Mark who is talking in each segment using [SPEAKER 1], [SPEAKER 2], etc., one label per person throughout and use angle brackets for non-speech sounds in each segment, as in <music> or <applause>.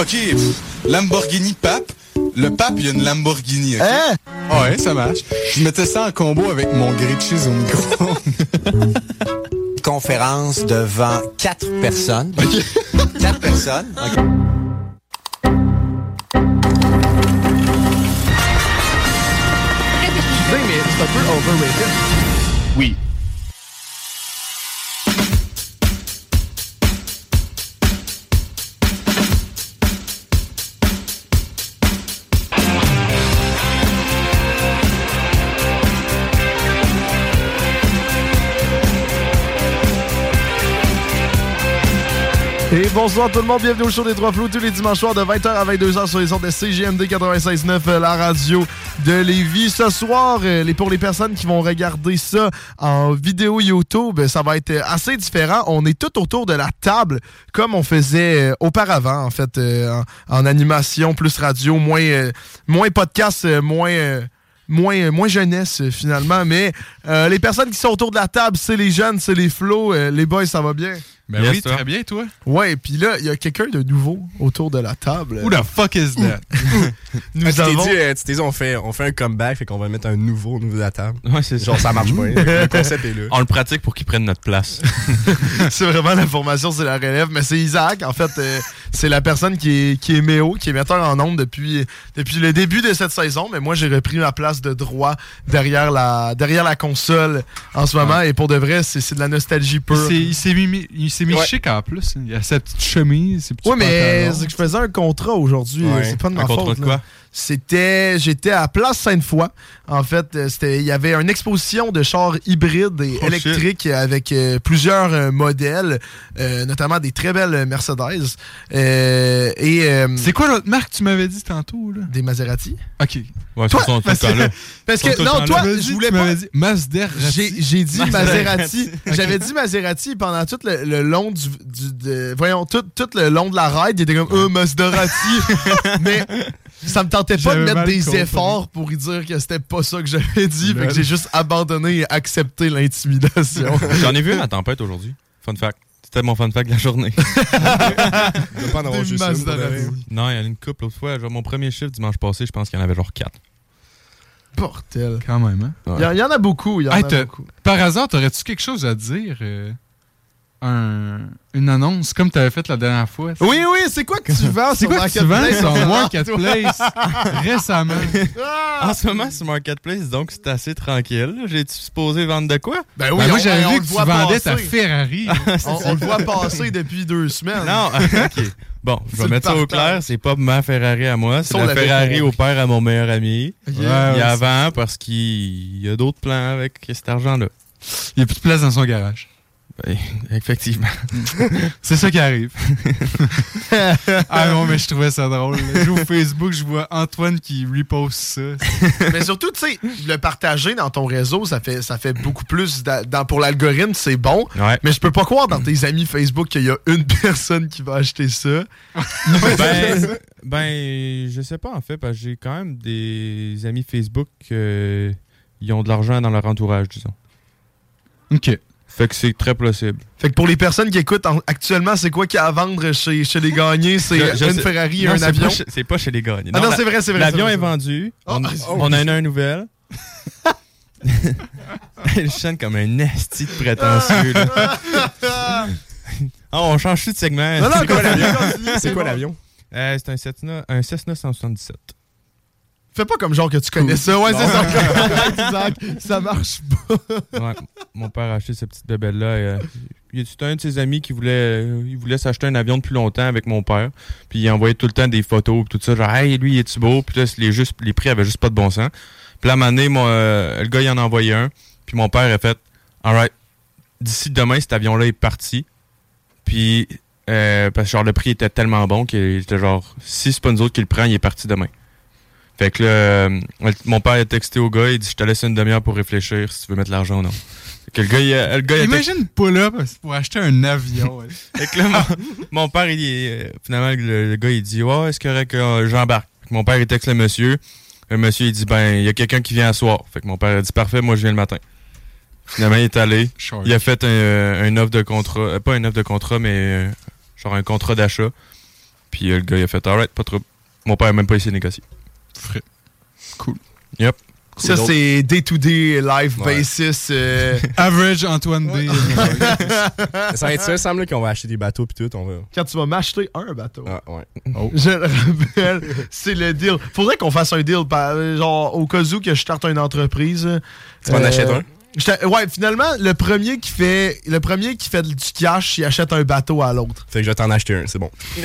[SPEAKER 1] Ok, pff, Lamborghini Pape. Le Pape, il y a une Lamborghini. ok?
[SPEAKER 2] Hein?
[SPEAKER 1] Ah Ouais, ça marche. Je mettais ça en combo avec mon grilled cheese au micro.
[SPEAKER 3] conférence devant quatre personnes. quatre personnes. OK.
[SPEAKER 4] Oui.
[SPEAKER 5] Et bonsoir tout le monde, bienvenue au show des Trois Flots tous les dimanches soirs de 20h à 22h sur les ondes de CGMD 96.9, euh, la radio de Lévis. Ce soir, euh, les- pour les personnes qui vont regarder ça en vidéo YouTube, euh, ça va être euh, assez différent. On est tout autour de la table comme on faisait euh, auparavant, en fait, euh, en, en animation, plus radio, moins, euh, moins podcast, euh, moins... euh, moins, moins jeunesse euh, finalement, mais euh, les personnes qui sont autour de la table, c'est les jeunes, c'est les flots. Euh, les boys, ça va bien?
[SPEAKER 1] Ben oui, très bien, toi.
[SPEAKER 5] Ouais, puis là, il y a quelqu'un de nouveau autour de la table.
[SPEAKER 1] Who the fuck is
[SPEAKER 2] Mm.
[SPEAKER 1] that?
[SPEAKER 2] <laughs>
[SPEAKER 5] Nous
[SPEAKER 2] Ah, tu t'es
[SPEAKER 5] avons-
[SPEAKER 2] dit, euh, tu t'es dit, on fait, on fait un comeback, fait qu'on va mettre un nouveau au niveau de la table.
[SPEAKER 4] Ouais, c'est
[SPEAKER 2] Genre, ça marche pas. Le concept est là.
[SPEAKER 4] On le pratique pour qu'il prenne notre place.
[SPEAKER 5] <laughs> c'est vraiment la formation, c'est la relève, mais c'est Isaac, en fait, euh, c'est la personne qui est, qui est méo, qui est metteur en nombre depuis, depuis le début de cette saison, mais moi, j'ai repris ma place de droit derrière la, derrière la console en ce moment, et pour de vrai, c'est c'est de la nostalgie
[SPEAKER 1] Il
[SPEAKER 5] pure.
[SPEAKER 1] s'est- il s'est mis, il s'est mis
[SPEAKER 2] Ouais.
[SPEAKER 1] chic en plus. Il a sa petite chemise, ses petits
[SPEAKER 5] Oui, mais
[SPEAKER 1] pantalons.
[SPEAKER 5] c'est que je faisais un contrat aujourd'hui. euh,
[SPEAKER 2] Ouais.
[SPEAKER 5] C'est pas de ma
[SPEAKER 4] Un contrat
[SPEAKER 5] faute.
[SPEAKER 4] de
[SPEAKER 5] là.
[SPEAKER 4] quoi?
[SPEAKER 5] C'était, j'étais à Place Sainte-Foy. En fait, euh, c'était, il y avait une exposition de chars hybrides et
[SPEAKER 4] Oh,
[SPEAKER 5] électriques avec euh, plusieurs euh, modèles, euh, notamment des très belles euh, Mercedes euh, et euh,
[SPEAKER 1] C'est quoi l'autre marque que tu m'avais dit tantôt, là?
[SPEAKER 5] des Maserati.
[SPEAKER 1] Ok.
[SPEAKER 4] Ouais,
[SPEAKER 5] Toi,
[SPEAKER 4] ils sont tout le
[SPEAKER 1] <laughs>
[SPEAKER 5] parce
[SPEAKER 4] temps là.
[SPEAKER 5] Parce
[SPEAKER 4] Ils sont
[SPEAKER 5] que
[SPEAKER 4] tous dans
[SPEAKER 5] non,
[SPEAKER 4] le
[SPEAKER 5] toi,
[SPEAKER 1] Tu m'avais
[SPEAKER 5] je
[SPEAKER 1] dit-
[SPEAKER 5] voulais
[SPEAKER 1] tu
[SPEAKER 5] pas.
[SPEAKER 1] m'avais dit Maserati.
[SPEAKER 5] J'ai j'ai dit
[SPEAKER 4] Maserati.
[SPEAKER 5] Maserati. J'avais dit Maserati pendant tout le, le long du, du- de- voyons tout, tout le long de la ride, il était comme euh, Maserati. Mais ça me tentait pas de
[SPEAKER 1] J'avais
[SPEAKER 5] mettre
[SPEAKER 1] mal
[SPEAKER 5] des
[SPEAKER 1] compris.
[SPEAKER 5] efforts pour y dire que c'était pas ça que j'avais dit, fait
[SPEAKER 1] Lol.
[SPEAKER 5] que j'ai juste abandonné et accepté <laughs> l'intimidation.
[SPEAKER 4] <laughs> J'en ai vu un à tempête aujourd'hui. Fun fact. C'était mon fun fact de la
[SPEAKER 1] <laughs>
[SPEAKER 4] journée. <laughs>
[SPEAKER 2] On va pas en avoir
[SPEAKER 5] Des
[SPEAKER 2] juste une pour
[SPEAKER 5] Maserati.
[SPEAKER 2] donner.
[SPEAKER 4] non, il y en a une couple l'autre fois. Genre, mon premier chiffre dimanche passé, je pense qu'il y en avait genre quatre.
[SPEAKER 5] Portel.
[SPEAKER 1] Quand même, hein?
[SPEAKER 5] Il y, en- il y en a beaucoup, il y en
[SPEAKER 1] Hey,
[SPEAKER 5] a
[SPEAKER 1] t'as-
[SPEAKER 5] beaucoup.
[SPEAKER 1] Par hasard, t'aurais-tu quelque chose à dire? euh, un- une annonce, comme t'avais fait la dernière fois?
[SPEAKER 5] Oui, oui, c'est quoi que tu vends
[SPEAKER 1] C'est
[SPEAKER 5] sur
[SPEAKER 1] quoi que tu vends
[SPEAKER 5] Marketplace?
[SPEAKER 1] sur <laughs> Marketplace récemment?
[SPEAKER 5] Ah!
[SPEAKER 4] En ce moment, sur Marketplace, donc c'est assez tranquille. J'ai-tu supposé vendre de quoi?
[SPEAKER 5] Ben oui,
[SPEAKER 1] Ben moi,
[SPEAKER 5] on-
[SPEAKER 1] j'avais
[SPEAKER 5] on
[SPEAKER 1] vu
[SPEAKER 5] le
[SPEAKER 1] que tu
[SPEAKER 5] voit
[SPEAKER 1] vendais ta
[SPEAKER 5] passer.
[SPEAKER 1] Ferrari.
[SPEAKER 5] On, on le voit passer depuis deux semaines.
[SPEAKER 4] Non, ah, ok. Bon,
[SPEAKER 5] Tu
[SPEAKER 4] je
[SPEAKER 5] le
[SPEAKER 4] vais mettre ça au
[SPEAKER 5] partages.
[SPEAKER 4] clair. C'est pas ma Ferrari à moi. C'est
[SPEAKER 5] Ça, on
[SPEAKER 4] la
[SPEAKER 5] l'avait
[SPEAKER 4] Ferrari
[SPEAKER 5] compris.
[SPEAKER 4] au père à mon meilleur ami.
[SPEAKER 5] Ok.
[SPEAKER 4] Il y a avant parce qu'il y a d'autres plans avec cet argent-là.
[SPEAKER 1] Il n'y a plus de place dans son garage.
[SPEAKER 4] Ben, <laughs> effectivement.
[SPEAKER 1] C'est ça qui <laughs> arrive. ah non, mais je trouvais ça drôle. là. J'ouvre Facebook, je vois Antoine qui repose ça.
[SPEAKER 5] Mais surtout, tu sais, le partager dans ton réseau, ça fait, ça fait beaucoup plus. d'a- dans- pour l'algorithme, c'est bon.
[SPEAKER 4] <laughs> Ouais.
[SPEAKER 5] Mais je peux pas croire dans tes amis Facebook qu'il y a une <laughs> personne qui va acheter ça.
[SPEAKER 4] ben, ben, je sais pas en fait, parce que j'ai quand même des amis Facebook qui ont de l'argent dans leur entourage, disons.
[SPEAKER 1] OK.
[SPEAKER 4] Fait que c'est très possible.
[SPEAKER 5] Fait que pour les personnes qui écoutent en- actuellement, c'est quoi qu'il y a à vendre chez, chez les gagnés? C'est
[SPEAKER 4] Je- je
[SPEAKER 5] une
[SPEAKER 4] sais-
[SPEAKER 5] Ferrari et
[SPEAKER 4] Non,
[SPEAKER 5] un
[SPEAKER 4] c'est
[SPEAKER 5] avion?
[SPEAKER 4] pas chez- C'est pas chez les gagnants.
[SPEAKER 5] Ah non,
[SPEAKER 4] la-
[SPEAKER 5] c'est vrai, c'est vrai.
[SPEAKER 4] L'avion
[SPEAKER 5] c'est
[SPEAKER 4] est
[SPEAKER 5] vrai.
[SPEAKER 4] vendu.
[SPEAKER 5] Oh,
[SPEAKER 4] on,
[SPEAKER 5] ah, oh.
[SPEAKER 4] on en a
[SPEAKER 5] <laughs>
[SPEAKER 4] une nouvelle. Je chante comme un esti de prétentieux. là.
[SPEAKER 5] <laughs>
[SPEAKER 4] Ah, on change tout de segment.
[SPEAKER 5] Non, non,
[SPEAKER 4] C'est Euh, quoi
[SPEAKER 5] continue,
[SPEAKER 4] l'avion?
[SPEAKER 5] continue,
[SPEAKER 2] C'est quoi
[SPEAKER 5] bon.
[SPEAKER 2] l'avion?
[SPEAKER 4] Euh, c'est un Cessna, un Cessna 177.
[SPEAKER 5] Fais pas comme genre que tu connais ça. Ouais, c'est ça.
[SPEAKER 4] <laughs>
[SPEAKER 5] Zach, ça marche pas.
[SPEAKER 4] Ouais, mon père a acheté cette petite bébelle-là. euh, il y a tout un de ses amis qui voulait, euh, il voulait s'acheter un avion depuis longtemps avec mon père. Puis il envoyait tout le temps des photos, puis tout ça. Genre, hey, lui, il est-tu beau? Puis là, c'est les, juste, les prix avaient juste pas de bon sens. Puis là, à un moment donné, moi, euh, le gars, il en a envoyé un. Puis mon père a fait, alright, d'ici demain, cet avion-là est parti. Puis, euh, parce que genre, le prix était tellement bon qu'il était genre, si c'est pas nous autres qui le prend, il est parti demain. Fait que là, euh, mon père a texté au gars, il dit Je te laisse une demi-heure pour réfléchir si tu veux mettre l'argent ou non. Fait que le gars, il, a- le gars, il a texté-
[SPEAKER 1] Imagine pas là parce que pour acheter un avion. ouais.
[SPEAKER 4] Fait que là,
[SPEAKER 2] Ah.
[SPEAKER 4] mon, mon père, il est, euh, finalement, le, le gars, il dit Ouais, est-ce correct que euh, j'embarque Fait que Mon père, il texte le monsieur. Le monsieur, il dit Ben, il y a quelqu'un qui vient à soir. Fait que mon père a dit Parfait, moi, je viens le matin. Finalement, il est allé.
[SPEAKER 1] Sure.
[SPEAKER 4] Il a fait un, euh, une offre de contrat, euh, pas une offre de contrat, mais euh, genre un contrat d'achat. Puis euh, le gars, il a fait Alright, pas trop. Mon père a même pas essayé de négocier.
[SPEAKER 1] Frais.
[SPEAKER 4] Yep.
[SPEAKER 5] Ça,
[SPEAKER 3] d'autres.
[SPEAKER 5] c'est day-to-day live
[SPEAKER 3] Ouais.
[SPEAKER 5] basis.
[SPEAKER 4] <laughs>
[SPEAKER 5] euh,
[SPEAKER 1] <laughs> Average Antoine B.
[SPEAKER 2] ça va être ça, semble qu'on va acheter des bateaux puis tout, on va.
[SPEAKER 5] quand tu vas m'acheter un bateau.
[SPEAKER 2] Ah, ouais.
[SPEAKER 5] Je le rappelle, c'est le deal. Faudrait qu'on fasse un deal, par- genre au cas où que je starte une entreprise.
[SPEAKER 2] Tu m'en
[SPEAKER 5] euh,
[SPEAKER 2] achètes un?
[SPEAKER 5] je t'a- Ouais, finalement, le premier qui fait, le premier qui fait du cash, il achète un bateau à l'autre.
[SPEAKER 2] Fait que je vais t'en acheter un, c'est bon.
[SPEAKER 4] <laughs>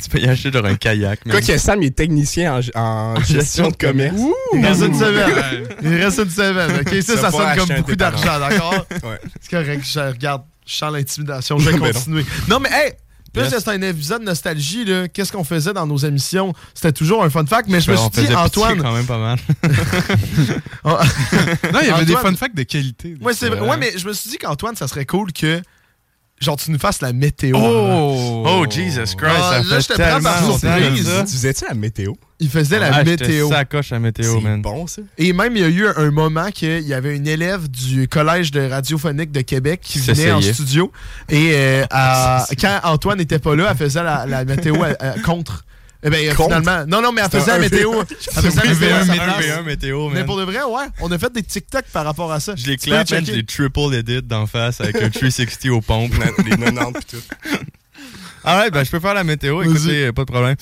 [SPEAKER 4] Tu peux y acheter genre un kayak.
[SPEAKER 2] Quoi
[SPEAKER 4] mais
[SPEAKER 2] que Sam, il est technicien en,
[SPEAKER 4] <laughs>
[SPEAKER 2] en gestion de commerce.
[SPEAKER 5] Il reste une semaine. Il reste une semaine. Ok, ça,
[SPEAKER 2] vas
[SPEAKER 5] ça
[SPEAKER 2] pouvoir
[SPEAKER 5] sonne
[SPEAKER 2] acheter
[SPEAKER 5] comme
[SPEAKER 2] un
[SPEAKER 5] beaucoup
[SPEAKER 2] dépanneur.
[SPEAKER 5] d'argent, d'accord?
[SPEAKER 2] Ouais.
[SPEAKER 5] C'est correct, je regarde, je sens l'intimidation, je vais
[SPEAKER 2] Ben non.
[SPEAKER 5] continuer. Non, mais hey! Plus
[SPEAKER 4] Yes.
[SPEAKER 5] que c'était un épisode de nostalgie, là, qu'est-ce qu'on faisait dans nos émissions? C'était toujours un fun fact, mais je me
[SPEAKER 4] Ben, on
[SPEAKER 5] suis
[SPEAKER 4] faisait
[SPEAKER 5] dit,
[SPEAKER 4] pitié
[SPEAKER 5] Antoine.
[SPEAKER 4] quand même pas mal.
[SPEAKER 5] Oh,
[SPEAKER 1] <laughs> Non, il y avait des
[SPEAKER 5] Antoine.
[SPEAKER 1] fun facts de qualité. là.
[SPEAKER 5] ouais, c'est vrai.
[SPEAKER 1] Euh,
[SPEAKER 5] Ouais, mais je me suis dit qu'Antoine, ça serait cool que, genre, tu nous fasses la météo.
[SPEAKER 1] Oh!
[SPEAKER 4] Oh, Jesus Christ,
[SPEAKER 5] Ah,
[SPEAKER 4] ça
[SPEAKER 5] là,
[SPEAKER 4] fait
[SPEAKER 5] je te prends par
[SPEAKER 4] tellement longtemps que
[SPEAKER 5] surprise.
[SPEAKER 4] ça.
[SPEAKER 2] Tu faisais-tu la météo?
[SPEAKER 5] Il faisait la
[SPEAKER 4] Ah, j'étais
[SPEAKER 5] météo.
[SPEAKER 4] sacoche à météo,
[SPEAKER 2] C'est
[SPEAKER 4] man.
[SPEAKER 2] bon, ça.
[SPEAKER 5] Et même, il y a eu un moment qu'il y avait une élève du Collège de radiophonique de Québec qui venait
[SPEAKER 4] S'essayait.
[SPEAKER 5] en studio. Et euh, à- quand Antoine n'était pas là, elle faisait la, la météo à- à- contre. Eh ben,
[SPEAKER 2] Contre?
[SPEAKER 5] finalement. Non, non, mais elle faisait la
[SPEAKER 2] un
[SPEAKER 5] météo. Elle faisait la météo. à sa place.
[SPEAKER 4] météo,
[SPEAKER 5] Mais pour de vrai, ouais, on a fait des TikTok par rapport à ça.
[SPEAKER 4] Je les
[SPEAKER 5] Tu peux
[SPEAKER 4] clap, man, je
[SPEAKER 5] checker.
[SPEAKER 4] les triple edit d'en face avec un 360 aux pompes.
[SPEAKER 2] Les 90 pis tout.
[SPEAKER 4] <laughs> Ah ouais, ben je peux faire la météo,
[SPEAKER 5] Vas-y.
[SPEAKER 4] écoutez, euh, pas de problème.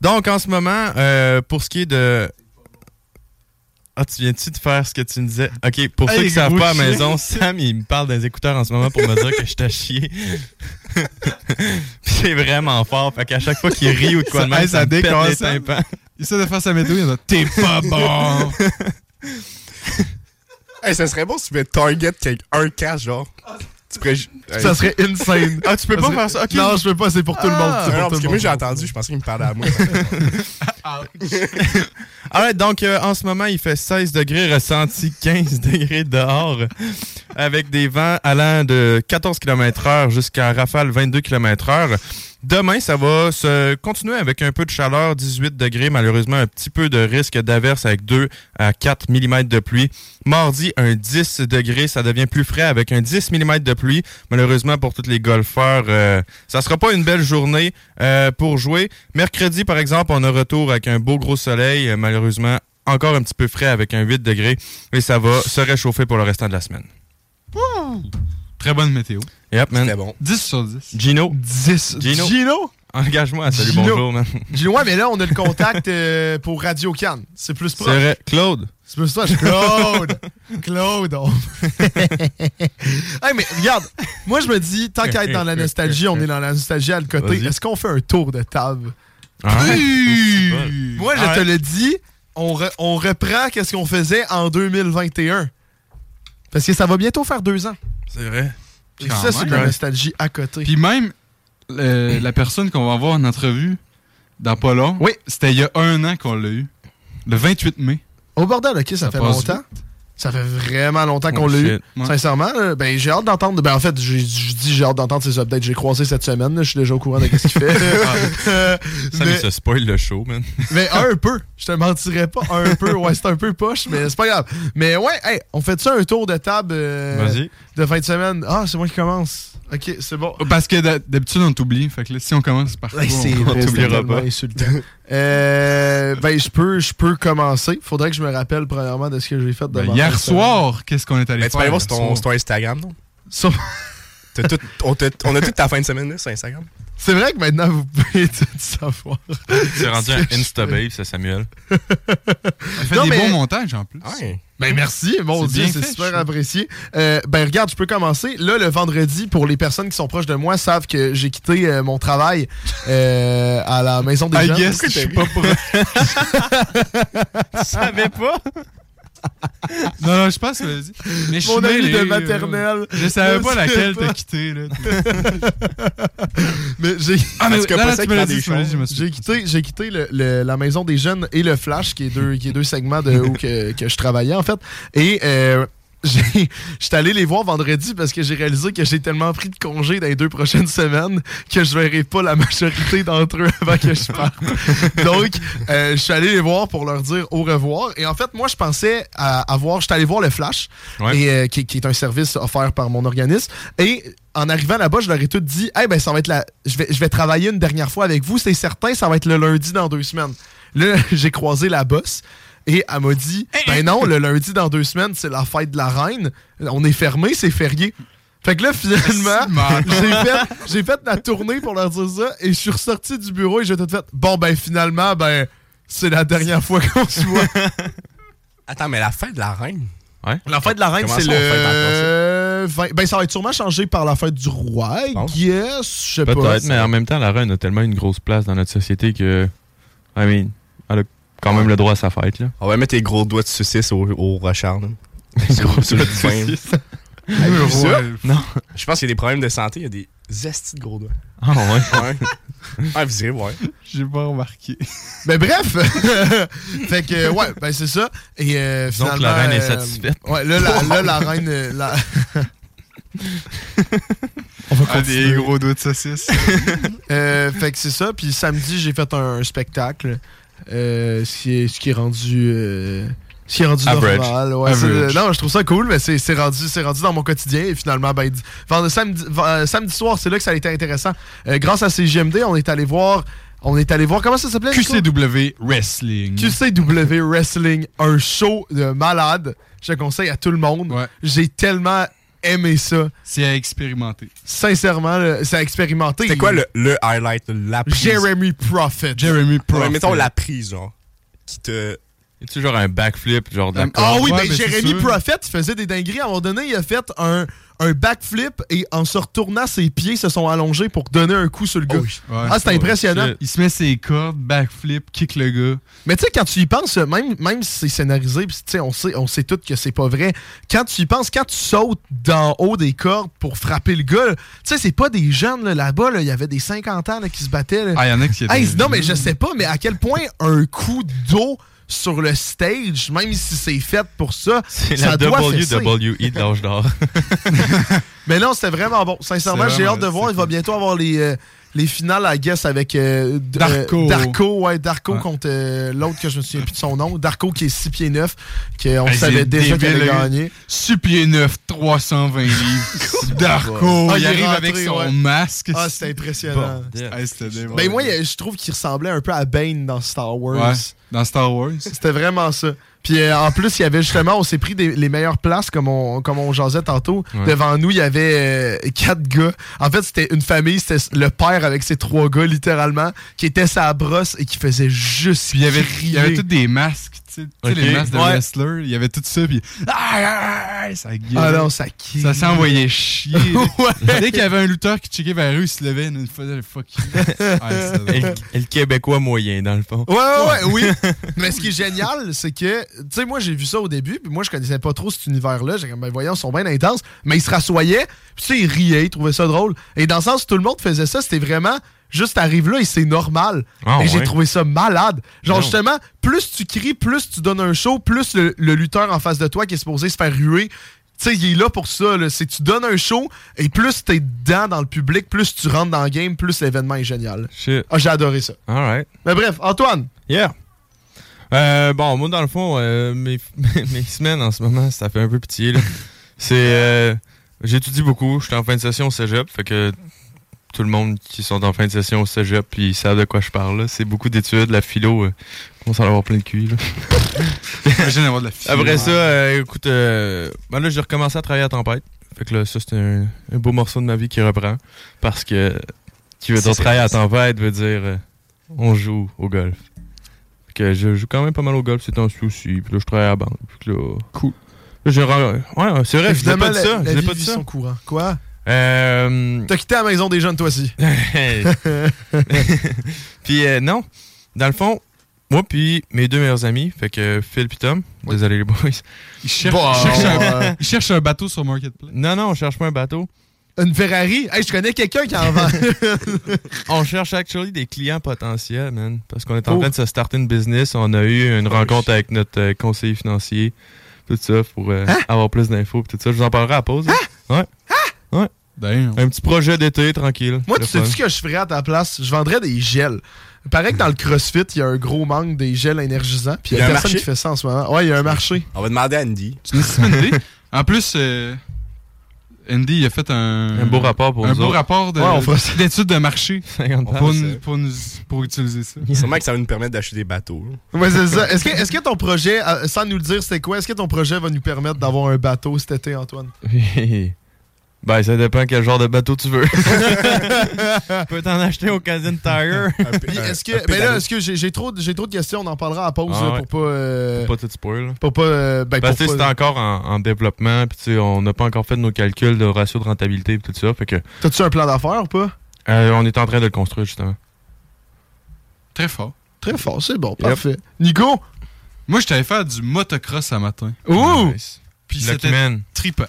[SPEAKER 4] Donc en ce moment, euh, pour ce qui est de... Ah, tu viens-tu de faire ce que tu me disais? Ok, pour ceux
[SPEAKER 1] Hey,
[SPEAKER 4] qui savent pas à la
[SPEAKER 1] gros
[SPEAKER 4] maison, Sam, il me parle des écouteurs en ce moment pour me dire que je t'ai chié. <laughs> Puis c'est vraiment fort, fait qu'à chaque fois qu'il rit ou de quoi de
[SPEAKER 1] Ça-
[SPEAKER 4] même,
[SPEAKER 1] hey,
[SPEAKER 4] ça,
[SPEAKER 1] ça
[SPEAKER 4] me pète
[SPEAKER 1] décolle,
[SPEAKER 4] les
[SPEAKER 1] Sam.
[SPEAKER 4] tympans.
[SPEAKER 1] Il essaie de faire sa météo, il a dit T'es pas bon!
[SPEAKER 2] Hey, ça serait bon si tu pouvais target quelque- un cash, genre. Tu pourrais. ju- Hey.
[SPEAKER 5] Ça serait insane.
[SPEAKER 4] Ah, tu peux pas
[SPEAKER 5] serait-
[SPEAKER 4] faire ça? Ok,
[SPEAKER 5] Non, je peux pas, c'est pour tout le monde.
[SPEAKER 2] Ah,
[SPEAKER 5] c'est pour
[SPEAKER 2] non,
[SPEAKER 5] tout
[SPEAKER 2] parce
[SPEAKER 5] le
[SPEAKER 2] que moi
[SPEAKER 5] monde.
[SPEAKER 2] j'ai entendu, je pensais qu'il me parlait
[SPEAKER 4] <laughs>
[SPEAKER 2] à moi.
[SPEAKER 4] Alright, donc euh, en ce moment, il fait 16 degrés ressenti 15 <laughs> degrés dehors avec des vents allant de 14 km heure jusqu'à rafale 22 km heure. Demain, ça va se continuer avec un peu de chaleur, 18 degrés, malheureusement un petit peu de risque d'averse avec 2 à 4 mm de pluie. Mardi, un 10 degrés, ça devient plus frais avec un 10 mm de pluie. Malheureusement pour tous les golfeurs, euh, ça sera pas une belle journée euh, pour jouer. Mercredi, par exemple, on a retour avec un beau gros soleil, euh, malheureusement encore un petit peu frais avec un 8 degrés, et ça va se réchauffer pour le restant de la semaine.
[SPEAKER 1] <laughs> Très bonne météo.
[SPEAKER 4] Yep, man.
[SPEAKER 2] C'était bon. <laughs>
[SPEAKER 1] 10 sur 10.
[SPEAKER 4] Gino,
[SPEAKER 5] 10.
[SPEAKER 4] Gino.
[SPEAKER 5] Gino?
[SPEAKER 4] engage-moi. Salut,
[SPEAKER 5] Gino.
[SPEAKER 4] bonjour, man.
[SPEAKER 5] Gino, ouais, mais là, on a le contact euh, pour Radio Cannes. C'est plus
[SPEAKER 4] C'est
[SPEAKER 5] proche.
[SPEAKER 4] vrai. Claude,
[SPEAKER 5] C'est pour ça, je- Claude! Claude! on- <laughs> hey, mais regarde, moi je me dis, tant qu'à être dans la nostalgie, on est dans la nostalgie à le côté.
[SPEAKER 4] Vas-y.
[SPEAKER 5] Est-ce qu'on fait un tour de table?
[SPEAKER 4] Ah Hey!
[SPEAKER 5] Moi, je
[SPEAKER 4] Ouais.
[SPEAKER 5] te le dis, on, re- on reprend qu'est-ce qu'on faisait en 2021. Parce que ça va bientôt faire deux ans.
[SPEAKER 4] c'est vrai.
[SPEAKER 5] Et
[SPEAKER 1] Quand
[SPEAKER 5] ça, c'est de la
[SPEAKER 1] même.
[SPEAKER 5] nostalgie à côté.
[SPEAKER 1] Puis même, euh, la personne qu'on va avoir en entrevue dans pas long,
[SPEAKER 5] Oui.
[SPEAKER 1] c'était il y a un an qu'on l'a eu. Le 28 mai.
[SPEAKER 5] Au bordel, ok, ça, fait
[SPEAKER 1] passe
[SPEAKER 5] longtemps. Ça fait vraiment longtemps qu'on
[SPEAKER 4] Oh,
[SPEAKER 5] l'a eu.
[SPEAKER 4] shit.
[SPEAKER 1] Ouais.
[SPEAKER 5] Sincèrement, là, ben, j'ai hâte d'entendre. Ben, en fait, j'ai- je dis j'ai hâte d'entendre ces updates. J'ai croisé cette semaine. là, Je suis déjà au courant de ce qu'il fait.
[SPEAKER 4] <laughs>
[SPEAKER 5] Euh,
[SPEAKER 4] Ça, mais
[SPEAKER 5] mais,
[SPEAKER 4] ça Ah, spoil le show, man.
[SPEAKER 5] mais un peu. Je te mentirais pas. Un peu. Ouais, c'est un peu poche, mais c'est pas grave. Mais ouais, hey, on fait ça un tour de table euh,
[SPEAKER 4] Vas-y.
[SPEAKER 5] de fin de semaine. Ah, c'est moi qui commence. Ok, c'est bon.
[SPEAKER 1] Parce que d'ha- d'habitude, on t'oublie. Fait que là, si on commence par toi,
[SPEAKER 5] Hey, c'est
[SPEAKER 1] on-
[SPEAKER 5] vrai,
[SPEAKER 4] t'oubliera
[SPEAKER 5] c'est tellement
[SPEAKER 4] pas.
[SPEAKER 5] insultant. Euh, ben, je peux, je peux commencer. Faudrait que je me rappelle, premièrement, de ce que j'ai fait de
[SPEAKER 1] Ben,
[SPEAKER 5] ma fin
[SPEAKER 1] hier
[SPEAKER 5] de semaine.
[SPEAKER 1] soir, qu'est-ce qu'on est allé
[SPEAKER 2] Ben, tu peux
[SPEAKER 1] faire?
[SPEAKER 2] aller voir
[SPEAKER 1] hier
[SPEAKER 2] sur ton,
[SPEAKER 1] soir?
[SPEAKER 2] sur ton Instagram, non?
[SPEAKER 5] Sur-
[SPEAKER 2] T'as tout- on, t'a- on a toute ta fin de semaine là, sur Instagram.
[SPEAKER 5] C'est vrai que maintenant, vous pouvez <laughs> tout savoir.
[SPEAKER 4] C'est rendu un Instababe, ça, Samuel.
[SPEAKER 6] Ça fait
[SPEAKER 5] Non,
[SPEAKER 6] des
[SPEAKER 5] mais-
[SPEAKER 6] bons montages en plus.
[SPEAKER 5] Ben merci, mon
[SPEAKER 6] C'est
[SPEAKER 5] Dieu,
[SPEAKER 6] bien
[SPEAKER 5] c'est
[SPEAKER 6] fait, je
[SPEAKER 5] super
[SPEAKER 6] trouve.
[SPEAKER 5] apprécié. Euh, ben regarde, je peux commencer. Là, le vendredi, pour les personnes qui sont proches de moi, savent que j'ai quitté euh, mon travail euh, à la maison des jeunes.
[SPEAKER 2] je suis pas pour
[SPEAKER 5] <laughs>
[SPEAKER 6] Non, non, je pense que vas-y. Mais je
[SPEAKER 5] Mon
[SPEAKER 6] suis
[SPEAKER 5] ami
[SPEAKER 6] mêlé,
[SPEAKER 5] de
[SPEAKER 6] euh,
[SPEAKER 5] maternelle.
[SPEAKER 6] Je savais
[SPEAKER 5] Je
[SPEAKER 6] pas
[SPEAKER 5] sais
[SPEAKER 6] laquelle
[SPEAKER 5] pas.
[SPEAKER 6] t'as
[SPEAKER 5] <laughs>
[SPEAKER 6] quitté, là.
[SPEAKER 5] Mais j'ai
[SPEAKER 6] Ah,
[SPEAKER 2] mais oui, là, là, tu me l'as dit,
[SPEAKER 6] tu me l'as dit, je me suis-
[SPEAKER 5] j'ai quitté, j'ai quitté le- le- la maison des jeunes et le Flash, qui est deux, qui est deux segments de où que, que je travaillais en fait. Et euh, j'ai- j'étais allé les voir vendredi parce que j'ai réalisé que j'ai tellement pris de congé dans les deux prochaines semaines que je verrai pas la majorité d'entre eux avant que je parte. Donc, euh, je suis allé les voir pour leur dire au revoir. Et en fait, moi, je pensais à avoir. J'étais allé voir le Flash,
[SPEAKER 4] Ouais.
[SPEAKER 5] et, euh, qui, qui est un service offert par mon organisme. Et en arrivant là-bas, je leur ai tout dit Eh ben, ça va être la. Je vais, je vais travailler une dernière fois avec vous, c'est certain, ça va être le lundi dans deux semaines. Là, <laughs> j'ai croisé la bosse. Et elle m'a dit, ben non, le lundi dans deux semaines, c'est la fête de la reine. On est fermé, c'est férié. Fait que là, finalement, <laughs> j'ai fait, j'ai fait la tournée pour leur dire ça et je suis ressorti du bureau et j'ai tout fait Bon, ben finalement, ben c'est la dernière fois qu'on se voit.
[SPEAKER 2] Attends, mais la fête de la reine.
[SPEAKER 5] La fête de la reine,
[SPEAKER 2] Comment
[SPEAKER 5] c'est
[SPEAKER 2] ça,
[SPEAKER 5] le.
[SPEAKER 2] on fête en
[SPEAKER 5] 20 Ben ça va être sûrement changé par la fête du roi, I
[SPEAKER 2] Bon.
[SPEAKER 5] guess. Je sais pas.
[SPEAKER 4] Peut-être, mais en même temps, la reine a tellement une grosse place dans notre société que. I mean, elle a quand même le droit à sa fête, là.
[SPEAKER 2] On va mettre tes gros doigts de saucisse au, au <laughs> Rochard. là. Sur- sur
[SPEAKER 4] <laughs>
[SPEAKER 2] le vin.
[SPEAKER 6] Le
[SPEAKER 2] vu
[SPEAKER 6] roi.
[SPEAKER 2] ça? Je pense qu'il y a des problèmes de santé, il y a des zestis de gros doigts.
[SPEAKER 4] Ah, ouais.
[SPEAKER 2] Ouais. ah, vous irez <laughs> voir.
[SPEAKER 6] J'ai pas remarqué.
[SPEAKER 5] Mais Ben, bref! <laughs> fait que, ouais, ben c'est ça. Et euh,
[SPEAKER 4] Disons que
[SPEAKER 5] finalement.
[SPEAKER 4] la reine est
[SPEAKER 5] euh,
[SPEAKER 4] satisfaite.
[SPEAKER 5] Ouais, là, la, là, la reine. euh,
[SPEAKER 4] <laughs>
[SPEAKER 5] la- <laughs>
[SPEAKER 6] Ah, des gros doigts de saucisse.
[SPEAKER 5] Euh, fait que c'est ça. Puis samedi, j'ai fait un, un spectacle. euh, ce, qui est, ce qui est rendu. euh, ce qui est rendu
[SPEAKER 4] Average.
[SPEAKER 5] normal. Ouais, c'est-
[SPEAKER 4] Average.
[SPEAKER 5] non, je trouve ça cool, mais c'est c'est rendu, c'est rendu dans mon quotidien. Et finalement, ben, di- vend- samedi, vend- euh, samedi soir, c'est là que ça a été intéressant. Euh, grâce à CGMD, on est allé voir. On est allé voir. Comment ça s'appelait? Nico?
[SPEAKER 6] QCW Wrestling.
[SPEAKER 5] QCW Wrestling, un show de malade. Je le conseille à tout le monde.
[SPEAKER 6] Ouais.
[SPEAKER 5] J'ai tellement aimé ça.
[SPEAKER 6] C'est à expérimenter.
[SPEAKER 5] Sincèrement, là, ça a expérimenté.
[SPEAKER 2] C'est quoi le, le highlight, la prise?
[SPEAKER 5] Jeremy Prophet.
[SPEAKER 6] Jeremy Pro.
[SPEAKER 2] Ouais, mettons la prise, genre. Qui te.
[SPEAKER 4] Tu genre un backflip, genre de.
[SPEAKER 5] Ah oui,
[SPEAKER 6] Ouais,
[SPEAKER 2] ben-
[SPEAKER 5] mais
[SPEAKER 6] mais c'est
[SPEAKER 5] Jérémy
[SPEAKER 6] sûr.
[SPEAKER 5] Prophet, il faisait des dingueries. À un moment donné, il a fait un, un backflip et en se retournant, ses pieds se sont allongés pour donner un coup sur le gars.
[SPEAKER 2] Oh
[SPEAKER 6] Ouais.
[SPEAKER 5] ah, c'est impressionnant.
[SPEAKER 4] shit.
[SPEAKER 6] Il se met ses cordes, backflip, kick le gars.
[SPEAKER 5] Mais tu sais, quand tu y penses, même, même si c'est scénarisé, pis tu sais, on sait, on sait tous que c'est pas vrai, quand tu y penses, quand tu sautes d'en haut des cordes pour frapper le gars, là, tu sais, c'est pas des jeunes là, là-bas, là, il y avait des 50 ans là, qui se battaient. là.
[SPEAKER 6] Ah, il y en a qui étaient-
[SPEAKER 5] Hey, non, mais je sais pas, mais à quel point un coup d'eau sur le stage, même si c'est fait pour ça,
[SPEAKER 4] C'est
[SPEAKER 5] ça
[SPEAKER 4] la
[SPEAKER 5] doit
[SPEAKER 6] E
[SPEAKER 5] fesser.
[SPEAKER 4] WWE de l'âge
[SPEAKER 6] <laughs>
[SPEAKER 4] d'or.
[SPEAKER 5] Mais non, c'était vraiment bon. Sincèrement,
[SPEAKER 6] C'est
[SPEAKER 5] j'ai
[SPEAKER 6] vraiment-
[SPEAKER 5] hâte de voir.
[SPEAKER 6] c'est
[SPEAKER 5] Il va
[SPEAKER 6] cool.
[SPEAKER 5] bientôt avoir les, euh, les finales, I guess, avec euh, d-
[SPEAKER 6] Darko.
[SPEAKER 5] euh, Darko, ouais, Darko
[SPEAKER 6] Ouais.
[SPEAKER 5] contre euh, l'autre que je me souviens plus de son nom. Darko qui est 6 pieds 9, qu'on
[SPEAKER 6] Hey,
[SPEAKER 5] savait
[SPEAKER 6] c'est
[SPEAKER 5] déjà qu'il allait
[SPEAKER 6] débile, hein. là.
[SPEAKER 5] gagner.
[SPEAKER 6] 6 pieds 9,
[SPEAKER 5] <laughs>
[SPEAKER 6] 320 livres. Darko,
[SPEAKER 5] Ah, il
[SPEAKER 6] il
[SPEAKER 5] est
[SPEAKER 6] arrive
[SPEAKER 5] rentré,
[SPEAKER 6] avec son
[SPEAKER 5] ouais.
[SPEAKER 6] masque. <laughs>
[SPEAKER 5] Ah, c'était impressionnant.
[SPEAKER 6] Hey, c'était des-
[SPEAKER 5] Ben moi, il- je trouve qu'il ressemblait un peu à Bane dans Star Wars.
[SPEAKER 6] Ouais, dans Star
[SPEAKER 5] <laughs>
[SPEAKER 6] Wars.
[SPEAKER 5] C'était vraiment ça. Puis euh, en plus, il y avait justement, on s'est pris des- les meilleures places comme on, comme on jasait tantôt.
[SPEAKER 4] Ouais.
[SPEAKER 5] Devant nous, il y avait euh, quatre gars. En fait, c'était une famille, c'était le père avec ses trois gars, littéralement, qui était sa brosse et qui faisait juste.
[SPEAKER 6] Puis il y avait, il
[SPEAKER 5] crier.
[SPEAKER 6] y avait tous des masques, tu sais, tu sais, les
[SPEAKER 4] Ok.
[SPEAKER 6] masques de
[SPEAKER 4] Ouais.
[SPEAKER 6] wrestlers. Il y avait tout ça, puis ah, ah, ah, ça gueule.
[SPEAKER 5] Ah non, ça qui.
[SPEAKER 6] ça s'envoyait chier.
[SPEAKER 5] <laughs>
[SPEAKER 6] Dès qu'il y avait un looteur qui checkait vers eux, il se levait, il faisait le
[SPEAKER 5] <laughs>
[SPEAKER 6] fuck you. Ouais,
[SPEAKER 4] <laughs>
[SPEAKER 6] c'était-
[SPEAKER 4] Et le- et le Québécois moyen, dans le fond.
[SPEAKER 5] Ouais, ouais, ouais,
[SPEAKER 6] <laughs>
[SPEAKER 5] oui. Mais ce qui est génial, c'est que, tu sais, moi, j'ai vu ça au début, puis moi, je connaissais pas trop cet univers-là. J'ai comme, ben voyons, ils sont bien intenses. Mais ils se rassoyaient, puis tu sais, ils riaient, ils trouvaient ça drôle. Et dans le sens où tout le monde faisait ça, c'était vraiment juste arrive là et c'est normal.
[SPEAKER 4] Ah,
[SPEAKER 5] et j'ai
[SPEAKER 4] ouais.
[SPEAKER 5] trouvé ça malade. Genre,
[SPEAKER 4] Non.
[SPEAKER 5] justement, plus tu cries, plus tu donnes un show, plus le, le lutteur en face de toi qui est supposé se faire ruer. Tu sais, il est là pour ça. là. C'est tu donnes un show et plus t'es dedans dans le public, plus tu rentres dans le game, plus l'événement est génial.
[SPEAKER 4] Shit.
[SPEAKER 5] Ah, j'ai adoré ça.
[SPEAKER 4] Alright.
[SPEAKER 5] Mais bref, Antoine,
[SPEAKER 4] Yeah. Euh, bon, moi, dans le fond, euh, mes, <laughs> mes semaines en ce moment, ça fait un peu pitié. là. C'est. euh, J'étudie beaucoup. Je suis en fin de session au cégep. Fait que tout le monde qui sont en fin de session au cégep, puis ils savent de quoi je parle. là. C'est beaucoup d'études. La philo, euh, on commence à en avoir plein le cul. là.
[SPEAKER 6] J'imagine avoir de la fille.
[SPEAKER 4] Après ça, euh, écoute, euh, ben là, j'ai recommencé à travailler à Tempête. Fait que là, ça, c'est un, un beau morceau de ma vie qui reprend. Parce que, qui veut
[SPEAKER 3] Ça,
[SPEAKER 4] dire
[SPEAKER 3] c'est
[SPEAKER 4] travailler à
[SPEAKER 3] nice.
[SPEAKER 4] tempête, veut dire euh, on joue au golf. Fait que je joue quand même pas mal au golf, c'est un souci. Puis là, je travaille à la banque. Puis que là. Cool. j'ai ren- Ouais, c'est vrai, je n'ai
[SPEAKER 5] Évidemment,
[SPEAKER 4] pas dit
[SPEAKER 5] la-
[SPEAKER 4] ça.
[SPEAKER 5] la
[SPEAKER 4] Je l'ai
[SPEAKER 5] vie
[SPEAKER 4] pas dit
[SPEAKER 5] vit
[SPEAKER 4] ça.
[SPEAKER 5] son courant. Quoi?
[SPEAKER 4] Euh,
[SPEAKER 5] T'as quitté la maison des jeunes, toi aussi.
[SPEAKER 4] <laughs> puis euh, non, dans le fond, moi puis mes deux meilleurs amis, fait que Phil puis Tom, désolé les boys.
[SPEAKER 6] Il cherche,
[SPEAKER 5] Bon,
[SPEAKER 6] il cherche
[SPEAKER 5] euh,
[SPEAKER 6] un, il cherche un bateau sur Marketplace.
[SPEAKER 4] Non, non, on cherche pas un bateau.
[SPEAKER 5] Une Ferrari? Hey, je connais quelqu'un qui
[SPEAKER 4] <laughs>
[SPEAKER 5] en vend.
[SPEAKER 4] On cherche actually des clients potentiels, man. Parce qu'on est en
[SPEAKER 5] Oh.
[SPEAKER 4] train de se starter une business. On a eu une rencontre avec notre euh, conseiller financier. Tout ça pour
[SPEAKER 5] Hein?
[SPEAKER 4] euh, avoir plus d'infos. puis Tout ça, je vous en parlerai à la pause. là.
[SPEAKER 5] ben,
[SPEAKER 6] Damn.
[SPEAKER 4] Un petit projet d'été, tranquille.
[SPEAKER 5] Hein? Moi,
[SPEAKER 4] Le
[SPEAKER 5] tu sais
[SPEAKER 4] fun.
[SPEAKER 5] ce que je ferais à ta place? Je vendrais des gels. Pareil que dans le CrossFit, il y a un gros manque des gels énergisants. Puis il y a,
[SPEAKER 2] un
[SPEAKER 5] personne
[SPEAKER 2] marché.
[SPEAKER 5] qui fait ça en ce moment. Ouais, il y a un marché.
[SPEAKER 2] On va demander à Andy.
[SPEAKER 6] C'est une si bonne idée. En plus, euh, Andy, il a fait un...
[SPEAKER 4] Un beau rapport pour
[SPEAKER 6] un
[SPEAKER 4] nous
[SPEAKER 6] beau
[SPEAKER 4] autres.
[SPEAKER 6] rapport de-
[SPEAKER 5] Ouais, on fera ça.
[SPEAKER 6] d'études de marché
[SPEAKER 4] 50
[SPEAKER 6] pour,
[SPEAKER 4] pages.
[SPEAKER 6] nous- pour, nous, pour utiliser ça.
[SPEAKER 2] Sûrement que ça va nous permettre d'acheter des bateaux. là.
[SPEAKER 5] Ouais, c'est ça. Est-ce que, est-ce que ton projet, euh, sans nous le dire c'était quoi, est-ce que ton projet va nous permettre d'avoir un bateau cet été, Antoine?
[SPEAKER 4] <laughs> ben, ça dépend quel genre de bateau tu veux. <laughs> tu peux t'en acheter au Casino Tire.
[SPEAKER 2] Un peu-
[SPEAKER 5] Puis
[SPEAKER 2] un-
[SPEAKER 5] est-ce
[SPEAKER 2] un
[SPEAKER 5] que.
[SPEAKER 2] pédalo.
[SPEAKER 5] Mais là, est-ce que j'ai, j'ai trop, de- j'ai trop de questions, on en parlera à la pause
[SPEAKER 4] Ah
[SPEAKER 5] là,
[SPEAKER 4] ouais.
[SPEAKER 5] pour pas. euh,
[SPEAKER 4] pas tout spoil.
[SPEAKER 5] pour pas. euh, ben,
[SPEAKER 4] Parce que
[SPEAKER 5] pour
[SPEAKER 4] tu sais, c'est
[SPEAKER 5] pas-
[SPEAKER 4] encore en, en développement, puis tu sais, on n'a pas encore fait nos calculs de ratio de rentabilité et tout ça. Fait que
[SPEAKER 5] T'as-tu un plan d'affaires ou pas?
[SPEAKER 4] euh, on est en train de le construire justement.
[SPEAKER 6] Très fort.
[SPEAKER 5] Très fort, c'est bon, parfait. Nico?
[SPEAKER 6] Moi, je t'avais fait du motocross ce matin.
[SPEAKER 4] Nice.
[SPEAKER 6] Puis
[SPEAKER 4] Lucky
[SPEAKER 6] c'était
[SPEAKER 4] Man.
[SPEAKER 6] tripant.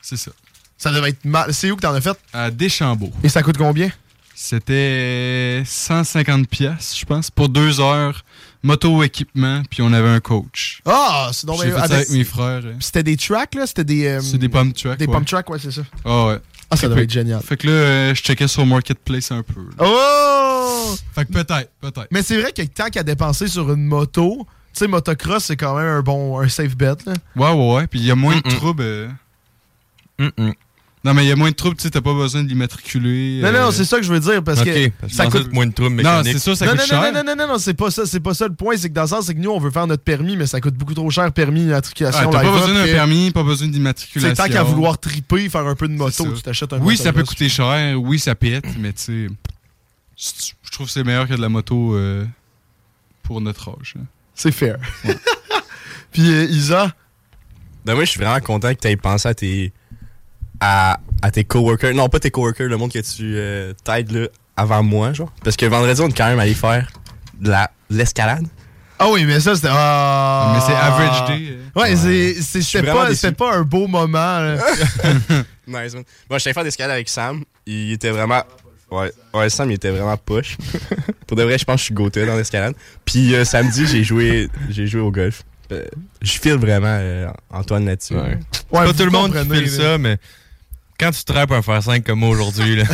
[SPEAKER 6] C'est ça.
[SPEAKER 5] Ça devait être mal. C'est où que t'en as fait?
[SPEAKER 6] À Deschambault.
[SPEAKER 5] Et ça coûte combien?
[SPEAKER 6] C'était 150 pièces, je pense, pour deux heures, moto équipement, puis on avait un coach.
[SPEAKER 5] Ah, c'est donc.
[SPEAKER 6] J'ai
[SPEAKER 5] ben,
[SPEAKER 6] fait ça
[SPEAKER 5] attends,
[SPEAKER 6] avec mes frères. hein.
[SPEAKER 5] C'était des tracks, là? C'était des. euh,
[SPEAKER 6] C'est des pump tracks.
[SPEAKER 5] Des
[SPEAKER 6] ouais.
[SPEAKER 5] pump tracks, ouais, c'est ça.
[SPEAKER 6] Ah ouais.
[SPEAKER 5] Ah, ça
[SPEAKER 6] Fait
[SPEAKER 5] devait
[SPEAKER 6] que-
[SPEAKER 5] être génial.
[SPEAKER 6] Fait que là, euh, je checkais sur Marketplace un peu. là.
[SPEAKER 5] Oh!
[SPEAKER 6] Fait que peut-être, peut-être.
[SPEAKER 5] Mais c'est vrai que tant qu'à dépenser sur une moto, tu sais, motocross, c'est quand même un bon, un safe bet, là.
[SPEAKER 6] Ouais, ouais, ouais. Puis il y a moins de
[SPEAKER 4] Mm-mm.
[SPEAKER 6] troubles. euh.
[SPEAKER 4] Mm-mm.
[SPEAKER 6] Non, mais il y a moins de troubles, tu sais, t'as pas besoin de l'immatriculer.
[SPEAKER 5] Non,
[SPEAKER 6] euh.
[SPEAKER 5] non, c'est ça que je veux dire, parce
[SPEAKER 4] Ok,
[SPEAKER 5] que...
[SPEAKER 4] parce que
[SPEAKER 5] ça
[SPEAKER 4] dans
[SPEAKER 5] coûte-
[SPEAKER 4] le moins de troubles
[SPEAKER 6] Non,
[SPEAKER 4] mécaniques.
[SPEAKER 6] c'est ça, ça
[SPEAKER 5] non,
[SPEAKER 6] coûte
[SPEAKER 5] non,
[SPEAKER 6] cher.
[SPEAKER 5] non, non, non, non, non, c'est pas ça, c'est pas ça le point, c'est que dans le sens, c'est que nous, on veut faire notre permis, mais ça coûte beaucoup trop cher, permis,
[SPEAKER 6] Ah,
[SPEAKER 5] matriculation,
[SPEAKER 6] t'as pas
[SPEAKER 5] live-up,
[SPEAKER 6] besoin d'un
[SPEAKER 5] que-
[SPEAKER 6] permis, pas besoin
[SPEAKER 5] Tu
[SPEAKER 6] d'immatriculation.
[SPEAKER 5] sais, tant qu'à vouloir triper, faire un peu de moto,
[SPEAKER 6] ça.
[SPEAKER 5] tu t'achètes un
[SPEAKER 6] Oui, ça peut
[SPEAKER 5] motocross.
[SPEAKER 6] coûter cher, oui, ça pète, mais tu sais, je trouve que c'est meilleur que de la moto euh, pour notre âge. hein.
[SPEAKER 5] C'est fair. <laughs> Puis, euh, Isa,
[SPEAKER 2] Ben moi, je suis vraiment content que tu aies pensé à tes. À, à tes coworkers. Non, pas tes coworkers, le monde que tu euh, t'aides là, avant moi, genre. Parce que vendredi, on est quand même allé faire de la- de l'escalade.
[SPEAKER 5] ah oui, mais ça, c'était... Ah...
[SPEAKER 6] Mais c'est average day. euh.
[SPEAKER 5] Ouais, c'est- c'est- c'était
[SPEAKER 2] vraiment
[SPEAKER 5] pas,
[SPEAKER 2] déçu.
[SPEAKER 5] c'était pas un beau moment, là.
[SPEAKER 2] Nice, man. Moi, j'étais allé faire de l'escalade avec Sam. Il était vraiment. Ouais, ouais, Sam, il était vraiment poche. <laughs> Pour de vrai, je pense que je suis goûté dans l'escalade. Puis euh, samedi, j'ai joué, j'ai joué au golf. Euh, je file vraiment euh, Antoine là-dessus.
[SPEAKER 4] Ouais.
[SPEAKER 5] Ouais,
[SPEAKER 4] pas
[SPEAKER 5] vous
[SPEAKER 4] tout le monde qui
[SPEAKER 5] comprenez,
[SPEAKER 4] file
[SPEAKER 5] là.
[SPEAKER 4] ça, mais quand tu trappes un faire 5 comme moi aujourd'hui, là.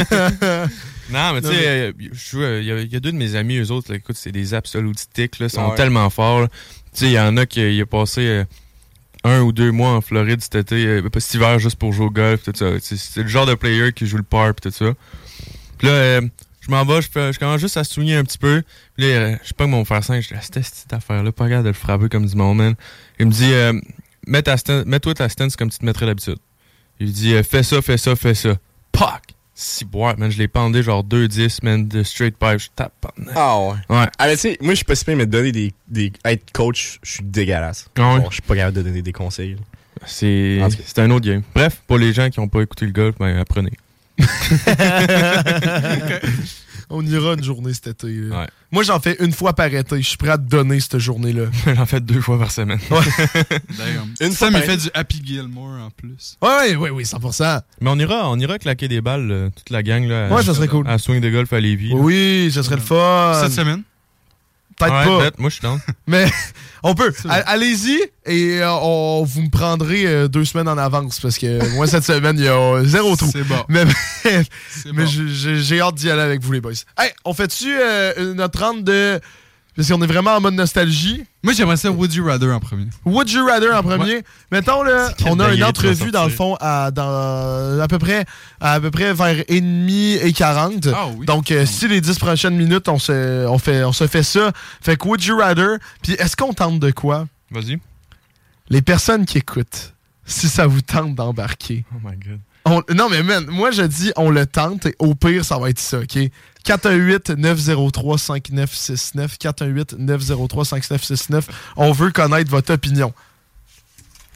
[SPEAKER 5] <laughs>
[SPEAKER 4] non, mais tu sais, euh, je suis, euh, il y, a- il y a deux de mes amis, eux autres, là, écoute, c'est des absolus tics, là, sont
[SPEAKER 2] Ouais.
[SPEAKER 4] tellement forts. là. Tu sais, il y en a qui il a passé euh, un ou deux mois en Floride cet été, euh, pas cet hiver, juste pour jouer au golf, tout ça. C'est- C'est le genre de player qui joue le par, pis tout ça. Puis là, euh, je m'en vais, je, fais- je commence juste à souligner un petit peu. Puis là, euh, je sais pas que mon faire 5, je dis, Ah, c'était cette affaire-là, pas regarde de le frapper comme du monde, man. Il me dit, euh, mets ta stan- mets-toi ta stance comme tu te mettrais d'habitude. Il dit, euh, fais ça, fais ça, fais ça. Pac! Si boire, man, je l'ai pendé genre 2-10, man, de straight pipe, je tape. pendant.
[SPEAKER 2] Ah ouais.
[SPEAKER 4] Ouais.
[SPEAKER 2] Ah, mais tu sais, moi, je suis pas si pire, mais donner des, des. être coach, je suis dégueulasse.
[SPEAKER 4] Ah ouais?
[SPEAKER 2] Genre, je suis pas capable de donner des conseils.
[SPEAKER 4] Ah. C'est
[SPEAKER 2] En tout cas.
[SPEAKER 4] c'est un autre game. Bref, pour les gens qui n'ont pas écouté le golf, ben <laughs> apprenez.
[SPEAKER 5] On ira une journée cet été. là.
[SPEAKER 4] Ouais.
[SPEAKER 5] Moi, j'en fais une fois par été. Je suis prêt à te donner cette journée-là.
[SPEAKER 4] J'en fais deux fois par semaine.
[SPEAKER 6] Damn.
[SPEAKER 2] Une fois
[SPEAKER 6] Sam, il
[SPEAKER 2] par-
[SPEAKER 6] fait du Happy Gilmore en plus.
[SPEAKER 5] Ouais, oui, oui, 100%.
[SPEAKER 4] <laughs> Mais on ira, on ira claquer des balles, là, toute la gang, là, à-
[SPEAKER 5] Ouais, ça serait cool.
[SPEAKER 4] à swing de golf à Lévis. là.
[SPEAKER 5] Oui, ce serait le fun.
[SPEAKER 6] Cette semaine,
[SPEAKER 5] Peut-être
[SPEAKER 4] Ouais,
[SPEAKER 5] pas.
[SPEAKER 4] peut-être, moi je suis down.
[SPEAKER 5] Mais <laughs> on peut. A- Allez-y et euh, on, vous me prendrez euh, deux semaines en avance parce que moi, cette semaine, il y a euh, zéro trou.
[SPEAKER 6] c'est bon.
[SPEAKER 5] Mais, <laughs>
[SPEAKER 6] C'est
[SPEAKER 5] mais
[SPEAKER 6] bon.
[SPEAKER 5] je- je- j'ai hâte d'y aller avec vous, les boys. Hey, on fait-tu euh, notre rente de. Parce qu'on est vraiment en mode nostalgie.
[SPEAKER 6] Moi, j'aimerais ça Woody Rather en premier.
[SPEAKER 5] Would you rather en premier. Mettons là,
[SPEAKER 4] C'est quel
[SPEAKER 5] on a une
[SPEAKER 4] degré tu
[SPEAKER 5] entrevue
[SPEAKER 4] vas
[SPEAKER 5] dans le
[SPEAKER 4] sortir?
[SPEAKER 5] fond à dans à peu près à peu près vers et demi et 40.
[SPEAKER 6] Ah oui.
[SPEAKER 5] Donc euh, si les 10 prochaines minutes on se on fait on se fait ça, fait que would you rather puis est-ce qu'on tente de quoi
[SPEAKER 4] Vas-y.
[SPEAKER 5] Les personnes qui écoutent si ça vous tente d'embarquer.
[SPEAKER 4] Oh my god.
[SPEAKER 5] On- non, mais man, moi je dis on le tente et au pire, ça va être ça, OK? 418-903-5969. 418-903-5969. On veut connaître votre opinion.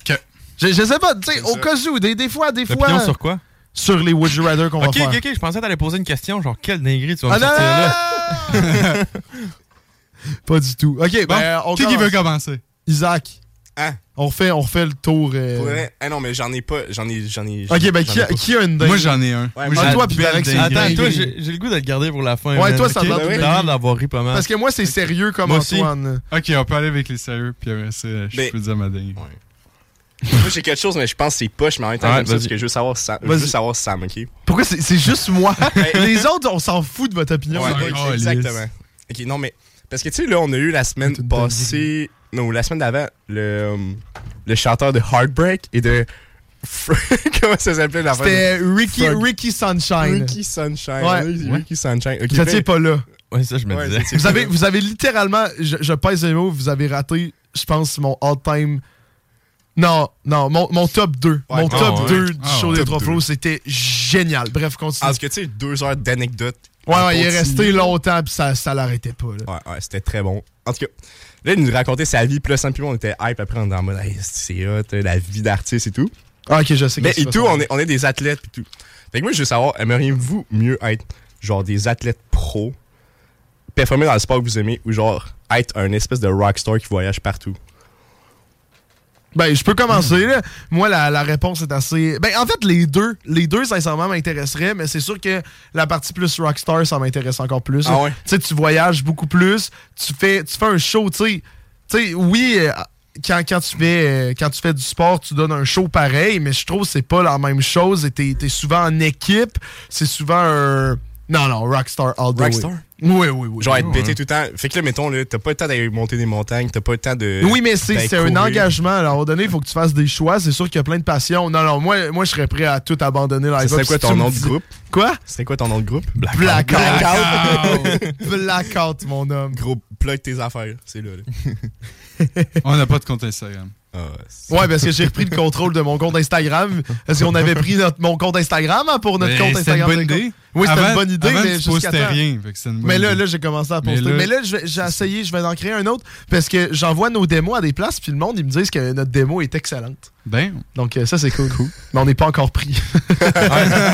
[SPEAKER 4] Que-
[SPEAKER 5] Je, je sais pas, tu sais, au cas où, des, des fois, des fois.
[SPEAKER 4] L'opinion sur quoi?
[SPEAKER 5] sur les Would You Rather qu'on
[SPEAKER 4] Ok,
[SPEAKER 5] va
[SPEAKER 4] ok,
[SPEAKER 5] faire.
[SPEAKER 4] ok, je pensais que t'allais poser une question, genre quelle dinguerie tu vas
[SPEAKER 5] Ah
[SPEAKER 4] me
[SPEAKER 5] non,
[SPEAKER 4] sortir
[SPEAKER 5] non, non,
[SPEAKER 4] là.
[SPEAKER 5] non, non! Pas du tout. OK,
[SPEAKER 6] Bon,
[SPEAKER 5] ben, on
[SPEAKER 6] qui qui
[SPEAKER 5] commence.
[SPEAKER 6] veut commencer?
[SPEAKER 5] Isaac.
[SPEAKER 7] Hein?
[SPEAKER 5] On refait, on refait le tour. euh,
[SPEAKER 7] Pour vrai? Ah non, mais j'en ai pas. J'en ai. J'en ai.
[SPEAKER 5] Ok, ben
[SPEAKER 7] j'en
[SPEAKER 5] qui
[SPEAKER 7] ai
[SPEAKER 5] a,
[SPEAKER 7] pas.
[SPEAKER 5] qui a une dingue?
[SPEAKER 6] Moi, j'en ai un.
[SPEAKER 7] Ouais,
[SPEAKER 6] Moi,
[SPEAKER 7] moi,
[SPEAKER 6] j'ai
[SPEAKER 5] toi,
[SPEAKER 6] une
[SPEAKER 5] puis Alex,
[SPEAKER 6] belle
[SPEAKER 5] c'est-
[SPEAKER 6] dinguerie.
[SPEAKER 5] dinguerie.
[SPEAKER 4] Attends, toi, j'ai j'ai le goût de le garder pour la fin.
[SPEAKER 5] Ouais,
[SPEAKER 4] man.
[SPEAKER 5] toi, ça
[SPEAKER 4] Ok?
[SPEAKER 5] doit
[SPEAKER 7] être
[SPEAKER 4] T'as
[SPEAKER 7] une
[SPEAKER 4] l'air d'avoir ri pas mal.
[SPEAKER 5] Parce que moi, c'est sérieux comme
[SPEAKER 4] Moi aussi.
[SPEAKER 5] Antoine.
[SPEAKER 6] Ok, on peut aller avec les sérieux, puis après ça, je
[SPEAKER 5] Ben,
[SPEAKER 7] Mais-
[SPEAKER 6] peux dire ma dingue.
[SPEAKER 7] Moi, j'ai quelque chose, mais je pense que c'est poche, mais en même temps,
[SPEAKER 4] Ouais,
[SPEAKER 7] j'aime ça
[SPEAKER 4] vas-y.
[SPEAKER 7] parce que je veux savoir Sam. Je
[SPEAKER 5] Vas-y.
[SPEAKER 7] veux savoir Sam, ok?
[SPEAKER 5] Pourquoi c'est c'est juste
[SPEAKER 7] <laughs>
[SPEAKER 5] moi? les autres, on s'en fout de votre opinion.
[SPEAKER 7] Ouais, Oh,
[SPEAKER 6] c'est
[SPEAKER 7] ouais,
[SPEAKER 6] pas
[SPEAKER 7] exactement. Ok, non, mais. Parce que, tu sais, là, on a eu la semaine
[SPEAKER 5] Toute
[SPEAKER 7] passée. Non, la semaine d'avant, le, euh, le chanteur de Heartbreak et de. <laughs> Comment ça s'appelait la
[SPEAKER 5] C'était Ricky,
[SPEAKER 7] Frog.
[SPEAKER 5] Ricky Sunshine.
[SPEAKER 7] Ricky Sunshine.
[SPEAKER 5] Ouais.
[SPEAKER 7] Oui, Ricky Sunshine. Ok,
[SPEAKER 5] Vous étiez
[SPEAKER 7] ben-
[SPEAKER 5] pas là.
[SPEAKER 4] Ouais, ça, je me
[SPEAKER 7] Ouais,
[SPEAKER 4] disais.
[SPEAKER 7] c'est-
[SPEAKER 5] Vous avez, vous avez littéralement, je, je pèse les mots, vous avez raté, je pense, mon all-time. Non, non, mon, mon top 2. mon
[SPEAKER 7] ah
[SPEAKER 5] top
[SPEAKER 4] ouais.
[SPEAKER 5] 2 du
[SPEAKER 6] Ah
[SPEAKER 5] show
[SPEAKER 6] ouais.
[SPEAKER 5] des
[SPEAKER 6] Top
[SPEAKER 5] trois
[SPEAKER 6] deux.
[SPEAKER 5] flots, c'était génial. Bref, continue.
[SPEAKER 7] Parce que, tu sais, deux heures d'anecdotes.
[SPEAKER 5] ouais,
[SPEAKER 7] en
[SPEAKER 5] ouais, il est
[SPEAKER 7] continu.
[SPEAKER 5] resté longtemps, puis ça, ça l'arrêtait pas. là.
[SPEAKER 7] Ouais, ouais, c'était très bon. En tout cas, là, il nous racontait sa vie, puis là, sans plus, on était hype après, on était en mode, Hey, c'est hot, la vie d'artiste et tout.
[SPEAKER 5] Ah, ok, je sais.
[SPEAKER 7] Mais
[SPEAKER 5] qu'est-ce
[SPEAKER 7] Ben, et
[SPEAKER 5] que tu
[SPEAKER 7] tout,
[SPEAKER 5] vas
[SPEAKER 7] on est, on est des athlètes, puis tout. Fait que moi, je veux savoir, aimeriez-vous mieux être, genre, des athlètes pros, performer dans le sport que vous aimez, ou genre, être un espèce de rockstar qui voyage partout?
[SPEAKER 5] Ben, je peux commencer, là. Moi, la, la réponse est assez. Ben, en fait, les deux, les deux, sincèrement, m'intéresseraient, mais c'est sûr que la partie plus rockstar, ça m'intéresse encore plus.
[SPEAKER 7] Ah ouais?
[SPEAKER 5] Tu sais, tu voyages beaucoup plus, tu fais, tu fais un show, tu sais. Tu sais, oui, euh, quand, quand, tu fais, euh, quand tu fais du sport, tu donnes un show pareil, mais je trouve que c'est pas la même chose. Et t'es, t'es souvent en équipe, c'est souvent un. Non, non, rockstar all the way.
[SPEAKER 7] Rockstar?
[SPEAKER 5] Oui, oui, oui.
[SPEAKER 7] Genre, être pété tout le temps. Fait que là, mettons, là, t'as pas le temps d'aller monter des montagnes, t'as pas le temps de.
[SPEAKER 5] Oui, mais c'est
[SPEAKER 6] ben,
[SPEAKER 7] d'aller
[SPEAKER 5] c'est un
[SPEAKER 7] courir.
[SPEAKER 5] engagement. Alors, à un moment donné, il faut que tu fasses des choix. C'est sûr qu'il y a plein de passions. Non, non, moi, moi je serais prêt à tout abandonner. là.
[SPEAKER 7] Ça serait
[SPEAKER 5] Si
[SPEAKER 7] quoi
[SPEAKER 5] tu
[SPEAKER 7] ton
[SPEAKER 5] me
[SPEAKER 7] nom de
[SPEAKER 5] dis-
[SPEAKER 7] groupe?
[SPEAKER 5] Quoi?
[SPEAKER 7] C'était quoi ton nom de groupe?
[SPEAKER 5] Blackout.
[SPEAKER 6] Blackout.
[SPEAKER 5] Blackout, mon homme.
[SPEAKER 7] Gros, plug tes affaires. C'est là, là.
[SPEAKER 6] On n'a pas de compte Instagram.
[SPEAKER 7] Ah, ouais, c'est-
[SPEAKER 5] Ouais, parce que j'ai repris le contrôle de mon compte Instagram. Parce qu'on avait pris notre, mon compte Instagram hein, pour notre
[SPEAKER 6] Mais
[SPEAKER 5] compte
[SPEAKER 6] Ben, c'était une
[SPEAKER 5] Instagram.
[SPEAKER 6] bonne
[SPEAKER 5] de-
[SPEAKER 6] idée.
[SPEAKER 5] Oui, c'était une
[SPEAKER 6] Avant-
[SPEAKER 5] bonne idée,
[SPEAKER 6] avant,
[SPEAKER 5] mais
[SPEAKER 6] tu postais
[SPEAKER 5] jusqu'à temps.
[SPEAKER 6] rien. fait que c'était une bonne
[SPEAKER 5] Mais là,
[SPEAKER 6] idée.
[SPEAKER 5] là j'ai commencé à
[SPEAKER 6] Mais
[SPEAKER 5] poster.
[SPEAKER 6] là-
[SPEAKER 5] Mais là, je vais- j'ai essayé, je vais en créer un autre. Parce que j'envoie nos démos à des places, puis le monde, ils me disent que notre démo est excellente.
[SPEAKER 6] Ben,
[SPEAKER 5] Donc euh, ça c'est cool. Mais on n'est pas encore
[SPEAKER 6] <laughs>
[SPEAKER 5] pris.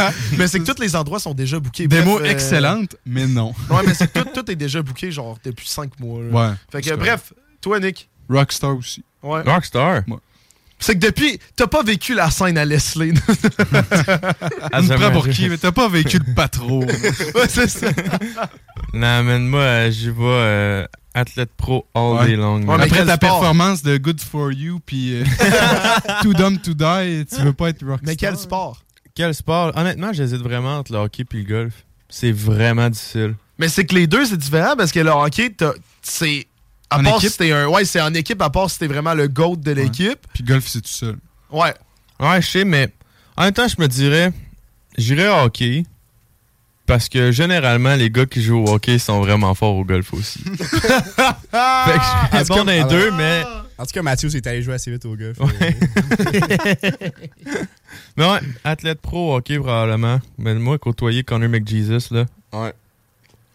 [SPEAKER 5] <laughs> mais c'est que tous les endroits sont déjà bookés.
[SPEAKER 6] des
[SPEAKER 5] Bref,
[SPEAKER 6] mots
[SPEAKER 5] euh,
[SPEAKER 6] excellentes, mais non.
[SPEAKER 5] Ouais, mais c'est que tout, tout est déjà booké genre depuis 5 mois. là.
[SPEAKER 6] Ouais.
[SPEAKER 5] Fait que
[SPEAKER 6] C'est
[SPEAKER 5] euh, bref, toi Nick.
[SPEAKER 6] vrai. Rockstar aussi.
[SPEAKER 5] Ouais.
[SPEAKER 4] Rockstar.
[SPEAKER 5] C'est que depuis, t'as pas vécu la scène à Leslie.
[SPEAKER 4] Ah,
[SPEAKER 6] On me
[SPEAKER 4] j'aimerais-
[SPEAKER 6] prend pour qui? Mais t'as pas vécu le
[SPEAKER 5] <laughs>
[SPEAKER 6] patro.
[SPEAKER 5] ouais, c'est ça.
[SPEAKER 4] Non, mais moi, euh, j'y vais euh, athlète pro all
[SPEAKER 6] Ouais.
[SPEAKER 4] day long. man.
[SPEAKER 5] mais
[SPEAKER 6] Après
[SPEAKER 5] quel
[SPEAKER 6] ta
[SPEAKER 5] sport?
[SPEAKER 6] performance de Good For You,
[SPEAKER 5] <laughs>
[SPEAKER 6] puis euh, Too Dumb To Die, tu veux pas être rockstar.
[SPEAKER 5] Mais quel sport
[SPEAKER 4] Quel sport? Honnêtement, j'hésite vraiment entre le hockey et le golf. C'est vraiment difficile.
[SPEAKER 5] Mais c'est que les deux c'est différent parce que le hockey t'as- c'est à
[SPEAKER 6] En
[SPEAKER 5] part
[SPEAKER 6] équipe?
[SPEAKER 5] si t'es un ouais, c'est en équipe à part si t'es vraiment le goat de l'équipe.
[SPEAKER 6] Puis golf, c'est tout seul.
[SPEAKER 5] Ouais.
[SPEAKER 4] Ouais, je sais, mais en même temps, je me dirais, j'irais au hockey. Parce que généralement, les gars qui jouent au hockey sont vraiment forts au golf aussi. fait que
[SPEAKER 6] Ah,
[SPEAKER 4] je réponds dans les deux, mais.
[SPEAKER 7] Ah, En tout cas, Mathieu, c'est allé jouer assez vite au gars. fait-
[SPEAKER 4] Mais ouais, athlète pro, hockey probablement. Mais moi, côtoyer Connor McJesus, là.
[SPEAKER 7] Ouais.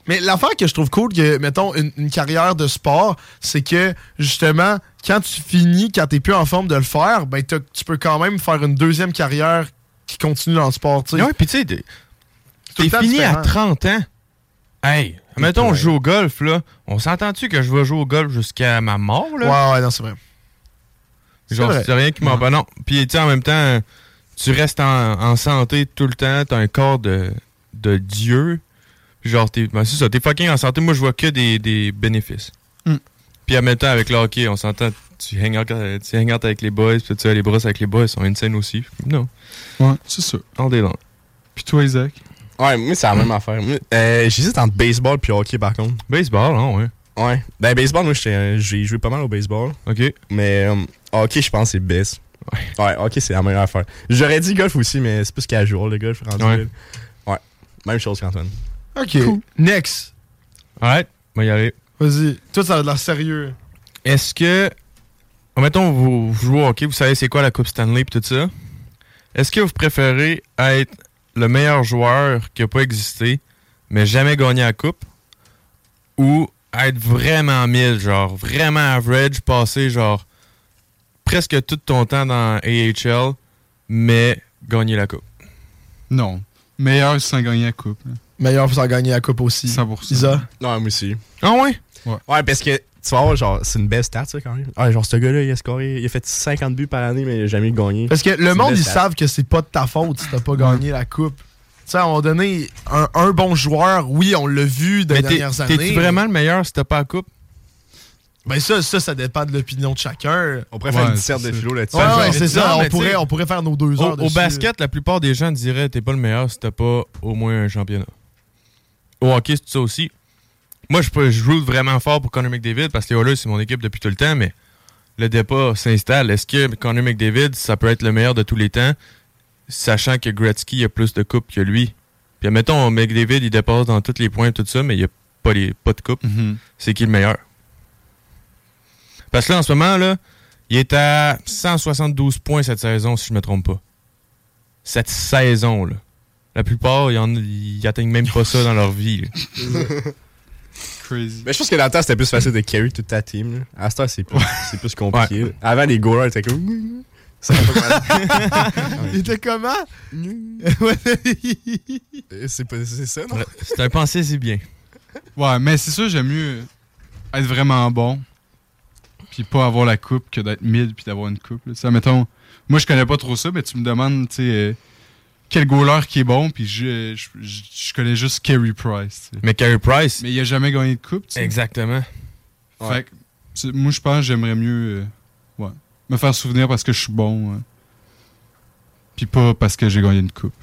[SPEAKER 5] Mais l'affaire que je trouve cool, que, mettons, une, une carrière de sport, c'est que, justement, quand tu finis, quand t'es plus en forme de le faire, ben, t'as- tu peux quand même faire une deuxième carrière qui continue dans le sport, tu sais.
[SPEAKER 4] Ouais, puis tu sais, t'es
[SPEAKER 5] tout le
[SPEAKER 4] t'es
[SPEAKER 5] temps
[SPEAKER 4] fini
[SPEAKER 5] différent.
[SPEAKER 4] à 30 ans. Hey, mettons, je joue au golf, là. On s'entend-tu que je vais jouer au golf jusqu'à ma mort, là?
[SPEAKER 5] Ouais, ouais, non, c'est vrai.
[SPEAKER 4] Genre,
[SPEAKER 5] C'est vrai.
[SPEAKER 4] c'est rien qui m'en bat. Non. Puis, tu sais, en même temps, tu restes en, en santé tout le temps. T'as un corps de, de Dieu. Genre, t'es ben, c'est ça, t'es fucking en santé. Moi, je vois que des, des bénéfices.
[SPEAKER 5] Mm.
[SPEAKER 6] Hmm.
[SPEAKER 4] Puis, en même temps, avec le hockey, on s'entend. Tu hang, out, tu hang out avec les boys, puis tu as les brosses avec les boys, ils sont insane aussi. Non,
[SPEAKER 6] Ouais, c'est sûr.
[SPEAKER 4] all day long.
[SPEAKER 6] Puis toi, Isaac?
[SPEAKER 7] Ouais, moi, c'est la même affaire. Moi, euh, J'hésite entre baseball puis hockey, par contre.
[SPEAKER 4] Baseball, non, ouais.
[SPEAKER 7] Ouais. Ben, baseball, moi, j'étais, euh, j'ai joué pas mal au baseball.
[SPEAKER 4] OK.
[SPEAKER 7] Mais euh, hockey, je pense, que c'est le best. Ouais. hockey, c'est la meilleure affaire. J'aurais dit golf aussi, mais c'est plus casual, le golf. Rendu
[SPEAKER 4] Ouais.
[SPEAKER 7] ouais. ouais. Même chose qu'Antoine.
[SPEAKER 5] OK. Next.
[SPEAKER 4] Alright, on va y aller.
[SPEAKER 5] Vas-y. Toi, ça a de l'air sérieux.
[SPEAKER 4] Est-ce que mettons, vous vous jouez au hockey, vous savez c'est quoi la Coupe Stanley et tout ça. Est-ce que vous préférez être le meilleur joueur qui n'a pas existé, mais jamais gagné la Coupe, ou être vraiment mille, genre vraiment average, passer genre presque tout ton temps dans AHL, mais gagner la Coupe?
[SPEAKER 6] Non. Meilleur sans gagner la coupe. là.
[SPEAKER 5] Meilleur sans gagner la coupe aussi.
[SPEAKER 6] 100%.
[SPEAKER 5] Isa.
[SPEAKER 2] Non, moi aussi.
[SPEAKER 4] Ah ouais?
[SPEAKER 2] Ouais, parce que tu vas voir, genre, c'est une belle stat, ça, quand même. Ouais, genre, ce gars-là, il a scoré, il a fait 50 buts par année, mais il a jamais gagné.
[SPEAKER 5] Parce que le
[SPEAKER 2] C'est
[SPEAKER 5] monde,
[SPEAKER 2] une
[SPEAKER 5] ils
[SPEAKER 2] stat.
[SPEAKER 5] savent que c'est pas de ta faute si t'as pas gagné la coupe. Tu sais, à un moment donné, un, un bon joueur, oui, on l'a vu dans
[SPEAKER 4] Mais
[SPEAKER 5] les
[SPEAKER 4] t'es-
[SPEAKER 5] dernières années.
[SPEAKER 4] t'es-tu vraiment le meilleur si t'as pas la Coupe?
[SPEAKER 5] Ben ça, ça, ça dépend de l'opinion de chacun.
[SPEAKER 2] On pourrait faire
[SPEAKER 6] Ouais,
[SPEAKER 2] une disserte
[SPEAKER 6] c'est
[SPEAKER 2] de
[SPEAKER 6] ça.
[SPEAKER 2] philo là-dessus.
[SPEAKER 5] Ouais,
[SPEAKER 2] genre.
[SPEAKER 5] ouais, Ah, c'est ça.
[SPEAKER 4] non,
[SPEAKER 5] On
[SPEAKER 4] mais tu
[SPEAKER 5] pourrait,
[SPEAKER 4] sais,
[SPEAKER 5] on pourrait faire nos deux
[SPEAKER 4] Au,
[SPEAKER 5] heures
[SPEAKER 4] au
[SPEAKER 5] dessus.
[SPEAKER 4] basket, la plupart des gens diraient t'es pas le meilleur si t'as pas au moins un championnat. Au hockey, c'est ça aussi. Moi, je, peux- je roule vraiment fort pour Connor McDavid parce que les Oilers, c'est mon équipe depuis tout le temps, mais le débat s'installe. Est-ce que Connor McDavid, ça peut être le meilleur de tous les temps, sachant que Gretzky a plus de coupes que lui? Puis admettons, McDavid, il dépasse dans tous les points, tout ça, mais il a pas, les, pas de coupe.
[SPEAKER 5] Mm-hmm.
[SPEAKER 6] Mhm.
[SPEAKER 4] C'est qui le meilleur? Parce que là, en ce moment, là, il est à 172 points cette saison, si je me trompe pas. Cette saison, là. La plupart, ils, en- ils atteignent même pas ça dans leur vie. là.
[SPEAKER 6] Crazy.
[SPEAKER 2] Mais Ben, je pense que dans le temps, c'était plus facile de carry toute ta team. là. À cette heure, c'est plus, c'est plus compliqué. là. Avant, les goalers étaient comme. Ça va pas mal.
[SPEAKER 5] Il était comment?
[SPEAKER 2] Euh, c'est pas- c'est ça, non?
[SPEAKER 4] Ouais, C'est un pensée si bien.
[SPEAKER 6] Ouais, mais c'est sûr, j'aime mieux être vraiment bon, puis pas avoir la coupe que d'être mid, puis d'avoir une coupe. là. Tu sais, mettons, moi, je connais pas trop ça, mais tu me demandes, tu sais, euh, quel goaler qui est bon, puis je, je, je- je connais juste Carey Price. tu sais.
[SPEAKER 4] Mais Carey Price,
[SPEAKER 6] Mais il a jamais gagné de coupe, tu sais.
[SPEAKER 4] exactement.
[SPEAKER 6] Fait que, tu- moi, je pense que j'aimerais mieux euh, ouais, me faire souvenir parce que je suis bon, ouais. puis pas parce que j'ai gagné une coupe.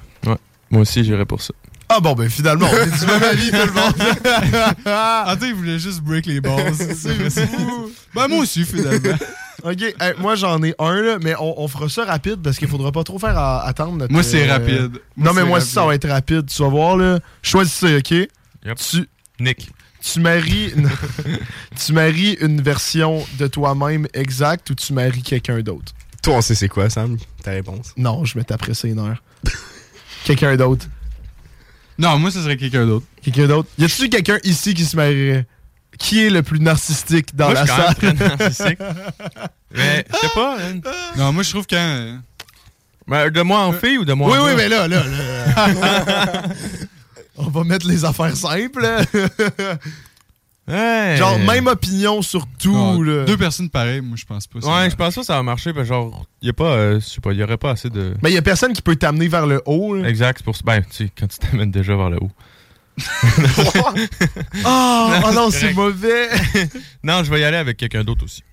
[SPEAKER 4] Moi aussi, j'irais pour ça.
[SPEAKER 5] Ah bon, ben finalement, on est du même avis, tout le monde. <laughs>
[SPEAKER 6] Ah, tu sais, il voulait juste break les bases. ben, moi aussi, finalement.
[SPEAKER 5] OK, hey, moi, j'en ai un, là, mais on, on fera ça rapide parce qu'il faudra pas trop faire à- attendre notre...
[SPEAKER 6] <laughs> moi, c'est
[SPEAKER 5] euh,
[SPEAKER 6] rapide.
[SPEAKER 5] Non, mais
[SPEAKER 6] c'est
[SPEAKER 5] moi, aussi, ça
[SPEAKER 6] rapide.
[SPEAKER 5] va être rapide. Tu vas voir, là. Choisis ça, OK? Tu,
[SPEAKER 4] <laughs> Nick.
[SPEAKER 5] tu maries... non. <laughs> tu maries une version de toi-même exacte ou tu maries quelqu'un d'autre?
[SPEAKER 2] Toi, on sait c'est quoi, Sam, ta réponse.
[SPEAKER 5] Non, je me taperais ses
[SPEAKER 6] <laughs>
[SPEAKER 5] nerfs. quelqu'un d'autre.
[SPEAKER 6] Non, moi, ce serait quelqu'un d'autre.
[SPEAKER 5] Quelqu'un d'autre. Y a-tu quelqu'un ici qui se marierait? Qui est le plus narcissique dans
[SPEAKER 4] Moi,
[SPEAKER 5] la
[SPEAKER 4] je suis quand
[SPEAKER 5] salle?
[SPEAKER 4] même très narcissique. Mais, je sais pas, hein.
[SPEAKER 6] Non, moi, je trouve euh, que
[SPEAKER 4] Mais euh, de moi en fille ou de moi
[SPEAKER 5] Oui,
[SPEAKER 4] en
[SPEAKER 5] oui,
[SPEAKER 4] gars?
[SPEAKER 5] mais là, là, là.
[SPEAKER 4] <laughs>
[SPEAKER 5] On va mettre les affaires simples.
[SPEAKER 4] Ouais.
[SPEAKER 5] Genre, même opinion sur tout.
[SPEAKER 4] Ah,
[SPEAKER 5] là.
[SPEAKER 6] deux personnes pareilles, moi, je pense pas. ça.
[SPEAKER 4] Ouais, je pense pas que ça va marcher. parce que genre, y a pas, euh, je sais pas, y aurait pas assez de.
[SPEAKER 5] Mais il y a personne qui peut t'amener vers le haut. là.
[SPEAKER 4] Exact, c'est pour ça. Ben, tu sais, quand tu t'amènes déjà vers le
[SPEAKER 5] <laughs>
[SPEAKER 4] haut.
[SPEAKER 5] Oh, oh non, c'est
[SPEAKER 4] correct.
[SPEAKER 5] mauvais.
[SPEAKER 4] Non, je vais y aller avec quelqu'un d'autre aussi.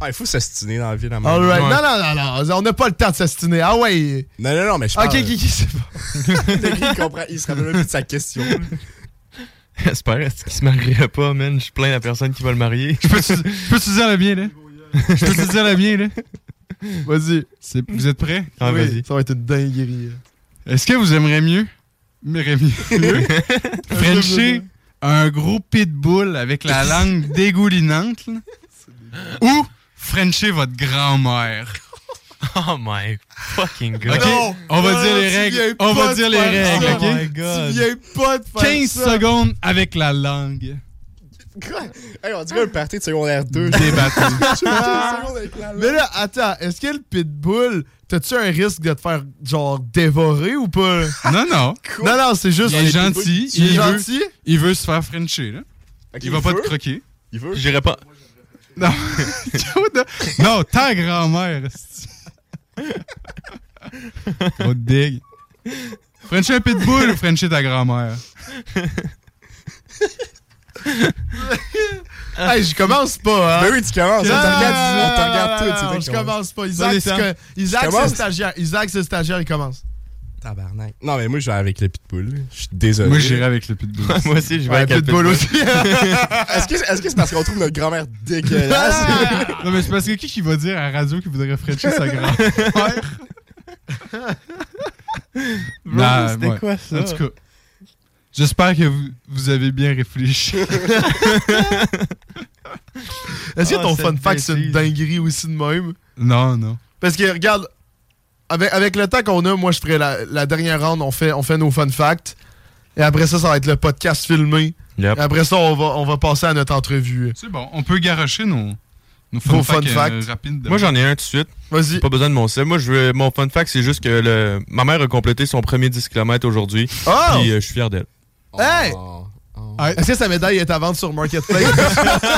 [SPEAKER 2] Ah, il faut s'astiner dans la vie, la
[SPEAKER 5] All
[SPEAKER 2] merde.
[SPEAKER 5] right.
[SPEAKER 4] Ouais.
[SPEAKER 5] Non, non, non, non. On n'a pas le temps de s'astiner. Ah ouais.
[SPEAKER 2] Non, non, non, mais je
[SPEAKER 5] Ok,
[SPEAKER 2] parle.
[SPEAKER 5] ok, ok, c'est bon.
[SPEAKER 2] <laughs> Le gars, il comprend. Il se rappelle même plus de sa question.
[SPEAKER 4] J'espère est-ce qu'il se marierait pas, man. Je suis plein la personne qui va le marier.
[SPEAKER 6] Je peux-tu peux dire le mien, là? Je peux <laughs> te dire le mien, là?
[SPEAKER 5] Vas-y.
[SPEAKER 6] C'est- Vous êtes prêts?
[SPEAKER 4] Ah,
[SPEAKER 5] Oui,
[SPEAKER 4] vas-y.
[SPEAKER 5] Ça va être une dinguerie.
[SPEAKER 6] Est-ce que vous aimeriez mieux? Aimeriez <laughs> mieux? Frencher un gros pitbull avec la <laughs> langue dégoulinante, là? Ou Frencher votre grand-mère?
[SPEAKER 4] Oh my fucking god.
[SPEAKER 6] OK? On va dire les règles. On va dire les règles,
[SPEAKER 4] Oh
[SPEAKER 6] OK?
[SPEAKER 4] my god.
[SPEAKER 5] pas de
[SPEAKER 6] 15 secondes avec la langue.
[SPEAKER 2] Quoi? Hey, on dirait un party de secondaire 2.
[SPEAKER 6] <laughs> Débattu.
[SPEAKER 5] Ah. Mais là, attends, est-ce que le pitbull, t'as-tu un risque de te faire, genre, dévorer ou pas?
[SPEAKER 6] Non, non.
[SPEAKER 5] Non, non, c'est juste.
[SPEAKER 6] Il est gentil.
[SPEAKER 5] Il est
[SPEAKER 6] Il veut,
[SPEAKER 5] gentil?
[SPEAKER 6] il veut se faire Frencher, là. Il va pas te croquer.
[SPEAKER 2] Il veut.
[SPEAKER 4] J'irai pas.
[SPEAKER 6] Non. non, ta grand-mère. <laughs> esti. Trop de dig. Frenchie un pitbull ou Frenchie ta grand-mère?
[SPEAKER 5] Hey, je commence pas, hein?
[SPEAKER 2] Ben oui, tu commences.
[SPEAKER 5] Non,
[SPEAKER 2] hein,
[SPEAKER 5] non,
[SPEAKER 2] tu
[SPEAKER 5] non,
[SPEAKER 2] regardes-
[SPEAKER 5] non,
[SPEAKER 2] on te
[SPEAKER 5] non,
[SPEAKER 2] regarde tout.
[SPEAKER 5] non,
[SPEAKER 2] tu sais
[SPEAKER 5] Je
[SPEAKER 2] qu'on-
[SPEAKER 5] commence pas.
[SPEAKER 4] Ça
[SPEAKER 5] Isaac, euh,
[SPEAKER 4] descend.
[SPEAKER 5] c'est que- Isaac, c'est
[SPEAKER 2] commences?
[SPEAKER 5] stagiaire. Isaac, c'est stagiaire, il commence.
[SPEAKER 2] Tabarnak. Non, mais moi, je vais avec le pitbull. Je suis désolé.
[SPEAKER 6] Moi, j'irai avec le pitbull.
[SPEAKER 4] <laughs> Moi aussi, je vais
[SPEAKER 5] Ouais,
[SPEAKER 4] avec un
[SPEAKER 5] pitbull aussi.
[SPEAKER 2] Est-ce que est-ce que c'est parce qu'on trouve notre grand-mère dégueulasse?
[SPEAKER 6] <laughs> non, mais c'est parce que qui qui va dire à la radio qu'il voudrait Frenchie sa <laughs> grand-mère? Non,
[SPEAKER 4] C'était
[SPEAKER 6] Bah, ouais.
[SPEAKER 4] quoi ça?
[SPEAKER 6] Ah, En tout cas, <laughs> j'espère que vous, vous avez bien réfléchi.
[SPEAKER 5] Est-ce que
[SPEAKER 4] Ah,
[SPEAKER 5] ton
[SPEAKER 4] c'est
[SPEAKER 5] fun fact, c'est une
[SPEAKER 4] précis.
[SPEAKER 5] dinguerie aussi de même?
[SPEAKER 6] Non, non.
[SPEAKER 5] Parce que, regarde, avec, avec le temps qu'on a, moi, je ferai la, la dernière round, on fait, on fait nos fun facts. Et après ça, ça va être le podcast filmé.
[SPEAKER 4] Yep.
[SPEAKER 5] Et après ça, on va, on va passer à notre entrevue.
[SPEAKER 6] C'est bon, on peut garocher nos, nos fun
[SPEAKER 5] Vos fun
[SPEAKER 6] facts euh,
[SPEAKER 5] facts.
[SPEAKER 6] rapides.
[SPEAKER 4] <laughs>
[SPEAKER 6] de-
[SPEAKER 4] Moi, j'en ai un tout de suite.
[SPEAKER 5] Vas-y.
[SPEAKER 4] Pas besoin de mon sel. Moi, je veux, mon fun fact, c'est juste que le, ma mère a complété son premier 10 km aujourd'hui.
[SPEAKER 5] Oh!
[SPEAKER 4] Puis euh, je suis fier d'elle.
[SPEAKER 5] Hey!
[SPEAKER 2] Oh.
[SPEAKER 5] Est-ce que sa médaille est à vendre sur Marketplace? <laughs>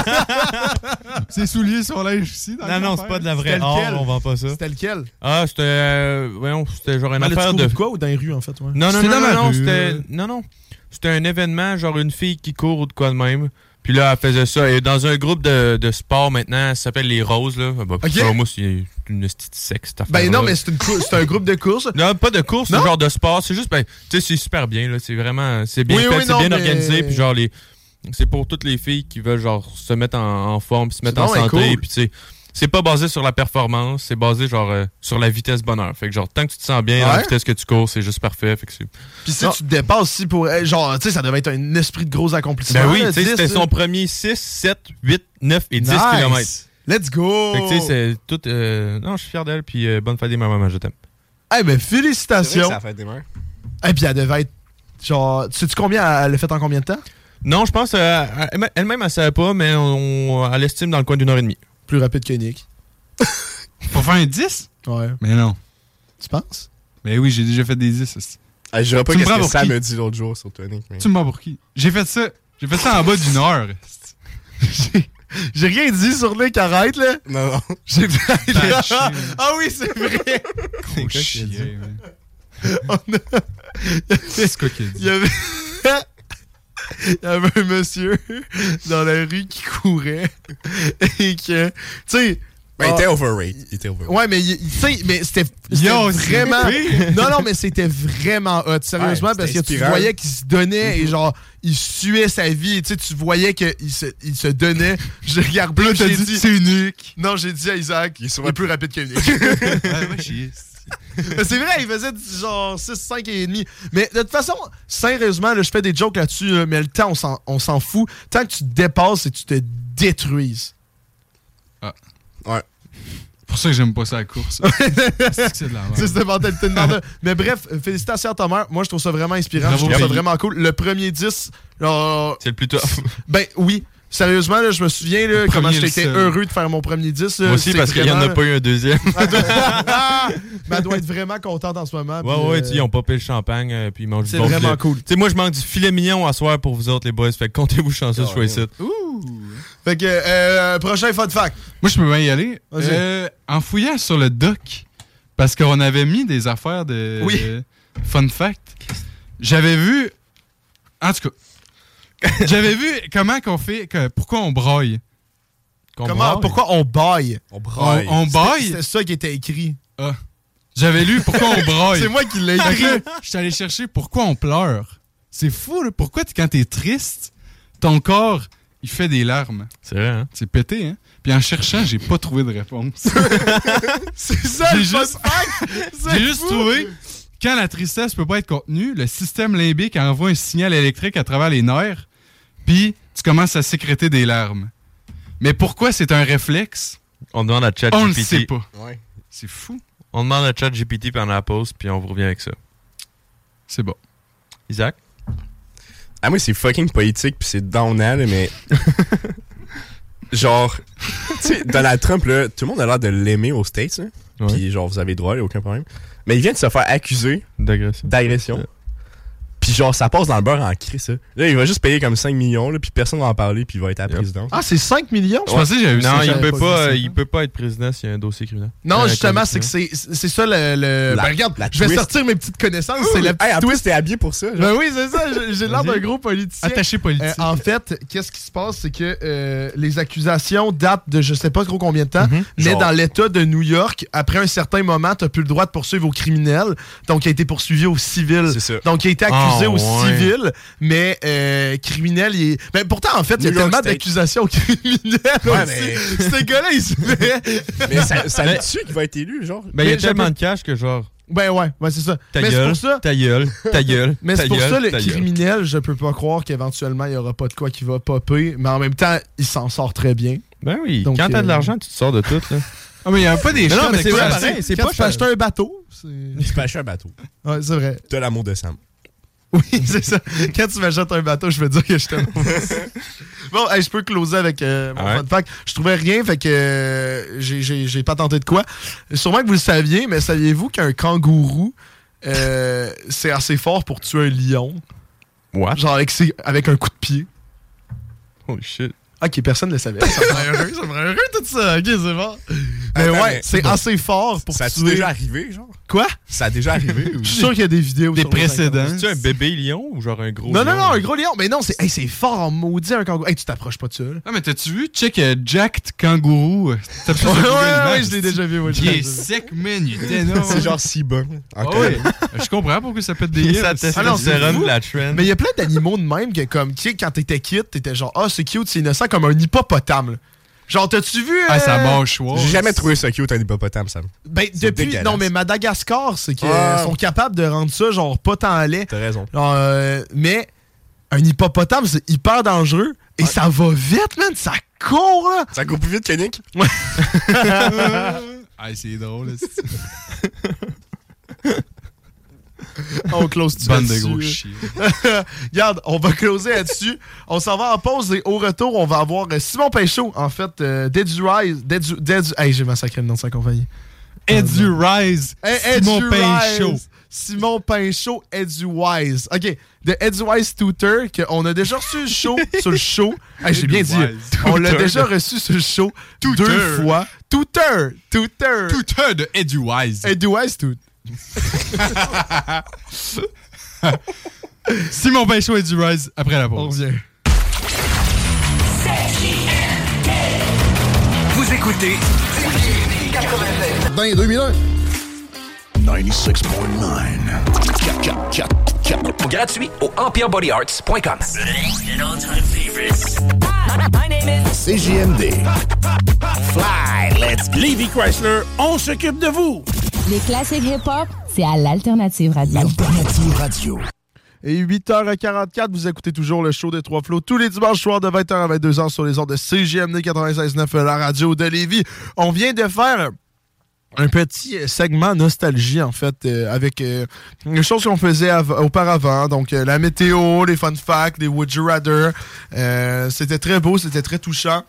[SPEAKER 6] Ses souliers sont linge ici. Dans
[SPEAKER 8] Non, non, c'est pas de la vraie
[SPEAKER 5] C'était lequel?
[SPEAKER 6] Oh,
[SPEAKER 8] or, on vend pas ça.
[SPEAKER 5] C'était lequel?
[SPEAKER 4] Ah, c'était. euh, voyons, c'était genre une affaire de.
[SPEAKER 8] quoi ou dans les rues, en fait, ouais.
[SPEAKER 4] Non, non,
[SPEAKER 6] C'était
[SPEAKER 4] non,
[SPEAKER 6] dans
[SPEAKER 4] non,
[SPEAKER 6] la
[SPEAKER 4] non,
[SPEAKER 6] rue,
[SPEAKER 4] c'était.
[SPEAKER 6] euh.
[SPEAKER 4] Non, non. C'était un événement, genre une fille qui court ou de quoi de même. Puis là, elle faisait ça. Et dans un groupe de, de sport maintenant, ça s'appelle les Roses, là. Bah,
[SPEAKER 5] Ok.
[SPEAKER 4] pour moi, c'est une petite sexe, cette
[SPEAKER 5] Ben
[SPEAKER 4] affaire-là.
[SPEAKER 5] non, mais c'est une cou- c'est un groupe de courses.
[SPEAKER 4] Non, pas de course, c'est
[SPEAKER 5] Non?
[SPEAKER 4] genre de sport. C'est juste, ben, tu sais, c'est super bien, là. C'est vraiment, c'est bien
[SPEAKER 5] Oui,
[SPEAKER 4] fait,
[SPEAKER 5] oui,
[SPEAKER 4] c'est
[SPEAKER 5] non,
[SPEAKER 4] bien
[SPEAKER 5] mais-
[SPEAKER 4] organisé. Puis genre, les, c'est pour toutes les filles qui veulent, genre, se mettre en, en forme, puis se mettre
[SPEAKER 5] C'est
[SPEAKER 4] en
[SPEAKER 5] donc bien
[SPEAKER 4] santé.
[SPEAKER 5] cool.
[SPEAKER 4] Puis tu sais, c'est pas basé sur la performance, c'est basé, genre, euh, sur la vitesse bonheur. Fait que, genre, tant que tu te sens bien dans la
[SPEAKER 5] Ouais.
[SPEAKER 4] vitesse que tu cours, c'est juste parfait. Fait que c'est.
[SPEAKER 5] Puis si
[SPEAKER 4] Non.
[SPEAKER 5] tu te dépasses, si pour. eh, Genre, tu sais, ça devait être un esprit de gros accomplissement.
[SPEAKER 4] Ben oui,
[SPEAKER 5] là,
[SPEAKER 4] tu sais,
[SPEAKER 5] 10,
[SPEAKER 4] c'était
[SPEAKER 5] là.
[SPEAKER 4] son premier 6, 7, 8, 9 et 10 km.
[SPEAKER 5] Let's go!
[SPEAKER 4] Fait que, tu sais, c'est tout. euh, non, je suis fier d'elle, puis euh, bonne fête des mamans, maman, je t'aime.
[SPEAKER 5] Eh ben,
[SPEAKER 2] C'est vrai que
[SPEAKER 5] félicitations!
[SPEAKER 2] ça fait des mains.
[SPEAKER 5] Et puis elle devait être. Genre, sais-tu combien elle l'a fait en combien de temps?
[SPEAKER 4] Non, je pense, euh, elle- elle-même, elle savait pas, mais on, elle estime dans le coin d'une heure et demie.
[SPEAKER 5] Plus rapide que Nick.
[SPEAKER 6] Pour faire un 10
[SPEAKER 5] Ouais.
[SPEAKER 6] Mais non.
[SPEAKER 5] Tu penses?
[SPEAKER 6] Ben oui, j'ai déjà fait des 10. aussi.
[SPEAKER 2] Ah, je dirais pas
[SPEAKER 6] Tu me
[SPEAKER 2] qu'est-ce
[SPEAKER 6] prends
[SPEAKER 2] que
[SPEAKER 6] pour
[SPEAKER 2] Sam
[SPEAKER 6] qui?
[SPEAKER 2] a dit l'autre jour sur Tonic. Mais...
[SPEAKER 6] Tu me mens pour qui J'ai fait ça. J'ai fait ça en bas d'une heure.
[SPEAKER 5] J'ai rien dit sur Nick, arrête là!
[SPEAKER 2] Non, non.
[SPEAKER 5] J'ai Ah <laughs>
[SPEAKER 4] Ben,
[SPEAKER 6] chier.
[SPEAKER 5] oui, c'est vrai!
[SPEAKER 6] C'est quoi
[SPEAKER 5] chien,
[SPEAKER 6] C'est quoi qu'il a
[SPEAKER 5] Il
[SPEAKER 6] dit
[SPEAKER 5] y avait. <laughs> Il y avait un monsieur dans la rue qui courait et que. Tu sais.
[SPEAKER 2] Mais Ben, il
[SPEAKER 5] ah,
[SPEAKER 2] était overrated. Il était overrated.
[SPEAKER 5] Ouais, mais il- il- tu sais, mais c'était c'était
[SPEAKER 6] Yo, c'est
[SPEAKER 5] vraiment. Non, non, mais c'était vraiment hot, sérieusement,
[SPEAKER 2] Ouais,
[SPEAKER 5] parce que
[SPEAKER 2] c'était
[SPEAKER 5] tu
[SPEAKER 2] inspirant.
[SPEAKER 5] voyais qu'il se donnait et genre, il suait sa vie. Tu sais, tu voyais qu'il se, il se donnait. Je regarde plus, j'ai dit.
[SPEAKER 6] c'est unique.
[SPEAKER 5] Non, j'ai dit à Isaac, il
[SPEAKER 2] Il
[SPEAKER 5] est
[SPEAKER 2] est sûrement-
[SPEAKER 5] plus rapide que lui.
[SPEAKER 6] Ah, ouais, chier.
[SPEAKER 5] Mais c'est vrai, il faisait du genre 6, 5 et demi. Mais de toute façon, sérieusement, là, je fais des jokes là-dessus, là, mais le temps, on s'en- on s'en fout. Tant que tu te dépasses et tu te détruises.
[SPEAKER 6] C'est pour ça que j'aime pas ça la course. C'est que c'est
[SPEAKER 5] <laughs>
[SPEAKER 6] de la
[SPEAKER 5] Tu sais,
[SPEAKER 6] merde.
[SPEAKER 5] cette mentalité de merde-là. Mais bref, félicitations à ta mère. Moi, je trouve ça vraiment inspirant.
[SPEAKER 6] Bravo,
[SPEAKER 5] je trouve ça
[SPEAKER 6] Pays.
[SPEAKER 5] vraiment cool. Le premier 10, euh,
[SPEAKER 4] C'est le
[SPEAKER 5] <laughs>
[SPEAKER 4] plus tough.
[SPEAKER 5] ben oui. Sérieusement, là, je me souviens là, comment
[SPEAKER 6] premier et le
[SPEAKER 5] j'étais
[SPEAKER 6] seul.
[SPEAKER 5] heureux de faire mon premier 10. là.
[SPEAKER 4] Moi aussi,
[SPEAKER 5] C'est
[SPEAKER 4] parce qu'il n'y en a
[SPEAKER 5] vraiment-
[SPEAKER 4] pas eu un deuxième.
[SPEAKER 5] Elle doit- <laughs> Ah! Mais elle doit être vraiment contente en ce moment.
[SPEAKER 4] ouais,
[SPEAKER 5] puis,
[SPEAKER 4] ouais,
[SPEAKER 5] euh,
[SPEAKER 4] tu sais, ils ont popé le champagne, euh, puis ils mangent du
[SPEAKER 5] C'est
[SPEAKER 4] bon
[SPEAKER 5] vraiment
[SPEAKER 4] filet.
[SPEAKER 5] cool.
[SPEAKER 4] Tu sais, moi, je manque du filet mignon à soir pour vous autres, les boys. Fait que comptez-vous
[SPEAKER 5] Ah,
[SPEAKER 4] chanceux, je suis ici.
[SPEAKER 5] Fait que, euh, prochain fun fact.
[SPEAKER 6] Moi, je peux bien y aller.
[SPEAKER 5] Vas-y.
[SPEAKER 6] Euh, en fouillant sur le doc, parce qu'on avait mis des affaires de
[SPEAKER 5] Oui.
[SPEAKER 6] de fun fact, j'avais vu. En tout cas, j'avais vu comment qu'on fait. que- pourquoi on broille.
[SPEAKER 5] Comment, pourquoi on baille?
[SPEAKER 2] On
[SPEAKER 6] On,
[SPEAKER 2] braille.
[SPEAKER 6] on broille.
[SPEAKER 5] C'est ça qui était écrit.
[SPEAKER 6] J'avais lu pourquoi on broille.
[SPEAKER 5] C'est moi qui
[SPEAKER 6] <laughs>
[SPEAKER 5] l'ai
[SPEAKER 6] Fait que
[SPEAKER 5] écrit.
[SPEAKER 6] là, Je suis allé chercher pourquoi on pleure. C'est fou, là. Pourquoi, t- quand t'es triste, ton corps, il fait des larmes.
[SPEAKER 4] C'est vrai, hein?
[SPEAKER 6] C'est pété, hein? Puis en cherchant, j'ai pas trouvé de réponse.
[SPEAKER 5] <laughs> C'est ça le
[SPEAKER 6] J'ai
[SPEAKER 5] fun
[SPEAKER 6] juste-
[SPEAKER 5] fact. C'est
[SPEAKER 6] J'ai juste
[SPEAKER 5] fou.
[SPEAKER 6] trouvé, quand la tristesse peut pas être contenue, le système limbique envoie un signal électrique à travers les nerfs, puis tu commences à sécréter des larmes. Mais pourquoi c'est un réflexe?
[SPEAKER 4] On demande à ChatGPT.
[SPEAKER 6] On ne sait pas.
[SPEAKER 2] Ouais.
[SPEAKER 6] C'est fou.
[SPEAKER 4] On demande à ChatGPT pendant la pause, puis on vous revient avec ça.
[SPEAKER 6] C'est bon.
[SPEAKER 4] Isaac?
[SPEAKER 2] Ah, moi, c'est fucking politique, puis c'est downant, là, mais. genre. Tu sais, Donald Trump, là, tout le monde a l'air de l'aimer aux States, là.
[SPEAKER 4] Ouais.
[SPEAKER 2] Puis, genre, vous avez le droit, là, aucun problème. Mais il vient de se faire accuser
[SPEAKER 4] D'agression.
[SPEAKER 2] d'agression.
[SPEAKER 4] Ouais.
[SPEAKER 2] Puis, genre, ça passe dans le beurre en crise, ça. Là, il va juste payer comme 5 millions, là, puis personne va en parler, puis il va être à la
[SPEAKER 4] Yep.
[SPEAKER 2] présidence.
[SPEAKER 5] Ah, c'est 5 millions?
[SPEAKER 6] Je pensais que j'avais vu
[SPEAKER 4] Non,
[SPEAKER 6] ça.
[SPEAKER 4] il
[SPEAKER 5] j'avais
[SPEAKER 4] peut
[SPEAKER 5] pas
[SPEAKER 4] pas,
[SPEAKER 5] vu ça.
[SPEAKER 4] euh, il peut pas être président s'il y a un dossier criminel.
[SPEAKER 5] Non,
[SPEAKER 4] Euh,
[SPEAKER 5] justement, c'est que
[SPEAKER 4] conviction.
[SPEAKER 5] c'est c'est ça le. le-
[SPEAKER 2] La-
[SPEAKER 5] ben, regarde,
[SPEAKER 2] la
[SPEAKER 5] je vais
[SPEAKER 2] twist.
[SPEAKER 5] sortir mes petites connaissances. C'est la
[SPEAKER 2] Hey,
[SPEAKER 5] petite
[SPEAKER 2] en
[SPEAKER 5] twist.
[SPEAKER 2] plus, t'es habillé pour ça, genre.
[SPEAKER 5] Ben oui, c'est ça. j'ai- J'ai l'air d'un
[SPEAKER 6] Vas-y.
[SPEAKER 5] gros politicien.
[SPEAKER 6] Attaché
[SPEAKER 5] Euh,
[SPEAKER 6] politique.
[SPEAKER 5] en fait, qu'est-ce qui se passe, c'est que euh, les accusations datent de je sais pas trop combien de temps, mais
[SPEAKER 2] Mhm. Genre.
[SPEAKER 5] dans l'État de New York, après un certain moment, t'as plus le droit de poursuivre aux criminels, donc il a été poursuivi au civil.
[SPEAKER 2] C'est ça.
[SPEAKER 5] Donc il a été accusé
[SPEAKER 4] Ah,
[SPEAKER 5] au
[SPEAKER 4] ouais.
[SPEAKER 5] civil, mais euh, criminel, il est... Mais pourtant, en fait, il y a
[SPEAKER 2] New York
[SPEAKER 5] tellement
[SPEAKER 2] State.
[SPEAKER 5] d'accusations <laughs> criminelles
[SPEAKER 2] Ouais,
[SPEAKER 5] aussi.
[SPEAKER 2] mais-
[SPEAKER 5] Ces gars-là, ils
[SPEAKER 2] <laughs>
[SPEAKER 5] se fait...
[SPEAKER 2] Mais ça, ça me tue qu'il va être élu, genre.
[SPEAKER 4] Ben, il y a
[SPEAKER 5] Mais j'avais-
[SPEAKER 4] tellement de cash que genre,
[SPEAKER 5] Ben ouais, ouais c'est ça.
[SPEAKER 4] ta
[SPEAKER 5] mais c'est
[SPEAKER 4] gueule,
[SPEAKER 5] pour ça...
[SPEAKER 4] ta gueule,
[SPEAKER 5] <laughs>
[SPEAKER 4] ta gueule,
[SPEAKER 5] Mais
[SPEAKER 4] ta
[SPEAKER 5] c'est pour
[SPEAKER 4] gueule,
[SPEAKER 5] ça, le
[SPEAKER 4] ta gueule.
[SPEAKER 5] criminel, je peux pas croire qu'éventuellement, il y aura pas de quoi qui va popper, mais en même temps, il s'en sort très bien.
[SPEAKER 4] Ben oui,
[SPEAKER 5] Donc,
[SPEAKER 4] quand t'as
[SPEAKER 5] euh,
[SPEAKER 4] de l'argent, tu te sors de tout.
[SPEAKER 5] <laughs>
[SPEAKER 4] Là.
[SPEAKER 6] Ah, mais il n'y a pas des
[SPEAKER 5] Mais
[SPEAKER 6] shots
[SPEAKER 5] non, mais
[SPEAKER 6] avec
[SPEAKER 5] c'est vrai,
[SPEAKER 6] ça.
[SPEAKER 5] pareil.
[SPEAKER 4] c'est
[SPEAKER 5] Quand
[SPEAKER 4] pas
[SPEAKER 5] tu peux
[SPEAKER 4] cher.
[SPEAKER 5] acheter un bateau, c'est...
[SPEAKER 2] Tu peux acheter un bateau.
[SPEAKER 5] Ouais, c'est vrai. <laughs>
[SPEAKER 2] T'as l'amour de Sam.
[SPEAKER 5] Oui, c'est ça. Quand tu m'achètes un bateau, je veux dire que je t'aime. <laughs> bon, hey, je peux closer avec euh, mon
[SPEAKER 4] Ah ouais?
[SPEAKER 5] fun fact. Je trouvais rien, fait que euh, j'ai- j'ai j'ai pas tenté de quoi. Sûrement que vous le saviez, mais saviez-vous qu'un kangourou, euh, <laughs> c'est assez fort pour tuer un lion?
[SPEAKER 4] What?
[SPEAKER 5] Genre avec, ses- avec un coup de pied.
[SPEAKER 4] Holy shit.
[SPEAKER 5] Ah, Ok, personne ne le savait. <laughs> Ça me rend heureux, ça me rend heureux tout ça. Ok, c'est bon. Mais
[SPEAKER 2] Attends,
[SPEAKER 5] ouais,
[SPEAKER 2] mais-
[SPEAKER 5] c'est assez fort pour
[SPEAKER 2] Ça a-tu
[SPEAKER 5] tuer...
[SPEAKER 2] déjà arrivé, genre?
[SPEAKER 5] Quoi?
[SPEAKER 2] Ça a déjà arrivé? ou-
[SPEAKER 5] Je suis sûr qu'il y a des vidéos
[SPEAKER 6] Des
[SPEAKER 5] sur les
[SPEAKER 6] précédents.
[SPEAKER 5] internet.
[SPEAKER 4] C'est-tu un bébé lion ou genre un gros
[SPEAKER 5] Non, non,
[SPEAKER 4] lion?
[SPEAKER 5] non, un gros lion. Mais non, c'est hey, c'est fort en maudit un kangourou. Hey, tu t'approches pas de ça, là.
[SPEAKER 6] Ah, mais t'as-tu vu? Check euh, Jacked Kangourou. T'as
[SPEAKER 5] <laughs> <laughs>
[SPEAKER 6] plus
[SPEAKER 5] Ouais,
[SPEAKER 6] sur Google
[SPEAKER 5] ouais, ouais,
[SPEAKER 6] Maps.
[SPEAKER 5] je l'ai déjà vu. ouais, je
[SPEAKER 6] Il
[SPEAKER 5] l'ai
[SPEAKER 6] est
[SPEAKER 5] déjà vu.
[SPEAKER 6] sec, man. Il est
[SPEAKER 5] <laughs>
[SPEAKER 6] énorme.
[SPEAKER 2] C'est genre si bon.
[SPEAKER 6] Ah
[SPEAKER 2] Encore.
[SPEAKER 6] ouais. Je comprends pourquoi ça pète des
[SPEAKER 4] Et
[SPEAKER 6] gueules.
[SPEAKER 4] ça
[SPEAKER 5] Ah non, c'est
[SPEAKER 4] testostérone
[SPEAKER 5] fou.
[SPEAKER 4] de la trend.
[SPEAKER 5] Mais il y a plein d'animaux de même que, comme, tu sais, quand t'étais kid, t'étais genre, ah, c'est cute, c'est innocent, comme un hippopotame. là. Genre, t'as-tu vu.
[SPEAKER 6] Ah, ça
[SPEAKER 5] euh,
[SPEAKER 6] mâchoire.
[SPEAKER 7] Oh.
[SPEAKER 2] J'ai jamais trouvé ça cute un hippopotame, Sam.
[SPEAKER 5] Ben, depuis.
[SPEAKER 2] dégueulasse.
[SPEAKER 5] Non, mais Madagascar, c'est qu'ils
[SPEAKER 2] Ah.
[SPEAKER 5] sont capables de rendre ça, genre, pas tant laid.
[SPEAKER 2] T'as raison.
[SPEAKER 5] Genre, euh, mais un hippopotame, c'est hyper dangereux. Et ça va vite, man. Ça court, là.
[SPEAKER 2] Ça court plus vite que Nick?
[SPEAKER 6] Ah, c'est drôle.
[SPEAKER 5] On Oh, close tout
[SPEAKER 6] Bande de
[SPEAKER 5] là-dessus,
[SPEAKER 6] gros
[SPEAKER 5] là.
[SPEAKER 6] chiens.
[SPEAKER 5] <laughs> Regarde, on va closer là-dessus. On s'en va en pause et au retour, on va avoir euh, Simon Pêchaud, en fait, euh, d'Edu Rise. d'Edu- d'Edu- Hey, j'ai massacré le nom de sa compagnie.
[SPEAKER 6] Edu Rise.
[SPEAKER 5] Hey,
[SPEAKER 6] Simon
[SPEAKER 5] Edu
[SPEAKER 6] Pinchot.
[SPEAKER 5] Rise. Simon Pinchot, Eduwise. OK, de Eduwise Tutor, qu'on a déjà reçu le show
[SPEAKER 6] <laughs>
[SPEAKER 5] sur le show. Hey, j'ai bien dit.
[SPEAKER 6] Eduwise.
[SPEAKER 5] On l'a
[SPEAKER 6] Tutor.
[SPEAKER 5] déjà reçu sur le show
[SPEAKER 6] Tutor.
[SPEAKER 5] deux fois. Tutor, Tutor.
[SPEAKER 6] Tuteur de Edu Wise.
[SPEAKER 5] Eduwise Tutor.
[SPEAKER 6] Simon Pinchot, Edu Rise, après la
[SPEAKER 5] On
[SPEAKER 6] pause.
[SPEAKER 5] revient.
[SPEAKER 8] Vous écoutez
[SPEAKER 9] Dans les 2001.
[SPEAKER 10] 96.9.
[SPEAKER 8] gratuit au empirebodyarts.com.
[SPEAKER 10] CJMD. Fly, let's go. Lady Chrysler, on s'occupe de vous.
[SPEAKER 11] Les classiques hip-hop, c'est à l'Alternative Radio.
[SPEAKER 10] L'alternative radio.
[SPEAKER 5] Et 8h44, vous écoutez toujours le show des Trois Flots tous les dimanches soirs de 20h à 22h sur les ondes de CGMD 96.9, la radio de Lévis. On vient de faire un petit euh, segment nostalgie, en fait, euh, avec euh, les choses qu'on faisait av- auparavant. Donc, euh, la météo, les fun facts, les would you rather. Euh, c'était très beau, c'était très touchant.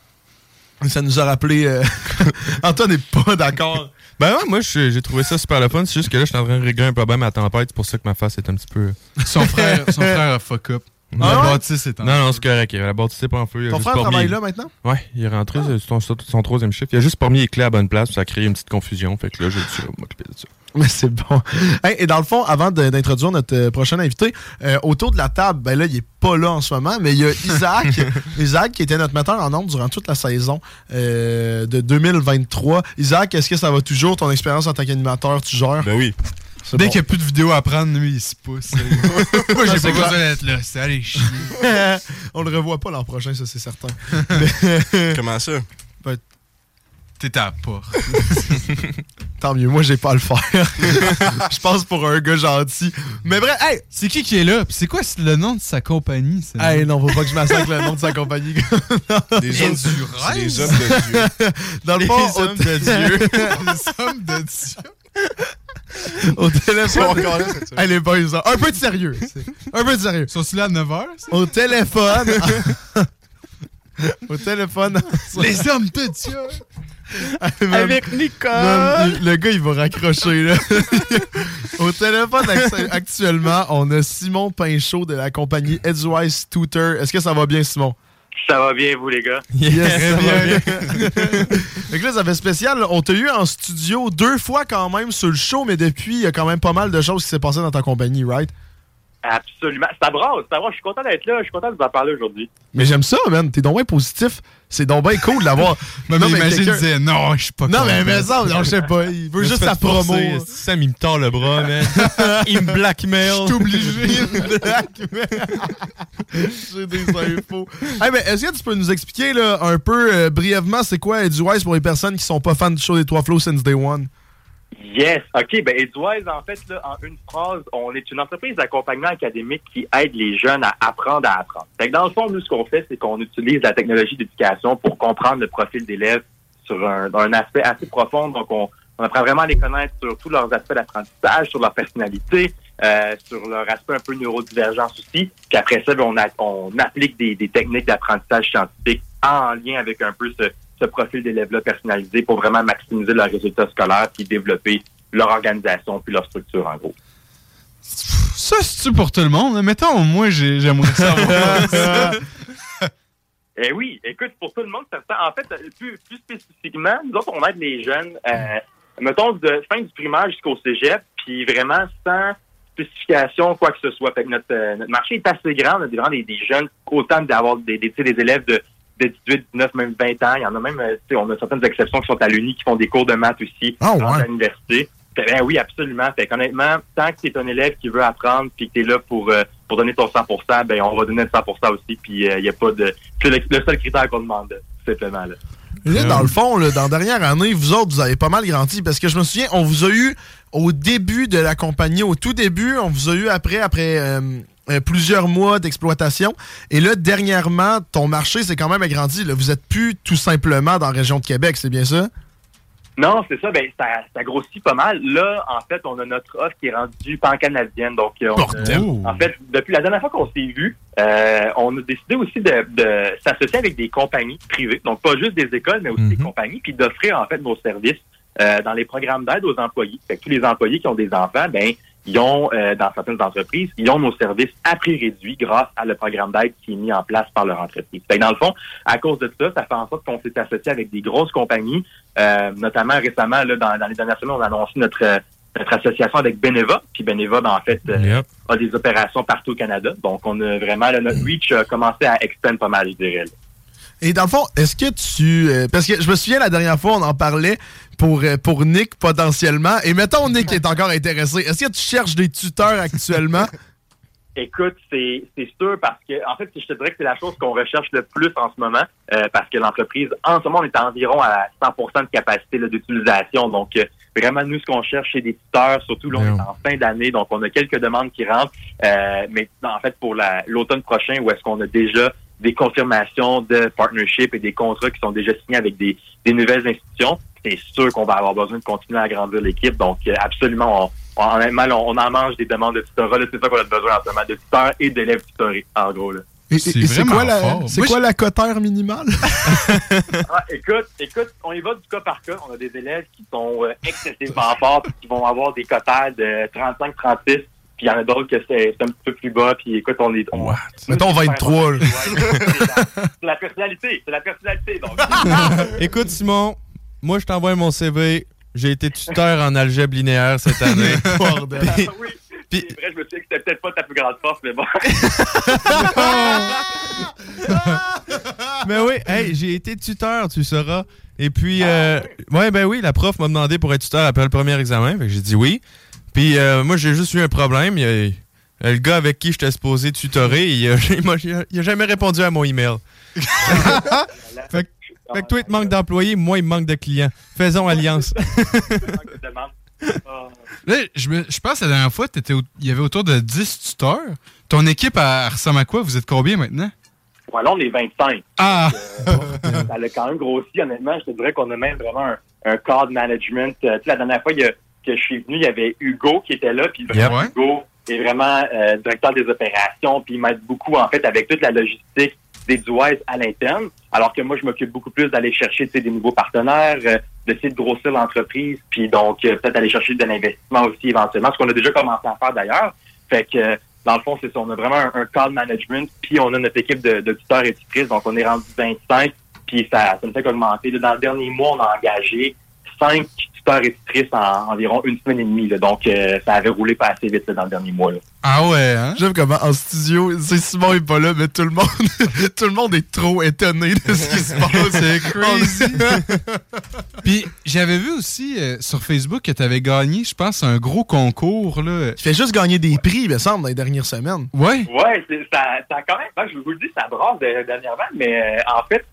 [SPEAKER 5] Ça nous a rappelé... euh, <laughs> Antoine n'est pas d'accord.
[SPEAKER 4] Ben ouais, moi je- j'ai trouvé ça super le fun. C'est juste que là, je suis en train de régler un problème à tempête. C'est pour ça que ma face est un petit peu.
[SPEAKER 6] Son frère, <laughs> son frère a fuck up.
[SPEAKER 5] Ah
[SPEAKER 6] la
[SPEAKER 5] ouais?
[SPEAKER 6] bâtisse est en
[SPEAKER 4] Non, non, c'est correct. La bâtisse c'est pas en feu. il a
[SPEAKER 5] Ton
[SPEAKER 4] juste
[SPEAKER 5] frère
[SPEAKER 4] pas remis-
[SPEAKER 5] travaille là maintenant?
[SPEAKER 4] Ouais, il est
[SPEAKER 12] Ah.
[SPEAKER 4] rentré c'est son, son- son troisième chiffre. Il a juste pas mis les clés à la bonne place. Ça a créé une petite confusion. Fait que là, j'ai dû m'occuper de ça.
[SPEAKER 5] <laughs> Mais c'est bon. Hey, et dans le fond, avant de- d'introduire notre euh, prochain invité, euh, autour de la table, ben là, il est pas là en ce moment, mais il y a
[SPEAKER 6] <laughs>
[SPEAKER 5] Isaac, Isaac qui était notre metteur en nombre durant toute la saison euh, de 2023. Isaac, est-ce que ça va toujours ton expérience en tant qu'animateur, tu
[SPEAKER 6] <laughs>
[SPEAKER 5] gères?
[SPEAKER 2] Ben oui.
[SPEAKER 5] C'est
[SPEAKER 6] Dès
[SPEAKER 5] bon.
[SPEAKER 6] qu'il n'y a plus de vidéos à prendre, lui, il se <laughs> pousse. Moi, j'ai pas besoin d'être là. C'est allez chier.
[SPEAKER 5] On le revoit pas l'an prochain, ça c'est certain.
[SPEAKER 2] Comment ça?
[SPEAKER 6] T'es à la porte.
[SPEAKER 5] Tant mieux, moi j'ai pas à le
[SPEAKER 6] <laughs>
[SPEAKER 5] faire. Je pense pour un gars gentil. Mais bref, hey!
[SPEAKER 6] C'est qui qui est là? Puis c'est quoi le nom de sa compagnie? ça?
[SPEAKER 5] Hey, non, faut pas que je massacre le nom de sa
[SPEAKER 6] <laughs>
[SPEAKER 5] compagnie.
[SPEAKER 2] Des hommes,
[SPEAKER 6] du
[SPEAKER 2] c'est des hommes de
[SPEAKER 6] <laughs>
[SPEAKER 2] Dieu.
[SPEAKER 5] Dans le fond, au,
[SPEAKER 6] de Dieu. Les hommes de Dieu.
[SPEAKER 5] au
[SPEAKER 2] Ils sont
[SPEAKER 5] téléphone,
[SPEAKER 2] encore là, cette semaine.
[SPEAKER 5] Elle est bonne, ça. hein. Un peu de sérieux. c'est- Un peu de sérieux.
[SPEAKER 6] Sont-ils là à 9h?
[SPEAKER 5] Au téléphone. Au téléphone.
[SPEAKER 6] Les hommes de Dieu.
[SPEAKER 5] Avec Nicole. le gars, il va raccrocher, là. <laughs> Au téléphone, ac- actuellement, on a Simon Pinchot de la compagnie Edgewise Tutor. Est-ce que ça va bien, Simon?
[SPEAKER 7] Ça va bien, vous, les gars?
[SPEAKER 5] ça va Donc là, ça <laughs> fait spécial. On t'a eu en studio deux fois quand même sur le show, mais depuis, il y a quand même pas mal de choses qui s'est passé dans ta compagnie, right?
[SPEAKER 7] Absolument. Ça brasse, ça brasse. Je suis content d'être là. Je suis content de vous en parler aujourd'hui.
[SPEAKER 5] Mais j'aime ça, man. T'es donc bien positif. C'est donc bien cool de l'avoir.
[SPEAKER 6] Mais
[SPEAKER 5] <laughs> Non, mais
[SPEAKER 6] imagine, il
[SPEAKER 5] quelqu'un-
[SPEAKER 6] disait non, je suis pas
[SPEAKER 5] Non,
[SPEAKER 6] content.
[SPEAKER 5] mais,
[SPEAKER 6] <laughs>
[SPEAKER 5] mais ça, non, je sais pas. Il veut
[SPEAKER 4] Je me
[SPEAKER 5] juste
[SPEAKER 4] suis
[SPEAKER 5] sa
[SPEAKER 4] fait
[SPEAKER 5] promo.
[SPEAKER 4] forcer, Sam, il me tord le
[SPEAKER 5] <laughs>
[SPEAKER 4] bras, man. il me blackmail.
[SPEAKER 5] T'es obligé de blackmail. <laughs> J'ai des infos. Hey, mais est-ce que tu peux nous expliquer là, un peu euh, brièvement c'est quoi Edgewise pour les personnes qui sont pas fans du show des Trois Flots since day one?
[SPEAKER 7] Yes. OK, ben Edwise, en fait, là, en une phrase, on est une entreprise d'accompagnement académique qui aide les jeunes à apprendre à apprendre. Fait que dans le fond, nous, ce qu'on fait, c'est qu'on utilise la technologie d'éducation pour comprendre le profil d'élèves sur un, un aspect assez profond. Donc, on, on apprend vraiment à les connaître sur tous leurs aspects d'apprentissage, sur leur personnalité, euh, sur leur aspect un peu neurodivergence aussi. Puis après ça, ben, on, a- on applique des, des techniques d'apprentissage scientifique en lien avec un peu ce, ce profil d'élève-là personnalisé pour vraiment maximiser leurs résultats scolaires puis développer leur organisation puis leur structure en gros.
[SPEAKER 6] Ça, c'est-tu pour tout le monde? hein? Mettons, moi, j'ai- j'aimerais savoir ça.
[SPEAKER 7] Eh oui, écoute, pour tout le monde, ça, en fait, plus, plus spécifiquement, nous autres, on aide les jeunes, euh, mettons, de fin du primaire jusqu'au cégep, puis vraiment sans spécification, quoi que ce soit. Fait que notre, euh, notre marché est assez grand, on a vraiment des, des jeunes, autant d'avoir des, des, tu sais, des élèves de, de 18, 19, même 20 ans. Il y en a même, euh, tu sais, on a certaines exceptions qui sont à l'Uni, qui font des cours de maths aussi,
[SPEAKER 13] Ah
[SPEAKER 7] dans
[SPEAKER 13] ouais.
[SPEAKER 7] l'université. Fait, Ben oui, absolument. Fait qu'honnêtement, tant que t'es un élève qui veut apprendre puis que t'es là pour, euh, pour donner ton 100%, ben on va donner le 100% aussi puis il y a pas de... C'est le, le seul critère qu'on demande, tout simplement. Là.
[SPEAKER 4] Euh.
[SPEAKER 5] Là, dans le fond, là, dans la dernière année, vous autres, vous avez pas mal grandi parce que je me souviens, on vous a eu au début de la compagnie, au tout début, on vous a eu après, après euh, euh, plusieurs mois d'exploitation. Et là, dernièrement, ton marché s'est quand même agrandi. là. Vous êtes plus tout simplement dans la région de Québec, c'est bien ça?
[SPEAKER 7] Non, c'est ça, ben ça, ça grossit pas mal. Là, en fait, on a notre offre qui est rendue pan-canadienne. Donc, euh, on a-
[SPEAKER 5] Bordel!
[SPEAKER 12] oh.
[SPEAKER 7] en fait, depuis la dernière fois qu'on s'est vu, euh, on a décidé aussi de, de s'associer avec des compagnies privées, donc pas juste des écoles, mais aussi des compagnies, puis d'offrir en fait nos services euh, dans les programmes d'aide aux employés. Fait que tous les employés qui ont des enfants, ben ils ont euh, dans certaines entreprises, ils ont nos services à prix réduit grâce à le programme d'aide qui est mis en place par leur entreprise. Fait que dans le fond, à cause de ça, ça fait en sorte qu'on s'est associé avec des grosses compagnies, euh, notamment récemment là, dans, dans les dernières semaines, on a annoncé notre euh, notre association avec Beneva, puis Beneva, ben, en fait, euh, a des opérations partout au Canada. Donc, on a vraiment, là, notre reach a commencé à expand pas mal, je dirais. là.
[SPEAKER 5] Et dans le fond, est-ce que tu. euh, parce que je me souviens la dernière fois, on en parlait pour, euh, pour Nick potentiellement. Et mettons, Nick est encore intéressé. Est-ce que tu cherches des tuteurs actuellement?
[SPEAKER 7] Écoute, c'est c'est sûr parce que, en fait, je te dirais que c'est la chose qu'on recherche le plus en ce moment euh, parce que l'entreprise, en ce moment, on est environ à 100 de capacité là, d'utilisation. Donc, euh, vraiment, nous, ce qu'on cherche, c'est des tuteurs. Surtout, là, on est en fin d'année, donc on a quelques demandes qui rentrent. Euh, mais en fait, pour la- l'automne prochain, où est-ce qu'on a déjà des confirmations de partnership et des contrats qui sont déjà signés avec des, des nouvelles institutions, c'est sûr qu'on va avoir besoin de continuer à agrandir l'équipe. Donc, euh, absolument, on, on- honnêtement, là, on, on en mange des demandes de tutorat. là. C'est ça qu'on a besoin en ce moment, de tuteurs et d'élèves tutorés, en gros. Là.
[SPEAKER 5] <laughs> Et- et- et c'est quoi, la, c'est quoi la coteur minimale?
[SPEAKER 7] <laughs> Ah, écoute, écoute, on y va du cas par cas. On a des élèves qui sont euh, <laughs> excessivement forts, puis qui vont avoir des quotas de 35-36, puis il y en a d'autres que c'est c'est un petit peu plus bas, puis écoute, on est... On...
[SPEAKER 5] Mettons, on va être trois.
[SPEAKER 7] <laughs>
[SPEAKER 5] là.
[SPEAKER 7] C'est la personnalité, c'est la personnalité, donc.
[SPEAKER 12] <laughs> Écoute, Simon, moi, je t'envoie mon CV. J'ai été tuteur en algèbre linéaire cette
[SPEAKER 4] <laughs>
[SPEAKER 12] année. Puis-
[SPEAKER 2] Ah
[SPEAKER 7] oui, c'est vrai, je me suis dit que c'était peut-être pas ta plus grande force, mais bon.
[SPEAKER 12] Ah! Mais oui, hey, j'ai été tuteur, tu sauras. Et puis, euh, ouais, ben oui, la prof m'a demandé pour être tuteur après le premier examen. Fait que j'ai dit oui. Puis, euh, moi, j'ai juste eu un problème. Il y a- euh, le gars avec qui j'étais supposé tutorer, il, a- il m'a- il a jamais répondu à mon email. fait, que, fait que toi, il te manque d'employés, moi, il me manque de clients. Faisons alliance.
[SPEAKER 7] Euh,
[SPEAKER 6] Là, je, me- je pense que la dernière fois, t'étais au- il y avait autour de 10 tuteurs. Ton équipe, elle ressemble à quoi? Vous êtes combien maintenant?
[SPEAKER 7] Bon, là, on est 25.
[SPEAKER 6] Ah!
[SPEAKER 7] <laughs> ça l'a quand même grossi, honnêtement. Je te dirais qu'on a même vraiment un, un cadre management. Euh, tu sais, la dernière fois il y a- que je suis venu, il y avait Hugo qui était là, puis vraiment,
[SPEAKER 6] Yep.
[SPEAKER 7] Hugo est vraiment euh, directeur des opérations, puis il m'aide beaucoup, en fait, avec toute la logistique des Duwise à l'interne, alors que moi, je m'occupe beaucoup plus d'aller chercher tu sais, des nouveaux partenaires, euh, d'essayer de grossir l'entreprise, puis donc euh, peut-être aller chercher de l'investissement aussi éventuellement, ce qu'on a déjà commencé à faire d'ailleurs. Fait que, euh, dans le fond, c'est ça, on a vraiment un, un call management, puis on a notre équipe de, de tuteurs et tutrices, donc on est rendu 25, puis ça, ça ne fait qu'augmenter. Là, Dans le dernier mois, on a engagé cinq tuteurs et tutrices en environ une semaine et demie, là. donc euh, ça avait roulé pas assez vite là, dans le dernier mois. là.
[SPEAKER 6] Ah ouais, hein?
[SPEAKER 5] <laughs> J'aime comment en studio, c'est Simon est pas là, mais tout le monde, tout le monde est trop étonné de ce
[SPEAKER 6] <laughs>
[SPEAKER 5] qui se passe.
[SPEAKER 6] C'est crazy. Puis j'avais vu aussi euh, sur Facebook que t'avais gagné, je pense, un gros concours. Là.
[SPEAKER 5] Tu fais juste gagner des prix, il me semble, dans les dernières semaines.
[SPEAKER 6] Ouais.
[SPEAKER 7] Ouais, c'est- ça, ça a quand même, ben, je vous le dis, ça brasse de- dernièrement, mais euh, en fait,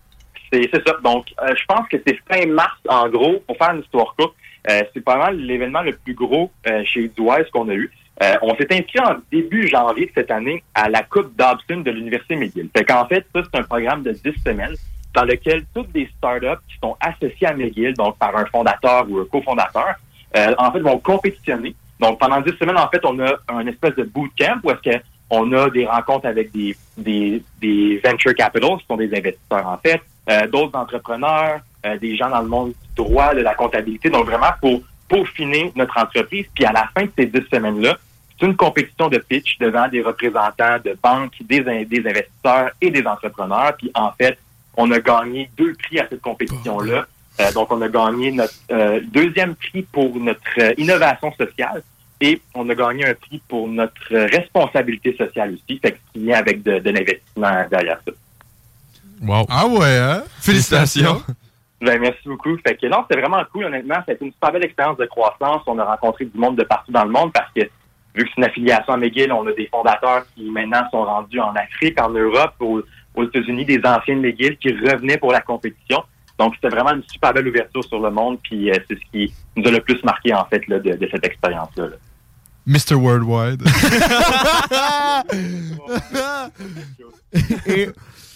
[SPEAKER 7] c'est c'est ça. Donc, euh, je pense que c'est fin mars, en gros, pour faire une histoire courte. Euh, c'est vraiment l'événement le plus gros euh, chez Duwise qu'on a eu. Euh, on s'est inscrit en début janvier de cette année à la Coupe Dobson de l'Université McGill. Fait qu'en fait, ça, c'est un programme de 10 semaines dans lequel toutes des startups qui sont associées à McGill, donc par un fondateur ou un cofondateur, euh, en fait, vont compétitionner. Donc, pendant 10 semaines, en fait, on a un espèce de bootcamp où est-ce qu'on a des rencontres avec des, des, des venture capitals, qui sont des investisseurs, en fait, euh, d'autres entrepreneurs, euh, des gens dans le monde du droit, de la comptabilité. Donc, vraiment, pour peaufiner notre entreprise. Puis, à la fin de ces 10 semaines-là, c'est une compétition de pitch devant des représentants de banques, des, in- des investisseurs et des entrepreneurs. Puis, en fait, on a gagné deux prix à cette compétition-là. Euh, donc, on a gagné notre euh, deuxième prix pour notre euh, innovation sociale et on a gagné un prix pour notre euh, responsabilité sociale aussi, fait que ce qui vient avec de, de l'investissement derrière ça.
[SPEAKER 4] Wow.
[SPEAKER 6] Ah ouais, hein? Félicitations.
[SPEAKER 7] Ben, merci beaucoup. Fait que non, c'était vraiment cool, honnêtement. Ça a été une super belle expérience de croissance. On a rencontré du monde de partout dans le monde parce que, vu que c'est une affiliation à McGill, on a des fondateurs qui maintenant sont rendus en Afrique, en Europe, aux, aux États-Unis, des anciens de McGill qui revenaient pour la compétition. Donc, c'était vraiment une super belle ouverture sur le monde. Puis, euh, c'est ce qui nous a le plus marqué, en fait, là, de, de cette expérience-là. là.
[SPEAKER 6] Mr. Worldwide.
[SPEAKER 5] <laughs> Et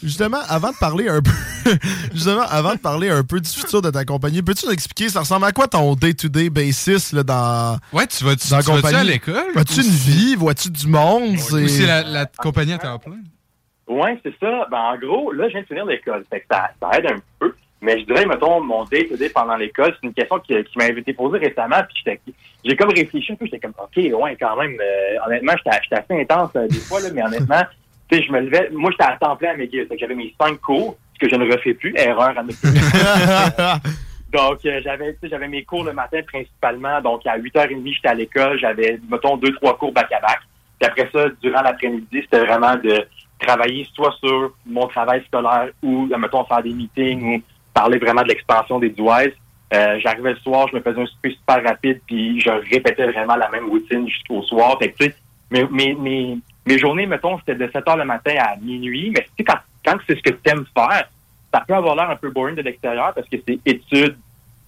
[SPEAKER 5] justement, avant de parler un peu, <laughs> justement, avant de parler un peu du futur de ta compagnie, peux-tu nous expliquer, ça ressemble à quoi ton day-to-day basis là, dans
[SPEAKER 6] Ouais, tu vas-tu
[SPEAKER 5] dans la
[SPEAKER 6] tu vas-tu
[SPEAKER 5] compagnie?
[SPEAKER 6] à l'école?
[SPEAKER 5] Vois-tu
[SPEAKER 6] Ou
[SPEAKER 5] une
[SPEAKER 6] c'est-
[SPEAKER 5] vie? Vois-tu du monde?
[SPEAKER 6] Ou c'est la, la compagnie à temps plein?
[SPEAKER 7] Oui, c'est ça. Ben, en gros, là, je viens de finir l'école. Fait que ça, ça aide un peu. Mais je dirais, mettons, mon day-to-day pendant l'école, c'est une question qui, qui m'a été posée récemment. Puis j'étais- j'ai comme réfléchi un peu. J'étais comme, OK, ouais, quand même. euh, honnêtement, j'étais j'étais assez intense euh, des fois, là, mais honnêtement, tu sais, je me levais. Moi, j'étais à temps plein à McGill. Fait que j'avais mes cinq cours, ce que je ne refais plus. Erreur à mes donc, euh, j'avais tu sais, j'avais mes cours le matin principalement. Donc, à 8h30, j'étais à l'école. J'avais, mettons, deux, trois cours bac à bac. Puis après ça, durant l'après-midi, c'était vraiment de travailler soit sur mon travail scolaire ou, euh, mettons, faire des meetings ou parler vraiment de l'expansion des douaises. Euh, J'arrivais le soir, je me faisais un souper super rapide, puis je répétais vraiment la même routine jusqu'au soir. Fait que, tu sais, mes, mes, mes, mes journées, mettons, c'était de 7 h le matin à minuit. Mais tu sais, quand, quand c'est ce que tu aimes faire, ça peut avoir l'air un peu boring de l'extérieur parce que c'est études,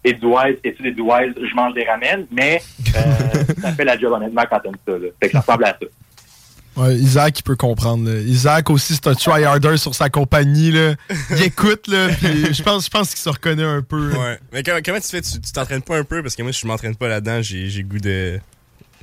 [SPEAKER 7] études, études, études, je mange des ramen, mais euh,
[SPEAKER 4] <laughs>
[SPEAKER 7] ça fait la job honnêtement quand t'aimes ça. Là. Fait que ça ressemble à ça.
[SPEAKER 5] <laughs> Ouais, Isaac, il peut comprendre. là. Isaac aussi, c'est un tryharder sur sa compagnie. Là. Il écoute, là, puis je pense, je pense qu'il se reconnaît un peu. là.
[SPEAKER 2] Ouais. Mais comment, comment tu fais? Tu tu t'entraînes pas un peu? Parce que moi, je m'entraîne pas là-dedans. J'ai j'ai goût de.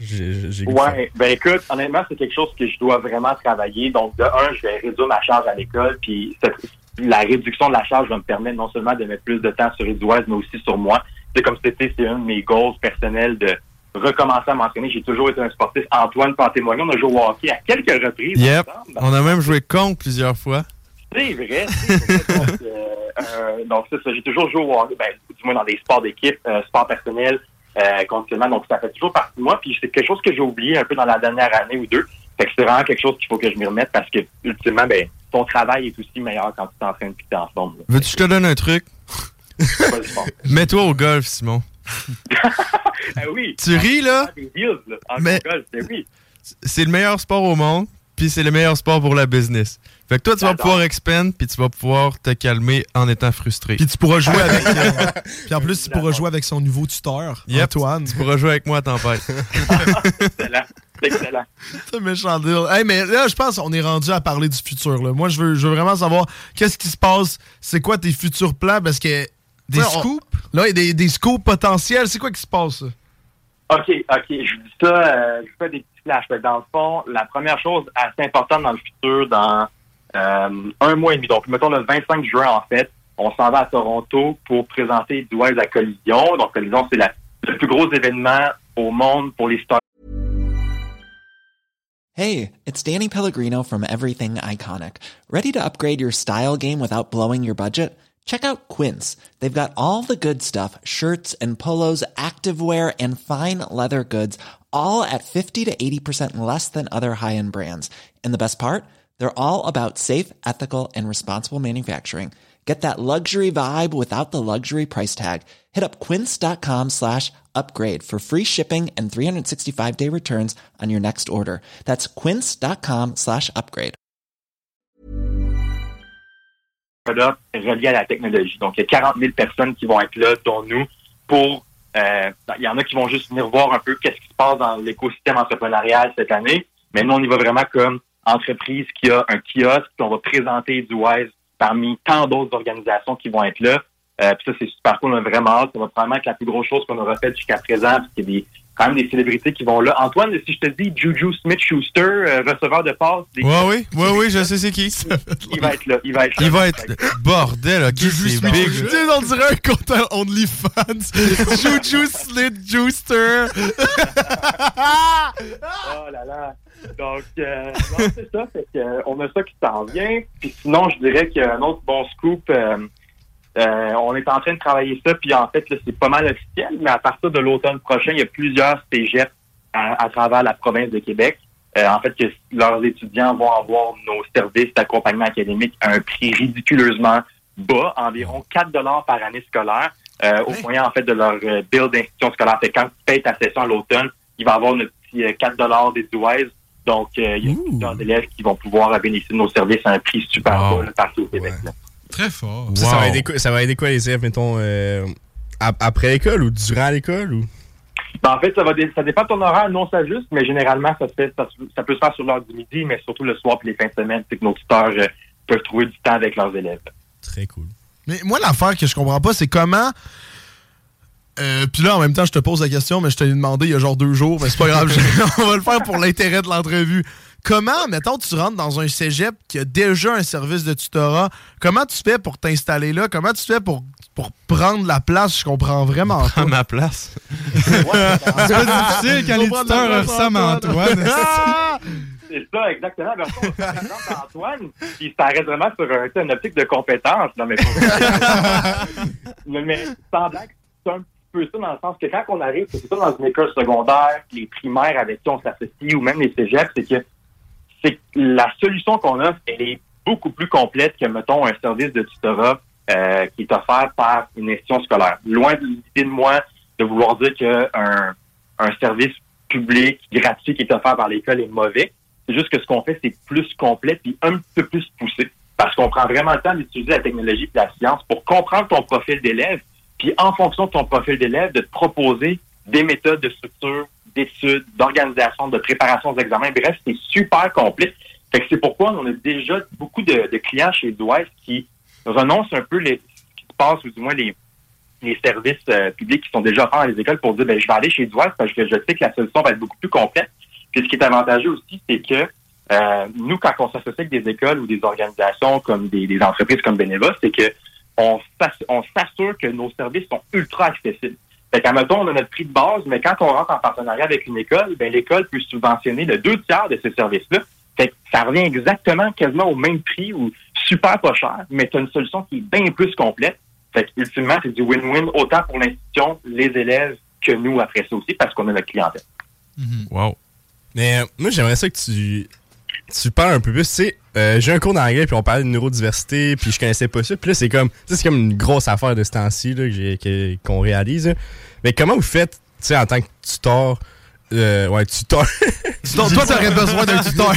[SPEAKER 2] j'ai- j'ai- j'ai goût de faire.
[SPEAKER 7] Ouais, ben écoute, honnêtement, c'est quelque chose que je dois vraiment travailler. Donc, de un, je vais réduire ma charge à l'école, puis cette- la réduction de la charge va me permettre non seulement de mettre plus de temps sur Edouard, mais aussi sur moi. C'est comme c'était, c'est un de mes goals personnels de recommencer à m'entraîner. J'ai toujours été un sportif. Antoine peut en témoigner. On a joué au hockey à quelques reprises.
[SPEAKER 4] Yep.
[SPEAKER 7] ensemble.
[SPEAKER 4] On a même joué contre plusieurs fois.
[SPEAKER 7] C'est vrai. c'est
[SPEAKER 4] <laughs>
[SPEAKER 7] vrai. donc, euh, euh, donc, c'est ça. J'ai toujours joué au hockey, ben, du moins dans des sports d'équipe, euh, sport personnel, euh, conditionnement. Donc, ça fait toujours partie de moi. Puis, c'est quelque chose que j'ai oublié un peu dans la dernière année ou deux. Fait que c'est vraiment quelque chose qu'il faut que je m'y remette parce que, ultimement, ben, ton travail est aussi meilleur quand tu t'entraînes et que tu es en forme. là.
[SPEAKER 4] Veux-tu que je te donne un truc?
[SPEAKER 7] C'est pas
[SPEAKER 4] <laughs>
[SPEAKER 7] le sport.
[SPEAKER 4] Mets-toi au golf, Simon.
[SPEAKER 7] Ah oui. Ah,
[SPEAKER 4] Tu ris, là?
[SPEAKER 7] Des deals, là, en
[SPEAKER 4] Mais-
[SPEAKER 7] golf, ben oui.
[SPEAKER 4] C'est le meilleur sport au monde, puis c'est le meilleur sport pour la business. Fait que toi, tu vas
[SPEAKER 7] J'adore.
[SPEAKER 4] pouvoir expand, puis tu vas pouvoir te calmer en étant frustré.
[SPEAKER 5] Puis tu pourras jouer avec. euh, puis en plus, tu pourras jouer avec son nouveau tuteur,
[SPEAKER 4] Yep,
[SPEAKER 5] Antoine.
[SPEAKER 4] Tu pourras jouer avec moi à tempête.
[SPEAKER 7] Excellent. Excellent.
[SPEAKER 5] <laughs> C'est un méchant deal. Hey, mais là, je pense qu'on est rendu à parler du futur. là. Moi, je veux, je veux vraiment savoir qu'est-ce qui se passe, c'est quoi tes futurs plans, parce que.
[SPEAKER 7] Des
[SPEAKER 5] Ouais, on-
[SPEAKER 7] scoops?
[SPEAKER 5] Là, il y a des, des scoops potentiels. C'est quoi qui se passe?
[SPEAKER 7] OK, OK. Je vous dis ça, euh, je fais des petits flashbacks. Dans le fond, la première chose assez importante dans le futur, dans euh, un mois et demi, donc mettons le 25 juin en fait, on s'en va à Toronto pour présenter Douaise à Collision. Donc Collision, c'est la- le plus gros événement au monde pour les stars.
[SPEAKER 13] Hey, it's Danny Pellegrino from Everything Iconic. Ready to upgrade your style game without blowing your budget? Check out Quince. They've got all the good stuff shirts and polos, activewear, and fine leather goods, all at 50 to 80% less than other high end brands. And the best part? They're all about safe, ethical, and responsible manufacturing. Get that luxury vibe without the luxury price tag. Hit up quince.com slash upgrade for free shipping and 365 day returns on your next order. That's quince.com slash upgrade.
[SPEAKER 7] product relié à la technologie. Donc, il y a 40 000 personnes qui vont être là, dont nous, pour Euh, Il y en a qui vont juste venir voir un peu qu'est-ce qui se passe dans l'écosystème entrepreneurial cette année. Mais nous, on y va vraiment comme entreprise qui a un kiosque, puis on va présenter du Wise parmi tant d'autres organisations qui vont être là. Euh, puis ça, c'est super cool, on a vraiment hâte. Ça va probablement être la plus grosse chose qu'on aura faite jusqu'à présent, parce qu'il y a des, quand même des célébrités qui vont là. Antoine, si je te dis Juju Smith-Schuster, euh, receveur de passe, des-
[SPEAKER 5] Ah
[SPEAKER 12] Ouais, oui, ouais, oui, je sais c'est qui.
[SPEAKER 7] il va être là, il va être là.
[SPEAKER 12] Il va être. Bordel, ok, c'est big.
[SPEAKER 5] Tu sais, on dirait un compte à OnlyFans. Juju Slit Juicer.
[SPEAKER 7] oh là là. Donc, euh, non, c'est ça. Fait que, euh, on a ça qui s'en vient. Puis sinon, je dirais qu'il y a un autre bon scoop. euh, euh, on est en train de travailler ça. Puis en fait, là, c'est pas mal officiel. Mais à partir de l'automne prochain, il y a plusieurs cégeps à, à travers la province de Québec. Euh, en fait, que leurs étudiants vont avoir nos services d'accompagnement académique à un prix ridiculeusement bas, environ 4 par année scolaire, euh, au moyen en fait de leur euh, bill d'institution scolaire. Fait que quand tu payes ta session à l'automne, il va avoir notre petit euh, 4 des douaises. Donc, euh, il y a plusieurs élèves qui vont pouvoir euh, bénéficier de nos services à un prix super bas là, partout au Québec. là.
[SPEAKER 6] Très fort.
[SPEAKER 2] Ça, ça va aider, quoi- ça va aider quoi les élèves, mettons, euh, ap- après l'école ou durant l'école ou?
[SPEAKER 7] Ben, en fait, ça, va dé- ça dépend de ton horaire, non, ça juste, mais généralement, ça, se fait, ça, se- ça peut se faire sur l'heure du midi, mais surtout le soir et les fins de semaine, c'est que nos tuteurs euh, peuvent trouver du temps avec leurs élèves.
[SPEAKER 2] Très cool.
[SPEAKER 5] Mais moi, l'affaire que je comprends pas, c'est comment. Euh, Puis là, en même temps, je te pose la question, mais je te l'ai demandé il y a genre deux jours, mais c'est pas grave, je- on va le faire pour l'intérêt de l'entrevue. Comment, mettons, tu rentres dans un cégep qui a déjà un service de tutorat, comment tu fais pour t'installer là? Comment tu fais pour, pour prendre la place? Je comprends vraiment pas.
[SPEAKER 12] ma place.
[SPEAKER 6] C'est pas difficile quand les tuteurs ressemblent à Antoine.
[SPEAKER 7] C'est ça, exactement. Ben, on- Par exemple, Antoine, il s'arrête vraiment sur un, tu sais, une optique de compétence. Non, mais, mais, mais sans blague, c'est un petit peu ça dans le sens que quand on arrive, c'est ça dans une école secondaire, les primaires avec qui on s'associe ou même les cégeps, c'est que c'est que la solution qu'on offre, elle est beaucoup plus complète que, mettons, un service de tutorat euh, qui est offert par une institution scolaire. Loin de l'idée de moi de vouloir dire qu'un un service public gratuit qui est offert par l'école est mauvais. C'est juste que ce qu'on fait, c'est plus complet et un petit peu plus poussé. Parce qu'on prend vraiment le temps d'utiliser la technologie et la science pour comprendre ton profil d'élève, puis en fonction de ton profil d'élève, de te proposer des méthodes de structure, d'études, d'organisation, de préparation aux examens. Bref, c'est super complet. Fait que c'est pourquoi on a déjà beaucoup de, de clients chez Douest qui renoncent un peu les, ce qui se passe, ou du moins les, les services euh, publics qui sont déjà offerts dans les écoles pour dire ben, je vais aller chez Douest parce que je sais que la solution va être beaucoup plus complète. Puis ce qui est avantageux aussi, c'est que euh, nous, quand on s'associe avec des écoles ou des organisations comme des, des entreprises comme Beneva, c'est que on s'ass- on s'assure que nos services sont ultra accessibles. Fait qu'à mettons, on a notre prix de base, mais quand on rentre en partenariat avec une école, ben l'école peut subventionner le deux tiers de ces services-là. Fait que ça revient exactement quasiment au même prix ou super pas cher, mais tu as une solution qui est bien plus complète. Fait que, ultimement, c'est du win-win autant pour l'institution, les élèves que nous après ça aussi, parce qu'on a notre clientèle.
[SPEAKER 2] Wow. Mais euh, moi, j'aimerais ça que tu, tu parles un peu plus. Tu sais, euh, j'ai un cours d'anglais, puis on parlait de neurodiversité, puis je connaissais pas ça. Puis là, c'est comme, tu sais, c'est comme une grosse affaire de ce temps-ci là, que j'ai- que- qu'on réalise. là. Mais comment vous faites, tu sais, en tant que tuteur? euh, ouais, tuteur. <laughs>
[SPEAKER 5] Tuteur, toi, t'aurais besoin d'un tuteur.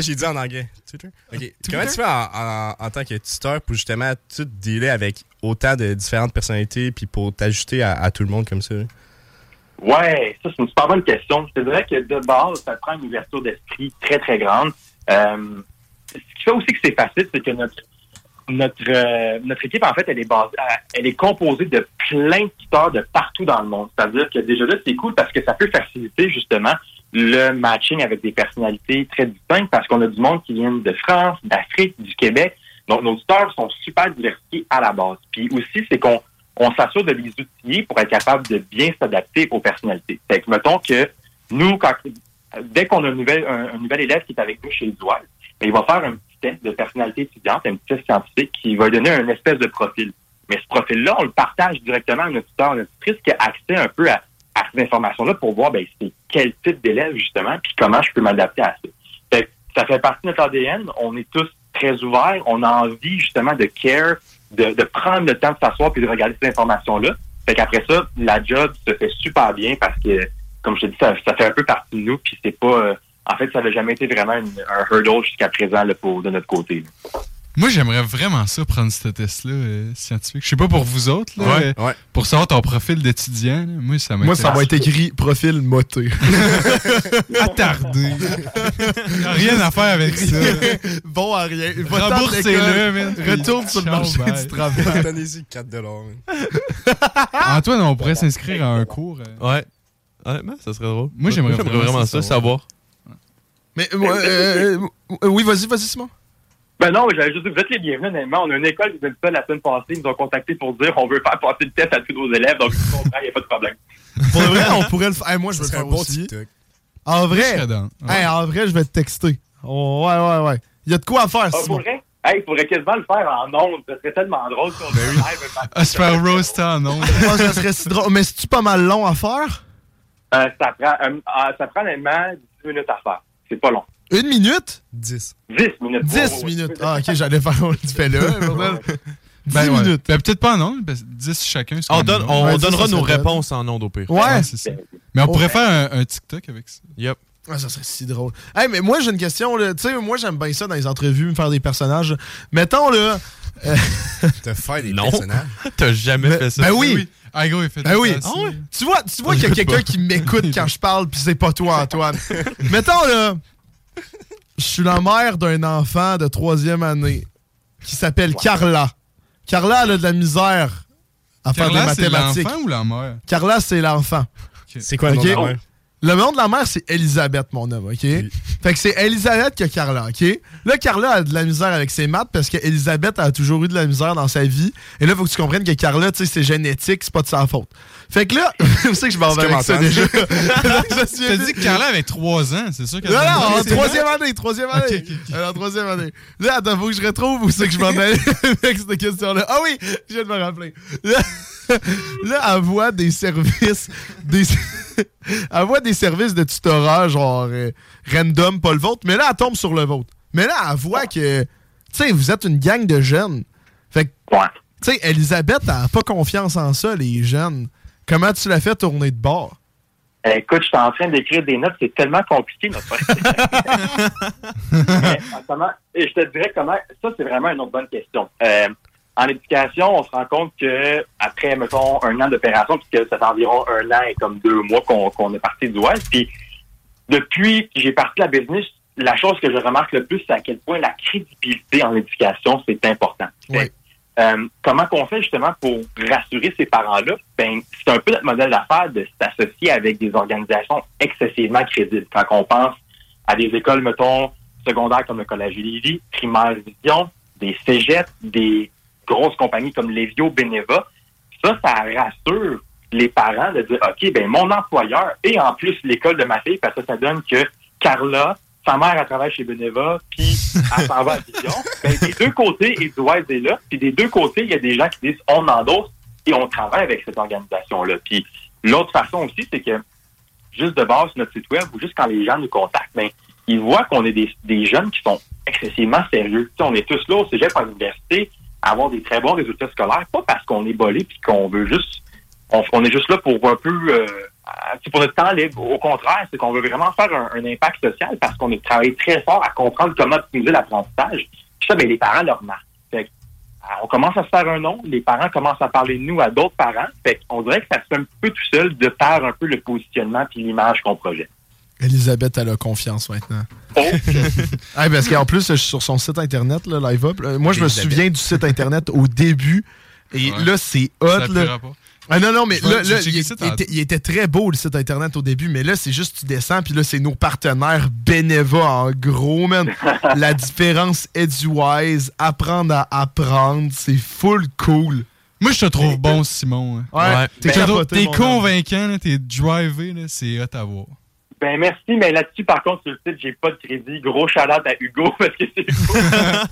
[SPEAKER 2] j'ai dit en anglais. Tuteur. Ok. Comment tu fais en, en- en tant que tuteur pour justement tu te dealer avec autant de différentes personnalités, puis pour t'ajuster à, à tout le monde comme ça? là?
[SPEAKER 7] Ouais, ça, c'est une super bonne question. C'est vrai que de base, ça prend une ouverture d'esprit très, très grande. Euh, ce qui fait aussi que c'est facile, c'est que notre notre euh, notre équipe, en fait, elle est basée, euh, elle est composée de plein de tuteurs de partout dans le monde. C'est-à-dire que déjà là, c'est cool parce que ça peut faciliter justement le matching avec des personnalités très distinctes parce qu'on a du monde qui vient de France, d'Afrique, du Québec. Donc, nos tuteurs sont super diversifiés à la base. Puis aussi, c'est qu'on on s'assure de les outiller pour être capable de bien s'adapter aux personnalités. Fait que, mettons que nous, quand, dès qu'on a un nouvel, un, un nouvel élève qui est avec nous chez Dual, ben, il va faire un petit test de personnalité étudiante, un petit test scientifique qui va lui donner une espèce de profil. Mais ce profil-là, on le partage directement à notre tuteur, à notre tutrice qui a accès un peu à, à ces informations-là pour voir ben, c'est quel type d'élève justement, puis comment je peux m'adapter à ça. Fait que ça fait partie de notre ADN. On est tous très ouverts. On a envie justement de care, de, de prendre le temps de s'asseoir puis de regarder ces informations-là. Fait qu'après ça, la job se fait super bien parce que, comme je te dis, ça, ça fait un peu partie de nous. Puis c'est pas. euh, en fait, ça n'a jamais été vraiment une- un hurdle jusqu'à présent là, pour, de notre côté. là.
[SPEAKER 6] <laughs> Moi, j'aimerais vraiment ça, prendre ce test-là euh, scientifique. Je sais pas pour vous autres, là,
[SPEAKER 5] Ouais,
[SPEAKER 6] euh, pour savoir ton profil d'étudiant. là, Moi, ça
[SPEAKER 5] Moi, ça va être
[SPEAKER 6] m'intéresse.
[SPEAKER 5] écrit profil moté. <laughs>
[SPEAKER 6] Attardé. Rien à faire avec ça.
[SPEAKER 5] bon à rien. Va-t'en de
[SPEAKER 6] Remboursez-le,
[SPEAKER 5] l'école.
[SPEAKER 6] man.
[SPEAKER 5] Retourne sur le
[SPEAKER 6] Ciao,
[SPEAKER 5] marché
[SPEAKER 6] bye.
[SPEAKER 5] du travail.
[SPEAKER 2] Donnez-y 4 dollars.
[SPEAKER 6] Antoine, on pourrait s'inscrire à un cours. euh.
[SPEAKER 12] Ouais. Honnêtement, ça serait drôle.
[SPEAKER 6] Moi, j'aimerais
[SPEAKER 12] vraiment ça savoir.
[SPEAKER 5] Mais moi, euh, euh, oui, vas-y, vas-y, Simon.
[SPEAKER 7] Ben non, j'allais juste dire, vous êtes les bienvenus, honnêtement. On a une école qui a dit ça la semaine passée. Ils nous ont contactés pour dire on veut faire passer le test à tous nos élèves, donc il n'y a pas de problème.
[SPEAKER 5] Pour de <laughs> vrai, on pourrait le faire. Hey, moi, je
[SPEAKER 7] Ça
[SPEAKER 5] veux le
[SPEAKER 7] serait
[SPEAKER 5] faire
[SPEAKER 7] un bon
[SPEAKER 5] aussi.
[SPEAKER 7] TikTok.
[SPEAKER 5] En
[SPEAKER 7] Moi, je
[SPEAKER 5] vrai,
[SPEAKER 6] Eh
[SPEAKER 7] serais
[SPEAKER 6] ben,
[SPEAKER 7] dans.
[SPEAKER 5] hey, en vrai, je vais te texter. Oh, ouais, ouais, ouais. Il y a de quoi à faire,
[SPEAKER 7] Ah,
[SPEAKER 5] Simon.
[SPEAKER 7] pour vrai? Hey, il faudrait quasiment le faire en ondes. Ce serait tellement drôle si on le live.
[SPEAKER 6] À se faire roaster en
[SPEAKER 5] <laughs>
[SPEAKER 6] ondes.
[SPEAKER 5] Ah, ça serait si drôle. Mais c'est-tu pas mal long à faire?
[SPEAKER 7] Euh, ça, prend, euh, euh, ça prend honnêtement 10 minutes à faire. C'est pas long.
[SPEAKER 5] Une minute?
[SPEAKER 2] 10.
[SPEAKER 7] 10 minutes.
[SPEAKER 5] 10 minutes. Ah, ok, j'allais faire. On le fait là. bordel. 10
[SPEAKER 6] Ben, ouais.
[SPEAKER 5] minutes.
[SPEAKER 6] Ben, peut-être pas en ondes, parce que 10 chacun. c'est
[SPEAKER 12] Ah, On
[SPEAKER 6] quand
[SPEAKER 12] donne-
[SPEAKER 6] même
[SPEAKER 12] on
[SPEAKER 6] long.
[SPEAKER 12] donnera
[SPEAKER 6] ça, ça
[SPEAKER 12] nos
[SPEAKER 6] serait
[SPEAKER 12] réponses
[SPEAKER 6] bon.
[SPEAKER 12] en ondes au pire.
[SPEAKER 5] Ouais.
[SPEAKER 6] c'est ça. Mais on
[SPEAKER 5] Ouais.
[SPEAKER 6] pourrait faire un, un TikTok avec ça.
[SPEAKER 12] Yep.
[SPEAKER 5] Ah, ça serait si drôle. Hey, mais moi, j'ai une question. là. Tu sais, moi, j'aime bien ça dans les entrevues, me faire des personnages. Mettons, là. euh,
[SPEAKER 2] Te faire des
[SPEAKER 12] Non.
[SPEAKER 2] personnages.
[SPEAKER 12] <laughs> T'as jamais fait ça.
[SPEAKER 5] ben oui.
[SPEAKER 6] Ah, gros, il fait
[SPEAKER 5] Ben
[SPEAKER 6] tout
[SPEAKER 5] oui.
[SPEAKER 6] ça, c'est-
[SPEAKER 5] Tu vois, tu vois qu'il y a quelqu'un qui m'écoute quand je parle, puis c'est pas toi, Antoine. Mettons, là, je suis la mère d'un enfant de troisième année qui s'appelle Carla. Carla, elle a de la misère à
[SPEAKER 6] Carla,
[SPEAKER 5] faire
[SPEAKER 6] c'est
[SPEAKER 5] des mathématiques.
[SPEAKER 6] l'enfant ou la mère?
[SPEAKER 5] Carla, c'est l'enfant.
[SPEAKER 2] C'est quoi le nom
[SPEAKER 5] Ok?
[SPEAKER 2] de la mère?
[SPEAKER 5] Le nom de la mère, c'est Elisabeth, mon homme, OK? Fait que c'est Elisabeth que Carla, OK? Là, Carla a de la misère avec ses maths parce qu'Elisabeth a toujours eu de la misère dans sa vie. Et là, faut que tu comprennes que Carla, tu sais, c'est génétique, c'est pas de sa faute. Fait que là, <laughs> vous savez que je m'en vais
[SPEAKER 6] C'est
[SPEAKER 5] avec ça
[SPEAKER 6] comme
[SPEAKER 5] déjà.
[SPEAKER 6] Antoine.
[SPEAKER 5] <laughs> T'as
[SPEAKER 6] T'as dit que Carla avait 3 ans, c'est sûr qu'elle
[SPEAKER 5] non,
[SPEAKER 6] a- <laughs>
[SPEAKER 5] non, en
[SPEAKER 6] C'est
[SPEAKER 5] troisième
[SPEAKER 6] vrai?
[SPEAKER 5] année, troisième année. Elle est en troisième année. Là, attends, faut que je retrouve où c'est que je m'en allais <laughs> avec cette question-là. Ah oui, je viens de me rappeler. Là, là, elle voit des services, des, <laughs> elle voit des services de tutorat, genre euh, random, pas le vôtre, mais là, elle tombe sur le vôtre. Mais là, elle voit que, tu sais, vous êtes une gang de jeunes. Fait que, tu sais, Elisabeth, elle n'a pas confiance en ça, les jeunes. Comment tu l'as fait tourner de bord?
[SPEAKER 7] Euh, écoute, je suis en train d'écrire des notes, c'est tellement compliqué, notre Mais, notamment, et je te dirais comment. Ça, c'est vraiment une autre bonne question. Euh, en éducation, on se rend compte que après, mettons, un an d'opération, puisque ça fait environ un an et comme deux mois qu'on qu'on est parti du Ouest, puis depuis que j'ai parti la business, la chose que je remarque le plus, c'est à quel point la crédibilité en éducation, c'est important. Fait, euh, comment qu'on fait justement pour rassurer ces parents-là? Ben, c'est un peu notre modèle d'affaires de s'associer avec des organisations excessivement crédibles. Quand on pense à des écoles, mettons, secondaires comme le Collège Lévis, primaire Vision, des cégeps, des grosses compagnies comme Levio, Beneva, ça, ça rassure les parents de dire, OK, ben mon employeur et en plus l'école de ma fille, parce que ça donne que Carla, sa mère, elle travaille chez Beneva, puis elle s'en va à Dijon. Ben, des deux côtés, ils doivent être là. Puis des deux côtés, il y a des gens qui disent, on endosse et on travaille avec cette organisation-là. Puis l'autre façon aussi, c'est que juste de base sur notre site web ou juste quand les gens nous contactent, ben, ils voient qu'on est des, des jeunes qui sont excessivement sérieux. Tu sais, on est tous là au cégep, à l'université, à avoir des très bons résultats scolaires, pas parce qu'on est bolé puis qu'on veut juste, on, on est juste là pour un peu, euh, ah, c'est pour notre temps libre. Au contraire, c'est qu'on veut vraiment faire un, un impact social parce qu'on a travaillé très fort à comprendre comment optimiser l'apprentissage. Puis ça, ben, les parents le remarquent. Fait que, ah, on commence à se faire un nom, les parents commencent à parler de nous à d'autres parents. Fait qu'on dirait que ça se fait un peu tout seul de par un peu le positionnement puis l'image qu'on projette.
[SPEAKER 5] Elisabeth, elle a confiance maintenant.
[SPEAKER 7] Oh,
[SPEAKER 5] Ah, parce qu'en plus, je suis sur son site internet, là, Live Up. là. Moi, je me
[SPEAKER 12] Elisabeth.
[SPEAKER 5] souviens du site internet au début. Et
[SPEAKER 12] Ouais.
[SPEAKER 5] là, c'est
[SPEAKER 12] Ça
[SPEAKER 5] hot.
[SPEAKER 12] appuiera
[SPEAKER 5] là.
[SPEAKER 12] pas.
[SPEAKER 5] Ah non, non, mais
[SPEAKER 12] Je vais-
[SPEAKER 5] là,
[SPEAKER 12] je vais
[SPEAKER 5] là,
[SPEAKER 12] checker
[SPEAKER 5] il,
[SPEAKER 12] le site en-
[SPEAKER 5] il était, il était très beau, le site internet au début, mais là, c'est juste tu descends, puis là, c'est nos partenaires Beneva en gros, man. La différence EduWise, apprendre à apprendre, c'est full cool.
[SPEAKER 6] Moi, je te trouve bon, Simon. hein.
[SPEAKER 5] Ouais, t'es
[SPEAKER 6] T'es
[SPEAKER 5] capoté,
[SPEAKER 6] t'es
[SPEAKER 5] mon
[SPEAKER 6] convaincant, là, t'es drivé, là, c'est hot à voir.
[SPEAKER 7] Ben merci, mais là-dessus, par contre, sur le site, j'ai pas de crédit. Gros chalade à Hugo, <laughs> parce que c'est Hugo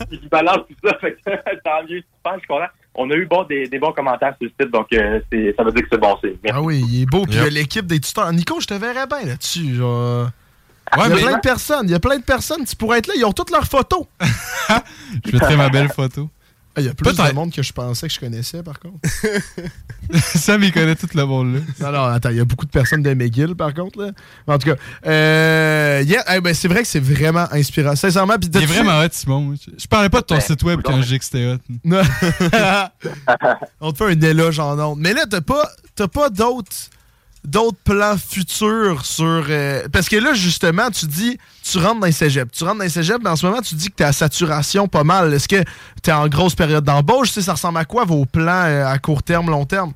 [SPEAKER 7] qui balance tout ça. Fait que, <laughs> tant mieux, super, je suis content. On a eu bon, des, des bons commentaires sur le site, donc euh, c'est- ça veut dire que c'est bon signe. Merci.
[SPEAKER 5] Ah oui, il est beau. Puis
[SPEAKER 7] Yep.
[SPEAKER 5] il y a l'équipe des tuteurs. Nico, je te verrais bien là-dessus. genre.
[SPEAKER 7] Ouais,
[SPEAKER 5] il y a
[SPEAKER 7] mais-
[SPEAKER 5] plein de personnes. Il y a plein de personnes. Tu pourrais être là. Ils ont toutes leurs photos.
[SPEAKER 6] Je mettrai ma belle photo. <laughs>
[SPEAKER 5] Ah, Il y a plus de
[SPEAKER 6] Peut-être.
[SPEAKER 5] monde que je pensais que je connaissais, par contre. <laughs>
[SPEAKER 6] Sam, il connaît tout le monde, là.
[SPEAKER 5] Non, non, attends, il y a beaucoup de personnes de McGill, par contre. Là. En tout cas, euh, yeah, eh ben, c'est vrai que c'est vraiment inspirant. Sincèrement, puis
[SPEAKER 6] Il est vraiment hot, Simon. Je parlais pas de ton site web quand j'ai dit que c'était hot.
[SPEAKER 5] Non. On te fait un éloge en ondes. Mais là, t'as pas, t'as pas d'autres, d'autres plans futurs sur. euh, parce que là, justement, tu dis, tu rentres dans les cégep. Tu rentres dans les cégep, mais en ce moment, tu dis que t'es à saturation pas mal. Est-ce que t'es en grosse période d'embauche? Tu sais, ça ressemble à quoi vos plans euh, à court terme, long terme?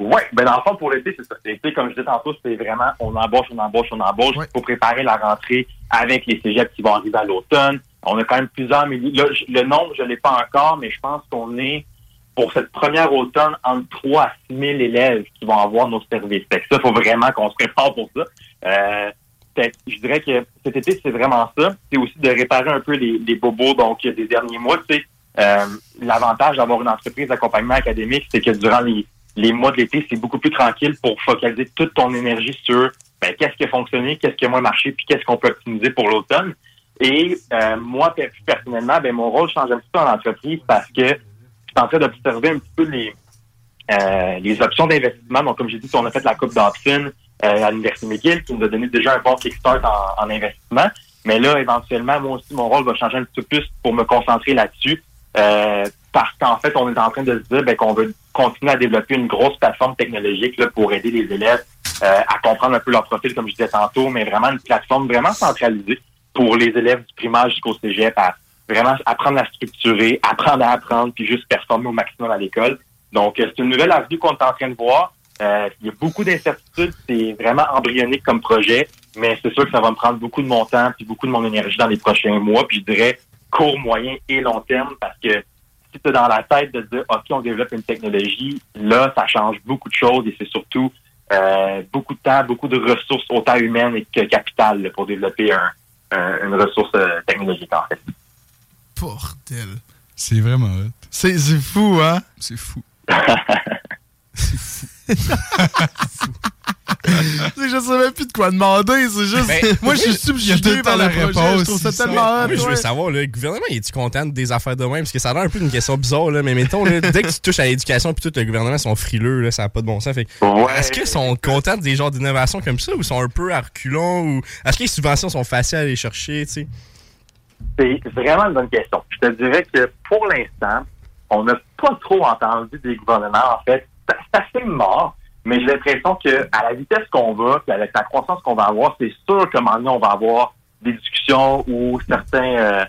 [SPEAKER 7] Oui, ben dans le fond, pour l'été, c'est ça. L'été, comme je disais tantôt, c'est vraiment on embauche, on embauche, on embauche pour préparer la rentrée avec les cégeps qui vont arriver à l'automne. On a quand même plusieurs milliers. Là, je- le nombre, je ne l'ai pas encore, mais je pense qu'on est, pour cette première automne, entre 3 à 6 000 élèves qui vont avoir nos services. Fait que ça, il faut vraiment qu'on se prépare pour ça. Euh, fait que je dirais que cet été, c'est vraiment ça. C'est aussi de réparer un peu les, les bobos donc des derniers mois. Tu sais, euh, L'avantage d'avoir une entreprise d'accompagnement académique, c'est que durant les, les mois de l'été, c'est beaucoup plus tranquille pour focaliser toute ton énergie sur ben, qu'est-ce qui a fonctionné, qu'est-ce qui a moins marché, puis qu'est-ce qu'on peut optimiser pour l'automne. Et euh, moi, per- personnellement, ben, mon rôle change un petit peu en entreprise parce que je suis en train d'observer un petit peu les, euh, les options d'investissement. Donc, comme j'ai dit, on a fait la Coupe d'Opsin euh, à l'Université McGill qui nous a donné déjà un bon kickstart en, en investissement. Mais là, éventuellement, moi aussi, mon rôle va changer un petit peu plus pour me concentrer là-dessus. Euh, parce qu'en fait, on est en train de se dire ben, qu'on veut continuer à développer une grosse plateforme technologique là, pour aider les élèves euh, à comprendre un peu leur profil, comme je disais tantôt, mais vraiment une plateforme vraiment centralisée pour les élèves du primaire jusqu'au cégep à vraiment apprendre à structurer, apprendre à apprendre, puis juste performer au maximum à l'école. Donc, euh, c'est une nouvelle avenue qu'on est en train de voir. Euh, il y a beaucoup d'incertitudes, c'est vraiment embryonique comme projet, mais c'est sûr que ça va me prendre beaucoup de mon temps puis beaucoup de mon énergie dans les prochains mois, puis je dirais court, moyen et long terme, parce que si tu dans la tête de te dire OK, on développe une technologie, là, ça change beaucoup de choses et c'est surtout euh, beaucoup de temps, beaucoup de ressources, autant humaines et que capitales, là, pour développer un- un- une ressource euh, technologique, en fait.
[SPEAKER 5] Portel.
[SPEAKER 6] C'est vraiment hot.
[SPEAKER 5] C'est c'est fou, hein?
[SPEAKER 6] C'est fou.
[SPEAKER 5] C'est que je savais plus de quoi demander, c'est juste. moi, je suis subjugué par la réponse. Je trouve ça tellement
[SPEAKER 12] Ah,
[SPEAKER 5] hot.
[SPEAKER 2] Mais je veux
[SPEAKER 5] ouais.
[SPEAKER 2] savoir, le gouvernement, est-tu content des affaires de même? Parce que ça a l'air un peu une question bizarre, là, mais mettons, là, dès que tu touches à l'éducation, puis tout, le gouvernement sont frileux, là, ça n'a pas de bon sens. Fait que,
[SPEAKER 7] Ouais.
[SPEAKER 2] Est-ce qu'ils sont contents des genres d'innovations comme ça, ou sont un peu à reculons, ou est-ce que les subventions sont faciles à aller chercher, tu sais?
[SPEAKER 12] <laughs>
[SPEAKER 7] C'est vraiment une bonne question. Je te dirais que pour l'instant, on n'a pas trop entendu des gouvernements. En fait, c'est assez mort, mais j'ai l'impression que à la vitesse qu'on va, puis avec la croissance qu'on va avoir, c'est sûr que maintenant on va avoir des discussions ou certains euh,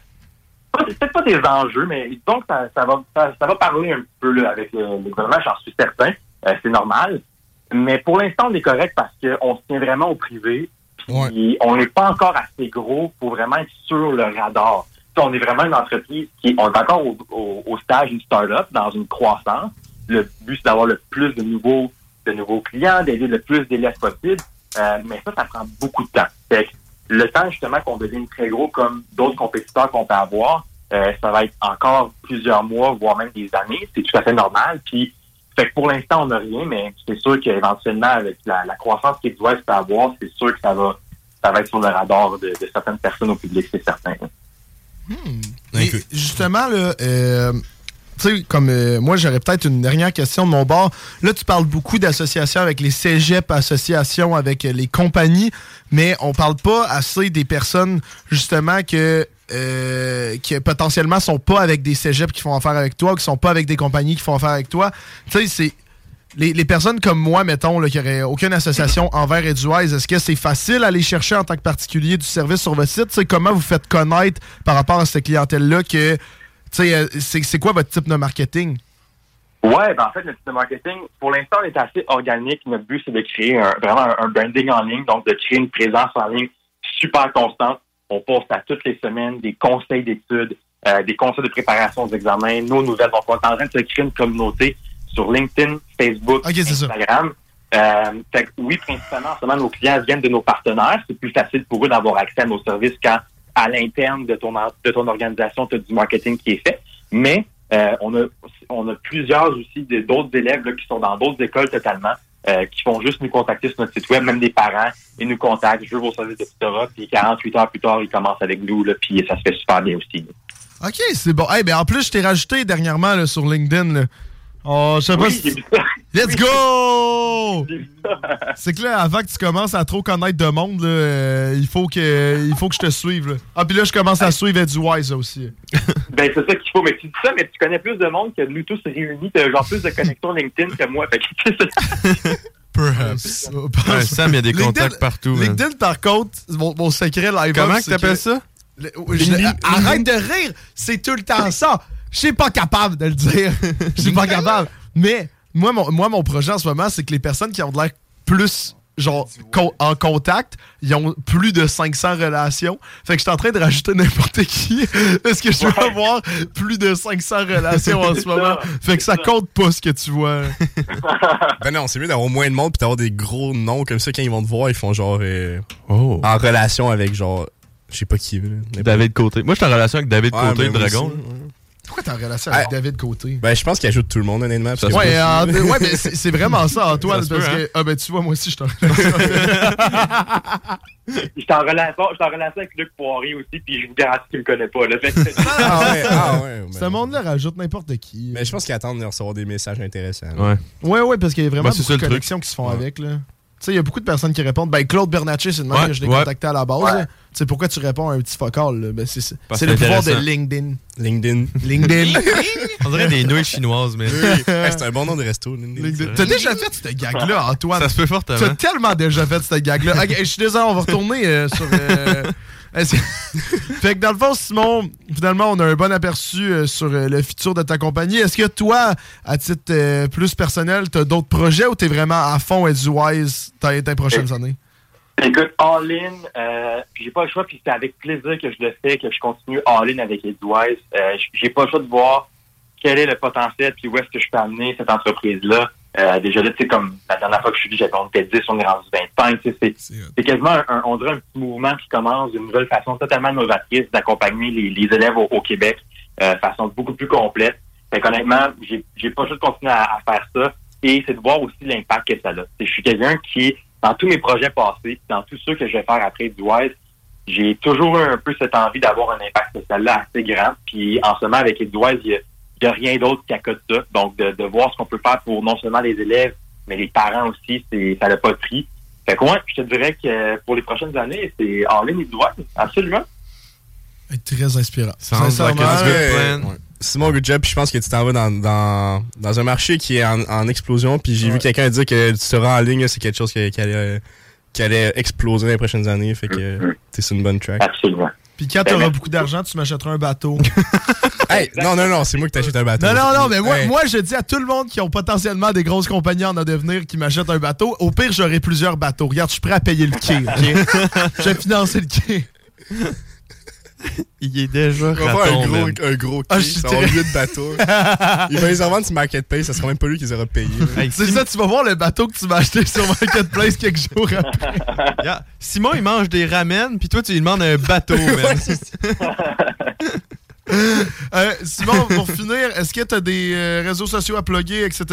[SPEAKER 7] pas- peut-être pas des enjeux, mais donc ça, ça va ça, ça va parler un petit peu là, avec le, le gouvernement, j'en suis certain. Euh, c'est normal. Mais pour l'instant, on est correct parce qu'on se tient vraiment au privé. Puis on n'est pas encore assez gros pour vraiment être sur le radar. Tu sais, on est vraiment une entreprise qui on est encore au, au- au stage d'une start-up, dans une croissance. Le but, c'est d'avoir le plus de nouveaux, de nouveaux clients, d'aider le plus d'élèves possible. Euh, mais ça, ça prend beaucoup de temps. Fait que le temps, justement, qu'on devienne très gros comme d'autres compétiteurs qu'on peut avoir, euh, ça va être encore plusieurs mois, voire même des années. C'est tout à fait normal. Puis fait que pour l'instant, on n'a rien, mais c'est sûr qu'éventuellement, avec la, la croissance qu'Edouard peut avoir, c'est sûr que ça va, ça va être sur le radar de, de certaines personnes au public, c'est certain.
[SPEAKER 5] Et justement, là, euh, tu sais, comme euh, moi, j'aurais peut-être une dernière question de mon bord. Là, tu parles beaucoup d'associations avec les cégeps, associations avec euh, les compagnies, mais on parle pas assez des personnes, justement, que. euh, qui potentiellement sont pas avec des cégeps qui font affaire avec toi, qui sont pas avec des compagnies qui font affaire avec toi. Tu sais, c'est les, les personnes comme moi, mettons, là, qui n'auraient aucune <laughs> association envers Eduise, est-ce que c'est facile à aller chercher en tant que particulier du service sur votre site? Tu sais, comment vous faites connaître par rapport à cette clientèle-là que tu sais, euh, c'est c'est quoi votre type de marketing?
[SPEAKER 7] Ouais, ben en fait, notre site de marketing, pour l'instant, on est assez organique. Notre but, c'est de créer un- vraiment un, un branding en ligne, donc de créer une présence en ligne super constante. On poste à toutes les semaines des conseils d'études, euh, des conseils de préparation aux examens, nos nouvelles. Donc, on est en train de se créer une communauté sur LinkedIn, Facebook, Instagram. Euh, fait que oui, principalement, en ce moment, nos clients viennent de nos partenaires. C'est plus facile pour eux d'avoir accès à nos services quand, à l'interne de ton, en- de ton organisation, tu as du marketing qui est fait. Mais euh, on, a, on a plusieurs aussi de- d'autres élèves là, qui sont dans d'autres écoles totalement, euh, qui font juste nous contacter sur notre site web, même des parents, ils nous contactent, je veux vos services, etc. Puis 48 heures plus tard, ils commencent avec nous, là, puis ça se fait super bien aussi.
[SPEAKER 5] OK, c'est bon. Hey, ben en plus, je t'ai rajouté dernièrement là, sur LinkedIn. là. Oh, je sais pas
[SPEAKER 7] Oui,
[SPEAKER 5] si-
[SPEAKER 7] j'ai vu ça.
[SPEAKER 5] Let's go! C'est que là, avant que tu commences à trop connaître de monde, là, euh, il, faut que, il faut que je te suive. là. Ah, puis là, je commence à suivre du Wise aussi.
[SPEAKER 7] Ben, c'est ça qu'il faut. Mais tu dis ça, mais tu connais plus de monde que nous tous réunis. T'as genre plus de connexions LinkedIn que moi. Fait que, <laughs> tu sais, c'est-
[SPEAKER 4] Perhaps. Ouais, Sam, il y a des
[SPEAKER 5] <laughs> LinkedIn-
[SPEAKER 4] contacts partout. man.
[SPEAKER 5] LinkedIn, par contre, mon, mon secret live.
[SPEAKER 4] Comment que t'appelles ça?
[SPEAKER 5] oh, arrête de rire, c'est tout le temps ça. Je suis pas capable de le dire. <laughs> Je suis pas capable. Mais moi mon, moi, mon projet en ce moment, c'est que les personnes qui ont de l'air plus genre con- en contact, ils ont plus de 500 relations. Fait que je suis en train de rajouter n'importe qui <laughs> parce que je veux avoir plus de 500 relations <laughs> en ce moment. Fait que ça compte pas ce que tu vois.
[SPEAKER 2] Ben non, c'est mieux d'avoir moins de monde puis d'avoir des gros noms comme ça quand ils vont te voir, ils font genre euh,
[SPEAKER 12] Oh.
[SPEAKER 2] en relation avec genre je sais pas qui.
[SPEAKER 4] David Côté. Moi, je suis en relation avec David Côté, le dragon,
[SPEAKER 5] Pourquoi t'es en relation avec David Côté?
[SPEAKER 2] Ben je pense qu'ils ajoutent tout le monde honnêtement. parce que-
[SPEAKER 5] Ouais, euh, ouais, mais c'est c'est vraiment ça, Antoine.
[SPEAKER 2] Ça se
[SPEAKER 5] parce
[SPEAKER 2] peut,
[SPEAKER 5] que,
[SPEAKER 2] hein?
[SPEAKER 5] ah, ben, tu vois, moi aussi, je t'en.
[SPEAKER 7] J'étais en relation, j'étais en relation avec Luc Poirier aussi, puis je vous garantis qu'il me connaît pas. Là. Fait que-
[SPEAKER 5] ah
[SPEAKER 4] <laughs>
[SPEAKER 5] ouais,
[SPEAKER 2] ah ouais,
[SPEAKER 5] Ce monde-là rajoute n'importe qui.
[SPEAKER 2] Mais je pense qu'ils attendent de recevoir des messages intéressants.
[SPEAKER 4] Ouais.
[SPEAKER 5] Ouais, ouais, parce qu'il y a vraiment
[SPEAKER 2] Bah, c'est
[SPEAKER 5] beaucoup
[SPEAKER 2] ça,
[SPEAKER 5] de
[SPEAKER 2] le truc.
[SPEAKER 5] connexions qui se font avec, là. Tu sais, il y a beaucoup de personnes qui répondent. Ben, Claude Bernatchez, c'est le même
[SPEAKER 2] Ouais,
[SPEAKER 5] que je l'ai
[SPEAKER 2] ouais.
[SPEAKER 5] contacté à la base.
[SPEAKER 2] Ouais.
[SPEAKER 5] là. Tu sais, pourquoi tu réponds à un petit focal, là? Ben, c'est c'est
[SPEAKER 4] Parce
[SPEAKER 5] le
[SPEAKER 4] que c'est
[SPEAKER 5] pouvoir de
[SPEAKER 4] intéressant.
[SPEAKER 5] LinkedIn.
[SPEAKER 4] <laughs>
[SPEAKER 2] LinkedIn. <laughs>
[SPEAKER 5] LinkedIn.
[SPEAKER 4] On dirait des nouilles chinoises, mais.
[SPEAKER 2] Oui. Hey, c'est un bon nom de resto.
[SPEAKER 5] LinkedIn. T'as déjà fait cette gag-là, Antoine?
[SPEAKER 4] Ça se peut fortement.
[SPEAKER 5] T'as tellement déjà fait cette gag-là. Ok, je suis désolé, on va retourner euh, sur. euh, euh, c'est- <laughs> fait que dans le fond, Simon, finalement, on a un bon aperçu euh, sur euh, le futur de ta compagnie. Est-ce que toi, à titre euh, plus personnel, t'as d'autres projets ou t'es vraiment à fond et du wise dans les dans les prochaines
[SPEAKER 7] Eh.
[SPEAKER 5] années?
[SPEAKER 7] Écoute, all in, euh, puis j'ai pas le choix, puis c'est avec plaisir que je le fais, que je continue all in avec Edwise. Euh, j- j'ai pas le choix de voir quel est le potentiel, puis où est-ce que je peux amener cette entreprise-là. Euh, déjà là, tu sais, comme la dernière fois que je suis venu, j'avais on était 10, on est rendu 25, tu sais, c'est- c'est quasiment, un, un- on dirait, un petit mouvement qui commence d'une nouvelle façon totalement novatrice d'accompagner les, les élèves au, au Québec, euh, façon beaucoup plus complète. Fait qu'honnêtement, Ben, j'ai j'ai pas le choix de continuer à, à faire ça, et c'est de voir aussi l'impact que ça a. Tu sais, Je suis quelqu'un qui, dans tous mes projets passés, dans tous ceux que je vais faire après du Wise, j'ai toujours eu un peu cette envie d'avoir un impact social-là assez grand. Puis en ce moment, avec Edouard, il n'y a, rien d'autre qu'à côté de ça. Donc, de, de voir ce qu'on peut faire pour non seulement les élèves, mais les parents aussi, c'est, ça n'a pas de prix. Fait que ouais, je te dirais que pour les prochaines années, c'est en ligne Edouard, absolument.
[SPEAKER 5] Très inspirant.
[SPEAKER 2] Simon, good job. Puis je pense que tu t'en vas dans, dans, dans un marché qui est en, en explosion. Puis j'ai vu quelqu'un dire que tu seras en ligne, c'est quelque chose qui, qui allait, euh, qui allait exploser dans les prochaines années. Fait que euh, t'es sur une bonne track.
[SPEAKER 7] Absolument.
[SPEAKER 5] Puis quand t'auras beaucoup d'argent, tu m'achèteras un bateau.
[SPEAKER 2] Hey, non, non, non, c'est moi qui t'achète un bateau.
[SPEAKER 5] Non, non, non, mais moi,
[SPEAKER 2] Hey.
[SPEAKER 5] moi, je dis à tout le monde qui ont potentiellement des grosses compagnies en devenir qui m'achètent un bateau. Au pire, j'aurai plusieurs bateaux. Regarde, je suis prêt à payer le quai,
[SPEAKER 4] <laughs>
[SPEAKER 5] OK? je vais financer le quai.
[SPEAKER 4] Il est déjà
[SPEAKER 2] On va faire
[SPEAKER 4] raton,
[SPEAKER 2] un gros,
[SPEAKER 4] man.
[SPEAKER 2] un gros
[SPEAKER 5] Ah,
[SPEAKER 2] kit,
[SPEAKER 5] je suis
[SPEAKER 2] ça va
[SPEAKER 5] très-
[SPEAKER 2] mieux de
[SPEAKER 5] <laughs>
[SPEAKER 2] bateau. Il va les revendre sur Marketplace, ça sera même pas lui qui les aura payés.
[SPEAKER 5] C'est ça, tu vas voir le bateau que tu vas acheter sur Marketplace quelques jours
[SPEAKER 4] <laughs>
[SPEAKER 5] après.
[SPEAKER 4] Yeah. Simon, il mange des ramen, puis toi, tu lui demandes un
[SPEAKER 5] <laughs>
[SPEAKER 4] bateau, man.
[SPEAKER 5] Euh, Simon, pour finir, est-ce que t'as des euh, réseaux sociaux à plugger, etc.?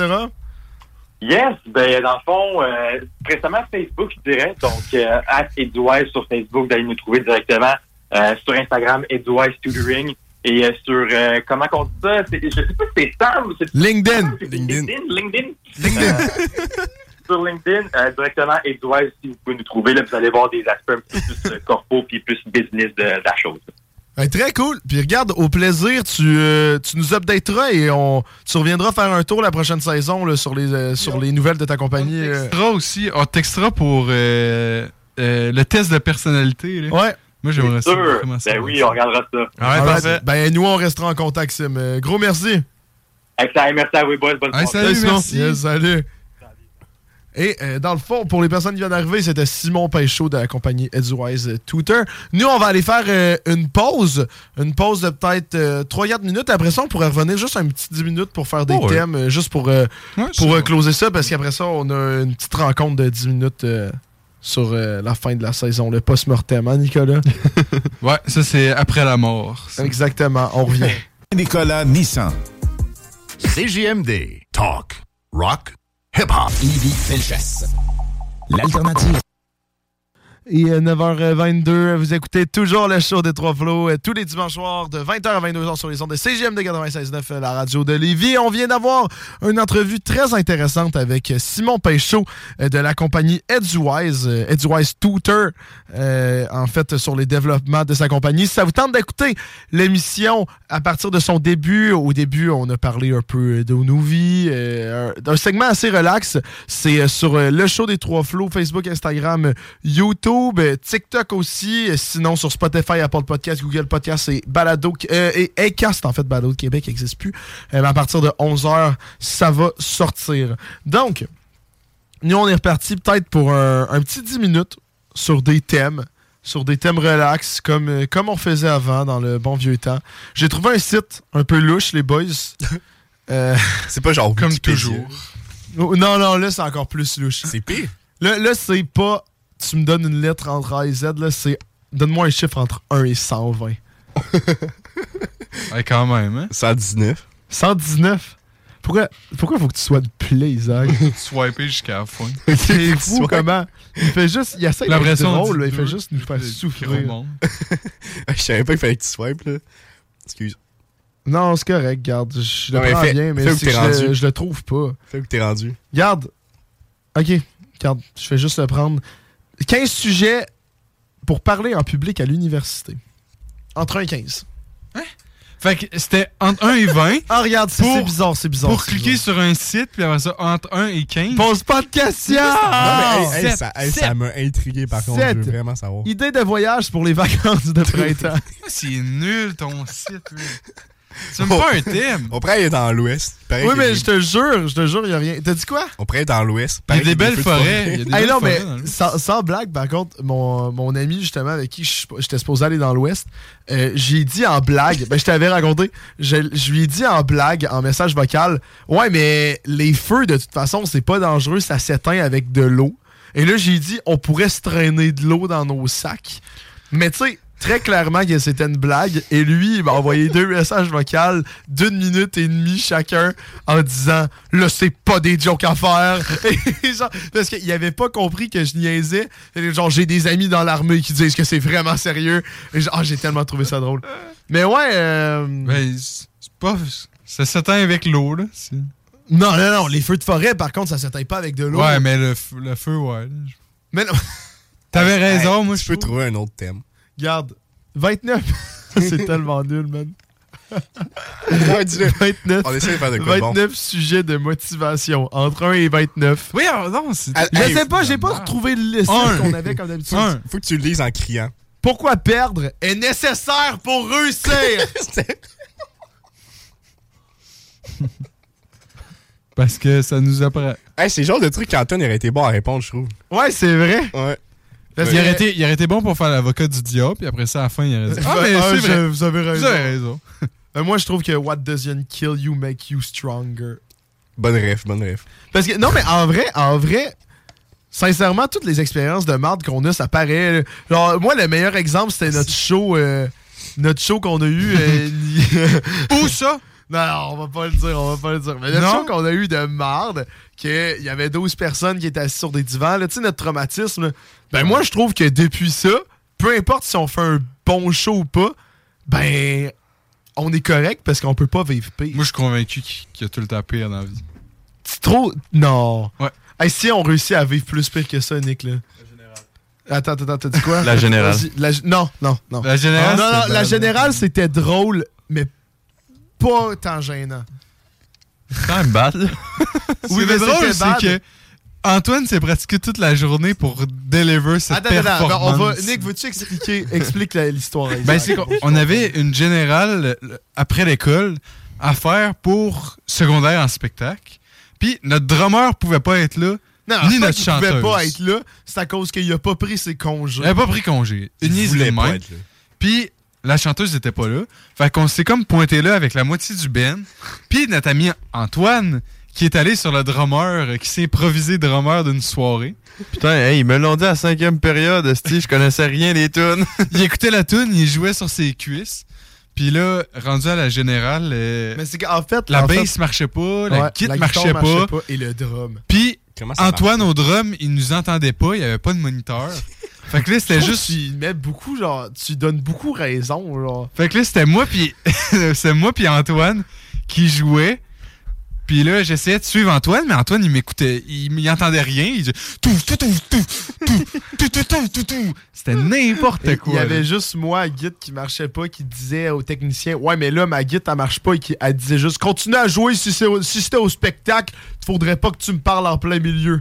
[SPEAKER 7] Yes, ben dans le fond, euh, récemment Facebook, je dirais. Donc, euh, at Edwise sur Facebook, d'aller nous trouver directement. Euh, sur Instagram, Edwise Tutoring. Et euh, sur, euh, comment on dit ça? C'est- Je sais pas si c'est Sam ou c'est...
[SPEAKER 5] LinkedIn.
[SPEAKER 7] C'est LinkedIn. LinkedIn. Euh, sur LinkedIn, euh, directement Edwise, si vous pouvez nous trouver. Là, vous allez voir des aspects un petit peu plus euh, corpo puis plus business de, de la chose.
[SPEAKER 5] Ouais, Ben, très cool. Puis regarde, au plaisir, tu, euh, tu nous updateras et on, tu reviendras faire un tour la prochaine saison là, sur, les, euh, sur les nouvelles de ta compagnie. euh.
[SPEAKER 6] textera aussi, on textera pour euh, euh, le test de personnalité. là.
[SPEAKER 5] euh. Ouais.
[SPEAKER 6] Moi, j'aimerais ça.
[SPEAKER 7] Sûr.
[SPEAKER 6] vraiment ça.
[SPEAKER 7] Ben oui, on regardera ça.
[SPEAKER 5] Alright, Ben, nous, on restera en contact, Sim. Euh, Gros merci.
[SPEAKER 7] Excellent. Merci à vous, boys. Bonne soirée.
[SPEAKER 5] Simon. Yes, salut. Et euh, dans le fond, pour les personnes qui viennent d'arriver, c'était Simon Pêchaud de la compagnie Edgewise Tutor. Nous, on va aller faire euh, une pause. Une pause de peut-être 3-4 minutes. Après ça, on pourrait revenir juste un petit 10 minutes pour faire des
[SPEAKER 12] Ouais.
[SPEAKER 5] thèmes, euh, juste pour, euh, pour euh, closer ça, parce qu'après ça, on a une petite rencontre de 10 minutes euh, sur euh, la fin de la saison, le post-mortem, hein, Nicolas?
[SPEAKER 6] Ouais, ça, c'est après la mort. ça.
[SPEAKER 5] Exactement, on revient.
[SPEAKER 10] Nicolas Nissan. CJMD. Talk. Rock. Hip-hop. Ivy Felchès. L'alternative.
[SPEAKER 5] Il est 9h22. Vous écoutez toujours le show des Trois Flots euh, tous les dimanches soirs de 20h à 22h sur les ondes de CGMD 96.9, euh, la radio de Lévis. On vient d'avoir une entrevue très intéressante avec euh, Simon Pinchot euh, de la compagnie Edgewise, euh, Edgewise Tutor, euh, en fait, sur les développements de sa compagnie. Si ça vous tente d'écouter l'émission à partir de son début, au début, on a parlé un peu de nos vies, euh, un, un segment assez relax. C'est euh, sur euh, le show des Trois Flots, Facebook, Instagram, euh, YouTube, euh, TikTok aussi. Euh, Sinon, sur Spotify, Apple Podcast, Google Podcast et Balado euh, et Acast, en fait, Balado de Québec n'existe plus. Euh, mais à partir de 11h, ça va sortir. Donc, nous, on est reparti peut-être pour un, un petit 10 minutes sur des thèmes, sur des thèmes relax, comme, euh, comme on faisait avant dans le bon vieux temps. J'ai trouvé un site un peu louche,
[SPEAKER 2] <laughs>
[SPEAKER 5] les boys.
[SPEAKER 2] c'est pas genre
[SPEAKER 5] comme toujours. oh, Non, non, là, c'est encore plus louche.
[SPEAKER 2] <laughs>
[SPEAKER 5] C'est pire. Là, là c'est pas tu me donnes une lettre entre A et Z, là, c'est donne-moi un chiffre entre 1 et 120.
[SPEAKER 6] Ouais, quand même, hein?
[SPEAKER 2] 119.
[SPEAKER 5] 119? Pourquoi, pourquoi faut que tu sois de
[SPEAKER 2] <laughs>
[SPEAKER 5] play, Isaac?
[SPEAKER 6] Swiper jusqu'à la fin.
[SPEAKER 5] C'est fou comment. Il fait juste. Il essaie
[SPEAKER 6] La
[SPEAKER 5] d'être
[SPEAKER 6] pression
[SPEAKER 5] drôle,
[SPEAKER 6] du
[SPEAKER 5] là, il fait
[SPEAKER 6] deux,
[SPEAKER 5] juste nous faire
[SPEAKER 6] des
[SPEAKER 5] souffrir.
[SPEAKER 6] gros mondes.
[SPEAKER 2] Je savais pas qu'il fallait que tu swipes, là. Excuse.
[SPEAKER 5] Non, c'est correct, garde. Je le
[SPEAKER 2] Non, mais
[SPEAKER 5] prends
[SPEAKER 2] fais-
[SPEAKER 5] bien, mais
[SPEAKER 2] fais où
[SPEAKER 5] c'est
[SPEAKER 2] t'es
[SPEAKER 5] que je, le-
[SPEAKER 2] rendu.
[SPEAKER 5] je le trouve pas.
[SPEAKER 2] Fais où que t'es rendu.
[SPEAKER 5] Garde. Ok, garde. Je vais juste le prendre. 15 sujets pour parler en public à l'université. Entre 1 et 15.
[SPEAKER 6] Fait que c'était entre
[SPEAKER 5] <laughs>
[SPEAKER 6] 1 et 20.
[SPEAKER 5] Ah, regarde, c'est c'est bizarre, c'est bizarre.
[SPEAKER 6] Pour cliquer sur un site, puis après ça, entre 1 et 15.
[SPEAKER 5] Pose pas de questions!
[SPEAKER 6] Ah,
[SPEAKER 2] Non, mais, hey, hey,
[SPEAKER 5] Sept,
[SPEAKER 2] ça, hey,
[SPEAKER 5] sept,
[SPEAKER 2] ça m'a intrigué, par contre. Je
[SPEAKER 5] sept.
[SPEAKER 2] veux vraiment savoir.
[SPEAKER 5] Idée de voyage pour les
[SPEAKER 2] <laughs>
[SPEAKER 5] vacances de printemps.
[SPEAKER 6] C'est nul ton site, là. Tu me pas
[SPEAKER 5] <laughs>
[SPEAKER 6] un thème.
[SPEAKER 2] On pourrait aller dans l'ouest. Pareil
[SPEAKER 5] oui,
[SPEAKER 2] qu'il y a
[SPEAKER 5] mais
[SPEAKER 2] des-
[SPEAKER 5] je te jure, je te jure, il n'y a rien. T'as dit quoi?
[SPEAKER 2] On pourrait aller dans l'ouest.
[SPEAKER 6] Il y
[SPEAKER 2] Pareil
[SPEAKER 5] Ben,
[SPEAKER 6] a des
[SPEAKER 2] qu'il feux
[SPEAKER 6] belles
[SPEAKER 2] de
[SPEAKER 6] forêts. Il y a des
[SPEAKER 5] Hey,
[SPEAKER 6] belles
[SPEAKER 5] non, mais
[SPEAKER 6] forêts dans le-
[SPEAKER 5] sans, sans blague, par contre, mon, mon ami, justement, avec qui je- j'étais supposé aller dans l'Ouest, euh, j'ai dit en blague, ben, je t'avais raconté, je, je lui ai dit en blague, en message vocal, ouais, mais les feux, de toute façon, c'est pas dangereux, ça s'éteint avec de l'eau. Et là, j'ai dit, on pourrait se traîner de l'eau dans nos sacs. Mais tu sais, très clairement que c'était une blague. Et lui, il m'a envoyé deux messages vocaux d'une minute et demie chacun en disant Là, c'est pas des jokes à faire. <laughs> Et genre, parce qu'il avait pas compris que je niaisais. Et genre, j'ai des amis dans l'armée qui disent que c'est vraiment sérieux. Et genre, Ah, j'ai tellement trouvé ça drôle. Mais ouais. euh,
[SPEAKER 6] Ben, c'est c'est pas. Ça s'éteint avec l'eau, là. c'est-
[SPEAKER 5] Non, non, non. Les feux de forêt, par contre, ça s'éteint pas avec de l'eau.
[SPEAKER 6] Ouais, mais le, f- le feu, ouais.
[SPEAKER 5] Mais non.
[SPEAKER 6] T'avais raison, moi,
[SPEAKER 2] je peux trouver un autre thème.
[SPEAKER 5] Regarde, 29. <laughs> c'est tellement nul, man.
[SPEAKER 2] Ouais, dis-le.
[SPEAKER 5] 29.
[SPEAKER 2] On essaie de faire de quoi de bon.
[SPEAKER 5] 29 sujets de motivation. Entre 1 et 29.
[SPEAKER 6] Oui, ah, non, c'est.
[SPEAKER 2] Ah,
[SPEAKER 5] Je sais pas, j'ai pas retrouvé le liste
[SPEAKER 2] Un.
[SPEAKER 5] qu'on avait comme d'habitude.
[SPEAKER 2] Faut que tu le lises en criant.
[SPEAKER 5] Pourquoi perdre est nécessaire pour réussir?
[SPEAKER 2] <laughs>
[SPEAKER 6] Parce que ça nous apprend.
[SPEAKER 2] Hey, c'est le genre de truc qu'Anton aurait été bon à répondre, je trouve.
[SPEAKER 5] Ouais, c'est vrai.
[SPEAKER 2] Ouais.
[SPEAKER 5] Parce
[SPEAKER 6] il,
[SPEAKER 5] que-
[SPEAKER 6] aurait été, il aurait été bon pour faire l'avocat du diable, puis après ça, à la fin, il aurait dit
[SPEAKER 5] <laughs>
[SPEAKER 6] Ah, mais
[SPEAKER 5] Ah,
[SPEAKER 6] c'est
[SPEAKER 5] je-
[SPEAKER 6] vrai.
[SPEAKER 5] Vous avez raison.
[SPEAKER 6] Vous avez raison.
[SPEAKER 5] Ben, moi, je trouve que what doesn't kill you make you stronger.
[SPEAKER 2] Bonne ref, bonne ref.
[SPEAKER 5] Parce que, non, mais en vrai, en vrai, sincèrement, toutes les expériences de marde qu'on a, ça paraît. là. Genre, moi, le meilleur exemple, c'était notre show, euh, notre show qu'on a eu.
[SPEAKER 6] Où ça?
[SPEAKER 5] Non, non, on va pas le dire, on va pas le dire. Mais notre
[SPEAKER 6] Non?
[SPEAKER 5] show qu'on a eu de marde, qu'il y avait 12 personnes qui étaient assises sur des divans, là, tu sais, notre traumatisme, là. ben moi, je trouve que depuis ça, peu importe si on fait un bon show ou pas, ben, on est correct parce qu'on peut pas vivre pire.
[SPEAKER 6] Moi, je suis convaincu qu'il qu'il y a tout le temps pire dans la vie.
[SPEAKER 5] C'est trop. Non. Hey, si on réussit à vivre plus pire que ça, Nick, là. Attends, attends, attends, t'as dit quoi?
[SPEAKER 12] La générale.
[SPEAKER 5] Vas-y, la gé- non, non, non.
[SPEAKER 6] La générale,
[SPEAKER 5] Ah, Non, non,
[SPEAKER 6] c'était
[SPEAKER 5] la
[SPEAKER 6] bad.
[SPEAKER 5] générale, c'était drôle, mais pas tant gênant.
[SPEAKER 12] C'est quand même bad,
[SPEAKER 5] <laughs>
[SPEAKER 12] là.
[SPEAKER 6] Oui,
[SPEAKER 5] mais
[SPEAKER 6] mais drôle,
[SPEAKER 5] c'était bad.
[SPEAKER 6] c'est que Antoine s'est pratiqué toute la journée pour deliver cette
[SPEAKER 5] Attends, attends,
[SPEAKER 6] performance.
[SPEAKER 5] attends, on va- Nick, veux-tu expliquer? Explique la- l'histoire.
[SPEAKER 6] Ben,
[SPEAKER 5] Isaac. <laughs>
[SPEAKER 6] c'est qu'on on avait une générale euh, après l'école à faire pour secondaire en spectacle. Puis notre drummer pouvait pas être là,
[SPEAKER 5] Non,
[SPEAKER 6] ni
[SPEAKER 5] pas
[SPEAKER 6] notre
[SPEAKER 5] qu'il pouvait
[SPEAKER 6] chanteuse. Eh ben,
[SPEAKER 5] pas être là, c'est à cause qu'il a pas pris ses congés.
[SPEAKER 6] Elle avait pas pris congé. Une niaise
[SPEAKER 5] voulait
[SPEAKER 6] de
[SPEAKER 5] pas
[SPEAKER 6] même.
[SPEAKER 5] être là.
[SPEAKER 6] Puis la chanteuse n'était pas là. Fait qu'on s'est comme pointé là avec la moitié du Ben. Puis notre ami Antoine, qui est allé sur le drummer, euh, qui s'est improvisé drummer d'une soirée.
[SPEAKER 12] Putain, hey, ils me l'ont dit à la cinquième période, esti, je connaissais rien des tunes.
[SPEAKER 6] <laughs> il écoutait la tune, il jouait sur ses cuisses. Puis là, rendu à la générale, euh,
[SPEAKER 5] Mais c'est qu'en fait.
[SPEAKER 6] la
[SPEAKER 5] en fait-
[SPEAKER 6] bass marchait pas, la
[SPEAKER 5] Ouais,
[SPEAKER 6] kit
[SPEAKER 5] la
[SPEAKER 6] marchait,
[SPEAKER 5] guitare
[SPEAKER 6] pas.
[SPEAKER 5] Et le drum.
[SPEAKER 6] Puis
[SPEAKER 5] Comment ça
[SPEAKER 6] Antoine au drum, il nous entendait pas, il y avait pas de moniteur. Fait que là, c'était
[SPEAKER 5] Je trouve
[SPEAKER 6] juste-
[SPEAKER 5] que Tu mets beaucoup, genre. Tu donnes beaucoup raison, genre.
[SPEAKER 6] Fait que là, c'était moi puis c'était moi puis Antoine qui jouait. Puis là, j'essayais de suivre Antoine, mais Antoine, il m'écoutait, il m'entendait rien. Il disait tout, tout, tout, tout, tout, tout, tout, tout, tout, tout. C'était n'importe
[SPEAKER 5] Et
[SPEAKER 6] quoi.
[SPEAKER 5] Il y avait
[SPEAKER 6] là.
[SPEAKER 5] juste moi, à Git, qui marchait pas, qui disait au technicien Ouais, mais là, ma Git, elle marche pas. Et qui, elle disait juste Continue à jouer si c'est au- si c'était au spectacle, faudrait pas que tu me parles en plein milieu.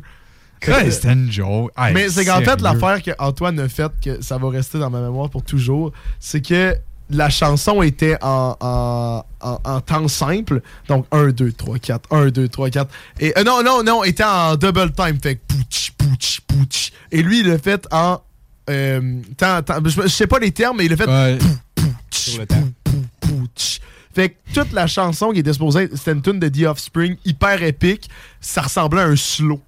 [SPEAKER 6] Ouais, c'était une joke. Hey,
[SPEAKER 5] mais c'est qu'en
[SPEAKER 6] sérieux.
[SPEAKER 5] fait, l'affaire que Antoine a faite, que ça va rester dans ma mémoire pour toujours, c'est que la chanson était en, en, en- en temps simple. Donc 1, 2, 3, 4, 1, 2, 3, 4. Et euh, non, non, non, était en double time. Fait que pouch, pouch, pouch. Et lui, il l'a fait en. euh, temps- temps- je je sais pas les termes, mais il l'a fait. pou, pouch, pou, pou, pouch. Fait que toute la chanson qui était supposée être- c'était une tune de The Offspring, hyper épique, ça ressemblait à un slow.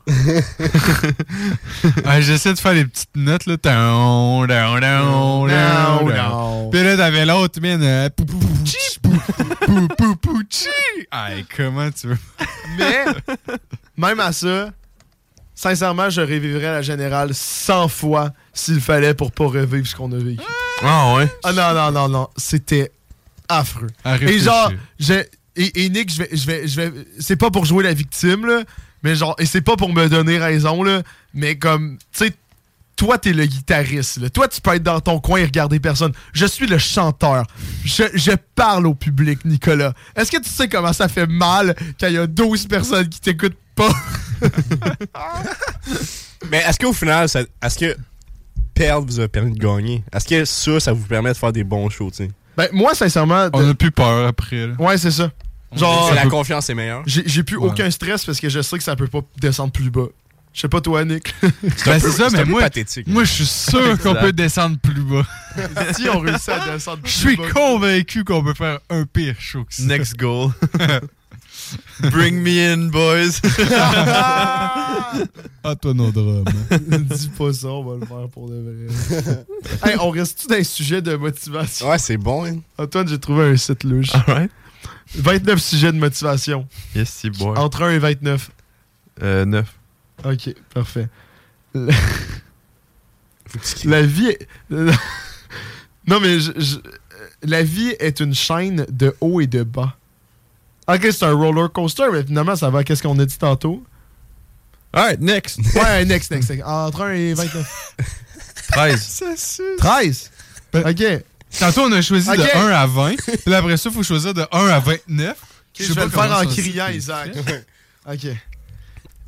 [SPEAKER 6] Ouais, J'essayais de faire les petites notes, là. Taon, taon, taon, taon, taon. Puis là, t'avais l'autre, mine. euh, pou, pou, pou, tchi, pou, pou, pou, pou, tchi. Hey, comment tu veux?
[SPEAKER 5] Mais même à ça, sincèrement, je revivrais la générale 100 fois s'il fallait pour pas revivre ce qu'on a vécu.
[SPEAKER 12] Ah ouais?
[SPEAKER 5] Ah non, non, non, non. C'était affreux.
[SPEAKER 12] À
[SPEAKER 5] Et
[SPEAKER 12] réfléchir.
[SPEAKER 5] genre, j'ai. Et, et Nick, je vais, je vais, je vais. C'est pas pour jouer la victime, là. Mais genre, et c'est pas pour me donner raison, là. Mais comme, tu sais, toi, t'es le guitariste, là. Toi, tu peux être dans ton coin et regarder personne. Je suis le chanteur. Je, je parle au public, Nicolas. Est-ce que tu sais comment ça fait mal quand il y a 12 personnes qui t'écoutent pas?
[SPEAKER 2] Mais est-ce qu'au final, ça- est-ce que perdre vous a permis de gagner? Est-ce que ça, ça vous permet de faire des bons shows, tu sais?
[SPEAKER 5] Ben, moi, sincèrement.
[SPEAKER 6] On a plus peur après, là.
[SPEAKER 5] Ouais, c'est ça.
[SPEAKER 2] Genre,
[SPEAKER 5] Genre.
[SPEAKER 2] Oh, la confiance est meilleure.
[SPEAKER 5] J'ai j'ai plus
[SPEAKER 2] Ouais.
[SPEAKER 5] aucun stress parce que je sais que ça peut pas descendre plus bas. Je sais pas toi, <laughs> Nick.
[SPEAKER 6] Ben, c'est ça, mais moi,
[SPEAKER 2] pathétique,
[SPEAKER 6] moi, je suis sûr qu'on peut descendre plus bas.
[SPEAKER 5] si on réussit à descendre
[SPEAKER 6] Je
[SPEAKER 5] plus
[SPEAKER 6] suis
[SPEAKER 5] bas.
[SPEAKER 6] convaincu qu'on peut faire un pire show que ça.
[SPEAKER 12] Next goal. <laughs> Bring me in, boys.
[SPEAKER 6] Ah, toi, hein. nos drums.
[SPEAKER 5] <laughs> Dis pas ça, on va le faire pour de <laughs> vrai. Hey, on reste-tu dans les sujets de
[SPEAKER 2] <laughs>
[SPEAKER 5] motivation?
[SPEAKER 2] Ouais, c'est bon. hein.
[SPEAKER 5] Antoine, j'ai trouvé un site louche. 29 sujets de motivation.
[SPEAKER 12] Yes, si, boy.
[SPEAKER 5] Entre 1 et 29.
[SPEAKER 12] Euh, 9.
[SPEAKER 5] Ok, parfait. La, La vie. est- <laughs> Non, mais je- je- la vie est une chaîne de haut et de bas. Ok, c'est un roller coaster, mais finalement, ça va. Qu'est-ce qu'on a dit tantôt?
[SPEAKER 12] Alright, next.
[SPEAKER 5] Ouais, next, next, next. Entre 1 et 29. <laughs>
[SPEAKER 12] 13.
[SPEAKER 5] 13? Ok.
[SPEAKER 6] Tantôt, on a choisi
[SPEAKER 5] Ok.
[SPEAKER 6] de 1 à 20. Puis là, après ça, il faut choisir de 1 à 29.
[SPEAKER 5] Ok, je vais le faire en criant, Isaac. <laughs> ok.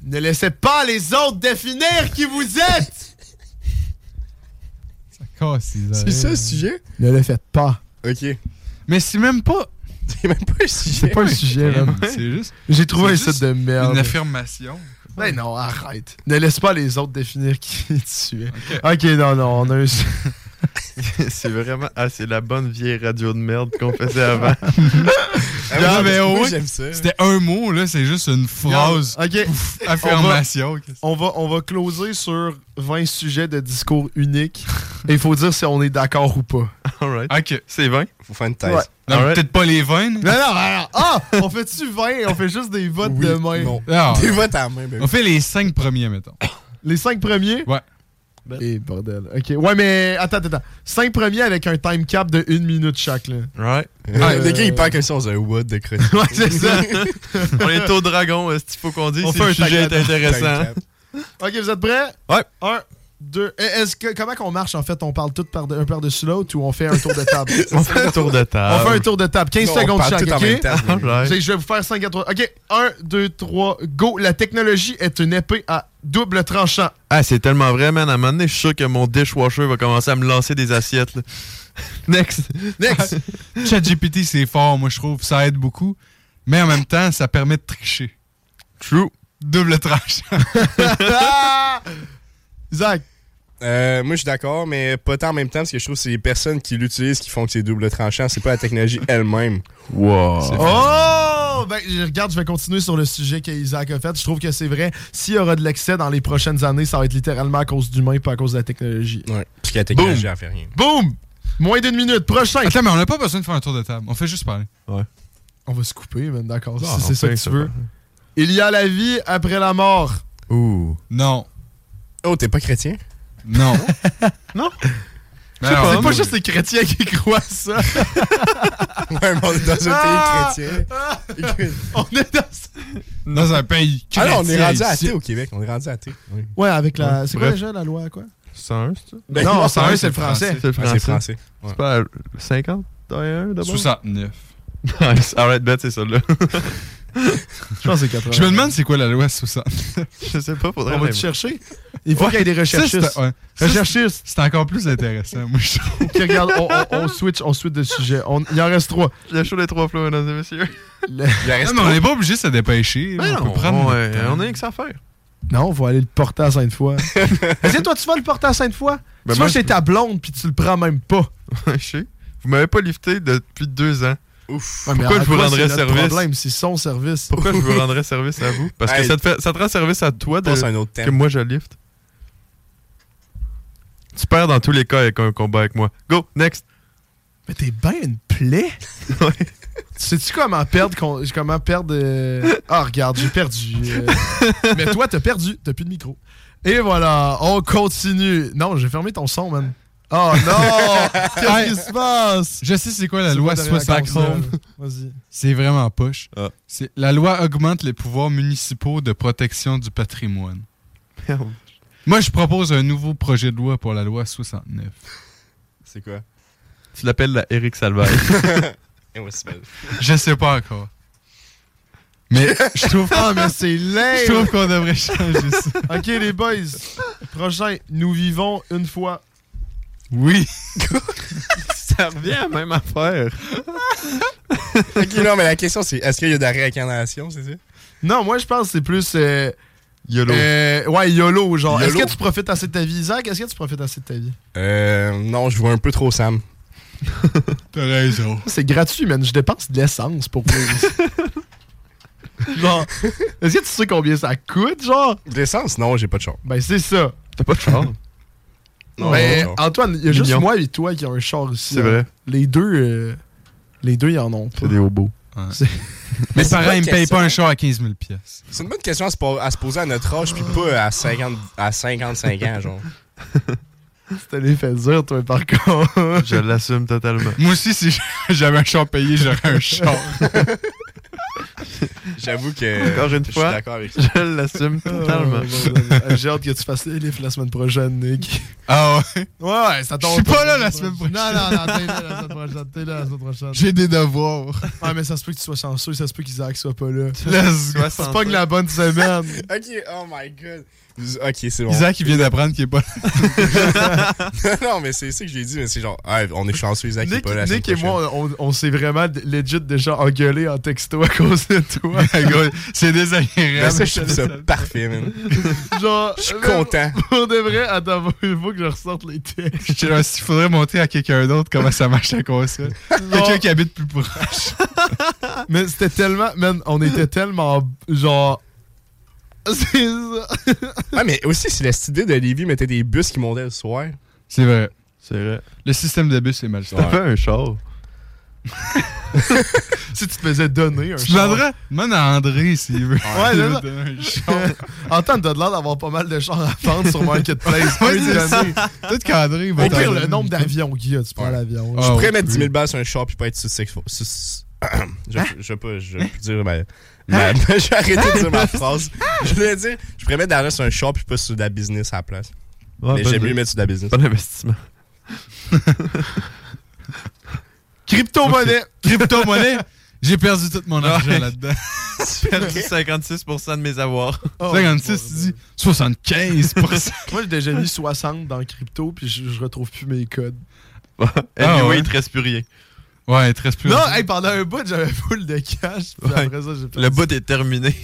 [SPEAKER 5] Ne laissez pas les autres définir qui vous êtes!
[SPEAKER 6] C'est
[SPEAKER 2] ça, le sujet?
[SPEAKER 5] Ne le faites pas.
[SPEAKER 2] Ok. <laughs>
[SPEAKER 6] Mais c'est même pas.
[SPEAKER 2] C'est même pas un sujet.
[SPEAKER 5] C'est pas un <laughs>
[SPEAKER 6] Eh,
[SPEAKER 5] sujet, man.
[SPEAKER 6] C'est juste.
[SPEAKER 5] J'ai trouvé un
[SPEAKER 6] c'est
[SPEAKER 5] site de
[SPEAKER 6] juste
[SPEAKER 5] merde.
[SPEAKER 6] Une affirmation.
[SPEAKER 5] Ben non, arrête. Ne laisse pas les autres définir qui <laughs> tu es. Ok, non, non, on a eu.
[SPEAKER 12] c'est vraiment. Ah, c'est la bonne vieille radio de merde qu'on faisait avant.
[SPEAKER 5] Ah
[SPEAKER 6] Non, mais au
[SPEAKER 12] oui,
[SPEAKER 6] moins, c'était un mot, là, c'est juste une phrase.
[SPEAKER 5] Ok.
[SPEAKER 6] Pouf, affirmation.
[SPEAKER 5] On va, on va closer sur 20 sujets de discours <laughs> unique. Et il faut dire si on est d'accord ou pas.
[SPEAKER 12] Alright.
[SPEAKER 6] Ok.
[SPEAKER 12] C'est 20.
[SPEAKER 2] Faut faire une
[SPEAKER 5] thèse.
[SPEAKER 6] Ouais. Non, peut-être pas les 20.
[SPEAKER 5] Non, non, non, non. Ah! On fait-tu 20 et on fait juste des votes de
[SPEAKER 2] <laughs>
[SPEAKER 5] main?
[SPEAKER 6] Non.
[SPEAKER 2] main,
[SPEAKER 6] Ah, On fait les 5 premiers, mettons.
[SPEAKER 5] Les 5 premiers?
[SPEAKER 6] Ouais.
[SPEAKER 5] Eh, bordel. Ok. Ouais, mais attends, attends, attends. 5 premiers avec un time cap de 1 minute chaque, là.
[SPEAKER 12] Right.
[SPEAKER 5] Ah,
[SPEAKER 2] le gars, il parle comme si on faisait un what
[SPEAKER 12] <laughs>
[SPEAKER 2] de chronique.
[SPEAKER 5] Ouais, c'est ça.
[SPEAKER 12] On est au dragon, est-ce qu'il faut qu'on dise
[SPEAKER 5] On
[SPEAKER 12] si
[SPEAKER 5] fait
[SPEAKER 12] le
[SPEAKER 5] un
[SPEAKER 12] sujet est
[SPEAKER 5] tag-along.
[SPEAKER 12] intéressant?
[SPEAKER 5] Tag-cap. Ok, vous êtes prêts?
[SPEAKER 12] Ouais.
[SPEAKER 5] 1, 2. Est-ce que, comment qu'on marche en fait? On parle tout par un par-dessus l'autre ou on fait un tour de table?
[SPEAKER 12] <laughs> On fait un tour de table.
[SPEAKER 5] On fait un tour de table. 15
[SPEAKER 12] Non, on
[SPEAKER 5] secondes
[SPEAKER 12] parle
[SPEAKER 5] chaque.
[SPEAKER 12] tout en
[SPEAKER 5] ok?
[SPEAKER 12] même temps, mais-
[SPEAKER 5] <laughs>
[SPEAKER 12] Alright.
[SPEAKER 5] Je- Je vais vous faire 5 à 3. Ok, 1, 2, 3, go. La technologie est une épée à double tranchant.
[SPEAKER 12] Ah, c'est tellement vrai, man. À un moment donné, je suis sûr que mon dishwasher va commencer à me lancer des assiettes. là. <laughs> Next.
[SPEAKER 5] Next.
[SPEAKER 1] Ah.
[SPEAKER 6] ChatGPT, c'est fort, moi, je trouve. Ça aide beaucoup. Mais en même temps, ça permet de tricher.
[SPEAKER 12] True.
[SPEAKER 6] Double trash.
[SPEAKER 5] <laughs> Zach.
[SPEAKER 2] Euh, moi, je suis d'accord, mais pas tant en même temps, parce que je trouve que c'est les personnes qui l'utilisent qui font que c'est double tranchant. C'est pas la technologie elle-même.
[SPEAKER 12] Wow.
[SPEAKER 5] Oh! Ben, je- regarde, je vais continuer sur le sujet qu'Isaac a fait. Je trouve que c'est vrai. S'il y aura de l'excès dans les prochaines années, ça va être littéralement à cause d'humain, pas à cause de la technologie.
[SPEAKER 2] Ouais. Parce que la technologie,
[SPEAKER 6] Boom.
[SPEAKER 2] elle fait rien.
[SPEAKER 5] Boum! Moins d'une minute. Prochain.
[SPEAKER 6] Attends, mais on n'a pas besoin de faire un tour de table. On fait juste parler.
[SPEAKER 12] Ouais.
[SPEAKER 5] On va se couper, man. D'accord.
[SPEAKER 6] Ah,
[SPEAKER 5] Si c'est
[SPEAKER 6] on
[SPEAKER 5] ça
[SPEAKER 6] fait
[SPEAKER 5] que
[SPEAKER 6] ça,
[SPEAKER 5] tu veux. Il y a la vie après la mort.
[SPEAKER 12] Ouh.
[SPEAKER 6] Non.
[SPEAKER 2] Oh, t'es pas chrétien?
[SPEAKER 6] Non.
[SPEAKER 5] Non?
[SPEAKER 6] Ben
[SPEAKER 5] Je sais
[SPEAKER 6] non,
[SPEAKER 5] pas, c'est pas
[SPEAKER 6] mais-
[SPEAKER 5] juste les chrétiens qui croient à ça.
[SPEAKER 4] <laughs>
[SPEAKER 5] <laughs>
[SPEAKER 4] Ouais, mais on est dans un pays
[SPEAKER 5] Ah!
[SPEAKER 4] chrétien.
[SPEAKER 5] Ah! on est dans...
[SPEAKER 6] Dans un pays
[SPEAKER 4] Ah non, on est
[SPEAKER 6] chrétien
[SPEAKER 4] rendu
[SPEAKER 6] ici.
[SPEAKER 4] athée au Québec. On est rendu athée. Oui.
[SPEAKER 5] Ouais, avec la.
[SPEAKER 4] Ouais,
[SPEAKER 5] c'est quoi
[SPEAKER 4] bref.
[SPEAKER 5] déjà la loi quoi
[SPEAKER 2] 101, c'est ça? Ah,
[SPEAKER 4] Ben,
[SPEAKER 5] non,
[SPEAKER 4] non,
[SPEAKER 5] 101, c'est le
[SPEAKER 4] français.
[SPEAKER 5] français. Ah,
[SPEAKER 2] C'est le
[SPEAKER 4] Ouais,
[SPEAKER 2] français.
[SPEAKER 4] c'est français. Ouais.
[SPEAKER 2] C'est pas 50 d'abord?
[SPEAKER 6] 69.
[SPEAKER 2] Nice. <laughs> Alright, bet, c'est ça, là.
[SPEAKER 5] <laughs> Je pense que c'est 80.
[SPEAKER 6] Je me demande c'est quoi la loi 69.
[SPEAKER 2] Je sais pas, faudrait.
[SPEAKER 5] On va
[SPEAKER 2] même. euh,
[SPEAKER 5] te chercher. Il faut qu'il y ait des recherchistes.
[SPEAKER 6] Recherchistes. C'est encore plus intéressant, moi, je trouve.
[SPEAKER 5] Ok, regarde, on, on- on switch, on switch de sujet. On- il en reste trois.
[SPEAKER 2] Le show des trois flots, mesdames et messieurs.
[SPEAKER 6] Non, mais on n'est pas obligé de se dépêcher. là.
[SPEAKER 2] Ben
[SPEAKER 6] on
[SPEAKER 2] non,
[SPEAKER 6] peut prendre.
[SPEAKER 2] on,
[SPEAKER 6] notre
[SPEAKER 2] euh,
[SPEAKER 6] temps.
[SPEAKER 2] on a rien que ça à faire.
[SPEAKER 5] Non, on va aller le porter
[SPEAKER 2] <laughs>
[SPEAKER 5] à Sainte-Foy. Est-ce que toi, tu vas le porter à Sainte-Foy?
[SPEAKER 2] Ben,
[SPEAKER 5] tu
[SPEAKER 2] moi,
[SPEAKER 5] vas chez
[SPEAKER 2] je-
[SPEAKER 5] ta blonde puis tu le prends même pas.
[SPEAKER 2] Je sais. Vous m'avez pas lifté depuis deux ans.
[SPEAKER 4] Ouf.
[SPEAKER 5] Ouais, mais
[SPEAKER 2] Pourquoi
[SPEAKER 5] en
[SPEAKER 2] je vous
[SPEAKER 5] quoi
[SPEAKER 2] rendrais
[SPEAKER 5] c'est notre
[SPEAKER 2] service?
[SPEAKER 5] problème, c'est son service.
[SPEAKER 2] Pourquoi je
[SPEAKER 5] <laughs>
[SPEAKER 2] vous rendrais service à vous? Parce que
[SPEAKER 4] Hey.
[SPEAKER 2] ça te, fait, ça te rend service à toi de,
[SPEAKER 4] Passe à un autre thème.
[SPEAKER 2] que moi je lift. Tu perds dans tous les cas avec un combat avec moi. Go, next.
[SPEAKER 5] Mais t'es bien une
[SPEAKER 2] <laughs>
[SPEAKER 5] plaie. Sais-tu comment perdre con- comment perdre euh, Ah regarde, j'ai perdu. euh. Mais toi t'as perdu, t'as plus de micro. Et voilà, on continue. Non, j'ai fermé ton son, man. Oh non! Qu'est-ce qui se passe?
[SPEAKER 6] Je sais c'est quoi la
[SPEAKER 5] C'est
[SPEAKER 6] loi
[SPEAKER 5] pas derrière la
[SPEAKER 6] 69.
[SPEAKER 5] console. Vas-y.
[SPEAKER 6] C'est vraiment poche. C'est- La loi augmente les pouvoirs municipaux de protection du patrimoine.
[SPEAKER 2] Merde.
[SPEAKER 6] Moi, je propose un nouveau projet de loi pour la loi 69.
[SPEAKER 4] C'est quoi?
[SPEAKER 2] Tu l'appelles la Eric
[SPEAKER 4] <laughs>
[SPEAKER 2] Salvaille.
[SPEAKER 4] Impossible.
[SPEAKER 6] Je sais pas encore. Mais <laughs> je trouve,
[SPEAKER 5] Ah mais c'est laid!
[SPEAKER 6] je trouve qu'on devrait changer ça.
[SPEAKER 5] Ok les boys, prochain, nous vivons une fois.
[SPEAKER 6] Oui.
[SPEAKER 2] ça revient à la même affaire.
[SPEAKER 4] Ok, non, mais la question, c'est est-ce qu'il y a de la réincarnation, c'est ça?
[SPEAKER 5] Non, moi je pense que c'est plus euh,
[SPEAKER 2] YOLO.
[SPEAKER 5] euh, ouais YOLO genre. Est-ce
[SPEAKER 4] YOLO.
[SPEAKER 5] que tu profites assez de ta vie, Isaac? Est-ce que tu profites assez de ta vie?
[SPEAKER 4] Euh, non, je vois un peu trop Sam.
[SPEAKER 6] T'as raison.
[SPEAKER 5] C'est gratuit, man. Je dépense de l'essence pour
[SPEAKER 2] <laughs>
[SPEAKER 5] vous. genre, est-ce que tu sais combien ça coûte, genre?
[SPEAKER 4] De L'essence? Non, j'ai pas de char.
[SPEAKER 5] Ben, c'est ça.
[SPEAKER 2] T'as pas de
[SPEAKER 5] <laughs>
[SPEAKER 2] char.
[SPEAKER 4] Non, j'ai
[SPEAKER 5] Mais
[SPEAKER 4] pas de char.
[SPEAKER 5] Antoine, il y a juste
[SPEAKER 2] Mignon.
[SPEAKER 5] moi et toi qui ont un char ici.
[SPEAKER 2] C'est
[SPEAKER 5] hein.
[SPEAKER 2] vrai.
[SPEAKER 5] Les deux, euh, les deux, ils en ont pas.
[SPEAKER 2] C'est des hobos.
[SPEAKER 6] Mes
[SPEAKER 4] c'est
[SPEAKER 6] parents,
[SPEAKER 4] une
[SPEAKER 6] ils
[SPEAKER 4] bonne
[SPEAKER 6] me payent
[SPEAKER 4] question.
[SPEAKER 6] pas un char à 15 000 pièces.
[SPEAKER 4] C'est une bonne question à se, po- à se poser à notre âge, puis pas à, 50, à 55 ans, genre.
[SPEAKER 5] C'était les faits durs, toi, par contre.
[SPEAKER 2] Je l'assume totalement.
[SPEAKER 6] Moi aussi, si j'avais un char payé, j'aurais un char.
[SPEAKER 4] J'avoue que.
[SPEAKER 2] Encore une
[SPEAKER 4] je suis
[SPEAKER 2] fois.
[SPEAKER 4] d'accord avec ça.
[SPEAKER 2] Je l'assume <laughs> totalement.
[SPEAKER 5] Euh, J'ai hâte que tu fasses les livres la semaine prochaine, Nick.
[SPEAKER 6] Ah ouais?
[SPEAKER 5] Ouais, ouais, ça tombe.
[SPEAKER 6] Je suis pas là la semaine prochaine.
[SPEAKER 5] Non, non, non, t'es là la semaine prochaine. T'es là la semaine prochaine.
[SPEAKER 6] J'ai des devoirs.
[SPEAKER 5] Ah, mais ça se peut que tu sois chanceux, ça se peut qu'Isaac soit pas là.
[SPEAKER 6] Let's go.
[SPEAKER 5] C'est pas que la bonne
[SPEAKER 4] <laughs>
[SPEAKER 5] semaine.
[SPEAKER 4] Ok, oh my god. Ok, c'est bon.
[SPEAKER 6] Isaac, il vient d'apprendre qu'il est pas
[SPEAKER 4] <laughs> non, mais c'est ça que j'ai dit, mais c'est genre, ah, on est chanceux, Isaac, il est
[SPEAKER 5] Nick,
[SPEAKER 4] pas là. la
[SPEAKER 5] Nick et
[SPEAKER 4] semaine prochaine.
[SPEAKER 5] moi, on, on s'est vraiment d- legit déjà engueulé en texto à cause de
[SPEAKER 4] <laughs>
[SPEAKER 5] toi.
[SPEAKER 6] là. C'est désagréable.
[SPEAKER 4] Ben ça, je trouve ça parfait, man.
[SPEAKER 5] Genre,
[SPEAKER 4] Je suis content.
[SPEAKER 5] Pour de vrai, attends, il faut que je ressorte les textes.
[SPEAKER 6] Je sais pas s'il faudrait montrer à quelqu'un d'autre comment ça marche la console. Quelqu'un qui habite plus proche.
[SPEAKER 5] Mais c'était tellement. Man, on était
[SPEAKER 4] <laughs>
[SPEAKER 5] tellement. Genre. C'est ça.
[SPEAKER 4] Ah, mais aussi, c'est la petite idée de Lévi mettait des bus qui montaient le soir.
[SPEAKER 6] C'est vrai.
[SPEAKER 2] C'est vrai.
[SPEAKER 6] Le système de bus est mal fait.
[SPEAKER 2] T'as fait un char.
[SPEAKER 5] <laughs> Si tu te faisais donner un
[SPEAKER 6] Tu demanderas. Demande à André s'il veut.
[SPEAKER 5] Ouais,
[SPEAKER 6] Il
[SPEAKER 5] là,
[SPEAKER 6] veut
[SPEAKER 5] là.
[SPEAKER 6] donner un char.
[SPEAKER 5] En tant t'as de l'air d'avoir pas mal de chars à vendre sur Marketplace.
[SPEAKER 4] <laughs>
[SPEAKER 6] Ouais,
[SPEAKER 5] Peux
[SPEAKER 6] c'est
[SPEAKER 5] donner.
[SPEAKER 6] Peut-être qu'André va
[SPEAKER 5] Au pire,
[SPEAKER 6] t'en-
[SPEAKER 5] le nombre d'avions qu'il y a, tu prends
[SPEAKER 4] Ouais.
[SPEAKER 5] l'avion.
[SPEAKER 6] Ah,
[SPEAKER 4] Je pourrais
[SPEAKER 6] ouais.
[SPEAKER 4] mettre 10 000 balles sur un char puis pas être successful. Sus- <clears throat> Je, je sais pas, je vais plus dire
[SPEAKER 5] Hein?
[SPEAKER 4] ma. ma- <laughs> je vais arrêter de dire ma phrase. Je voulais dire, je pourrais mettre de l'argent sur un char puis pas sur de la business à la place.
[SPEAKER 2] Ouais,
[SPEAKER 4] mais
[SPEAKER 2] bonne-
[SPEAKER 4] j'aime mieux mettre sur de la business.
[SPEAKER 2] Bon investissement.
[SPEAKER 5] <laughs> Crypto-monnaie.
[SPEAKER 6] Crypto-monnaie. J'ai perdu tout mon argent là-dedans.
[SPEAKER 2] J'ai perdu 56% de mes avoirs.
[SPEAKER 5] Oh,
[SPEAKER 6] 56, tu dis 75
[SPEAKER 5] Moi, j'ai déjà mis 60 dans crypto, puis je, je retrouve plus mes codes.
[SPEAKER 2] anyway,
[SPEAKER 6] Ah ouais.
[SPEAKER 2] il te reste plus rien.
[SPEAKER 6] Ouais, il te reste plus.
[SPEAKER 5] Non, hey, pendant un bout, j'avais full de cash, puis
[SPEAKER 2] Ouais.
[SPEAKER 5] après ça, j'ai perdu.
[SPEAKER 2] Le bout est terminé.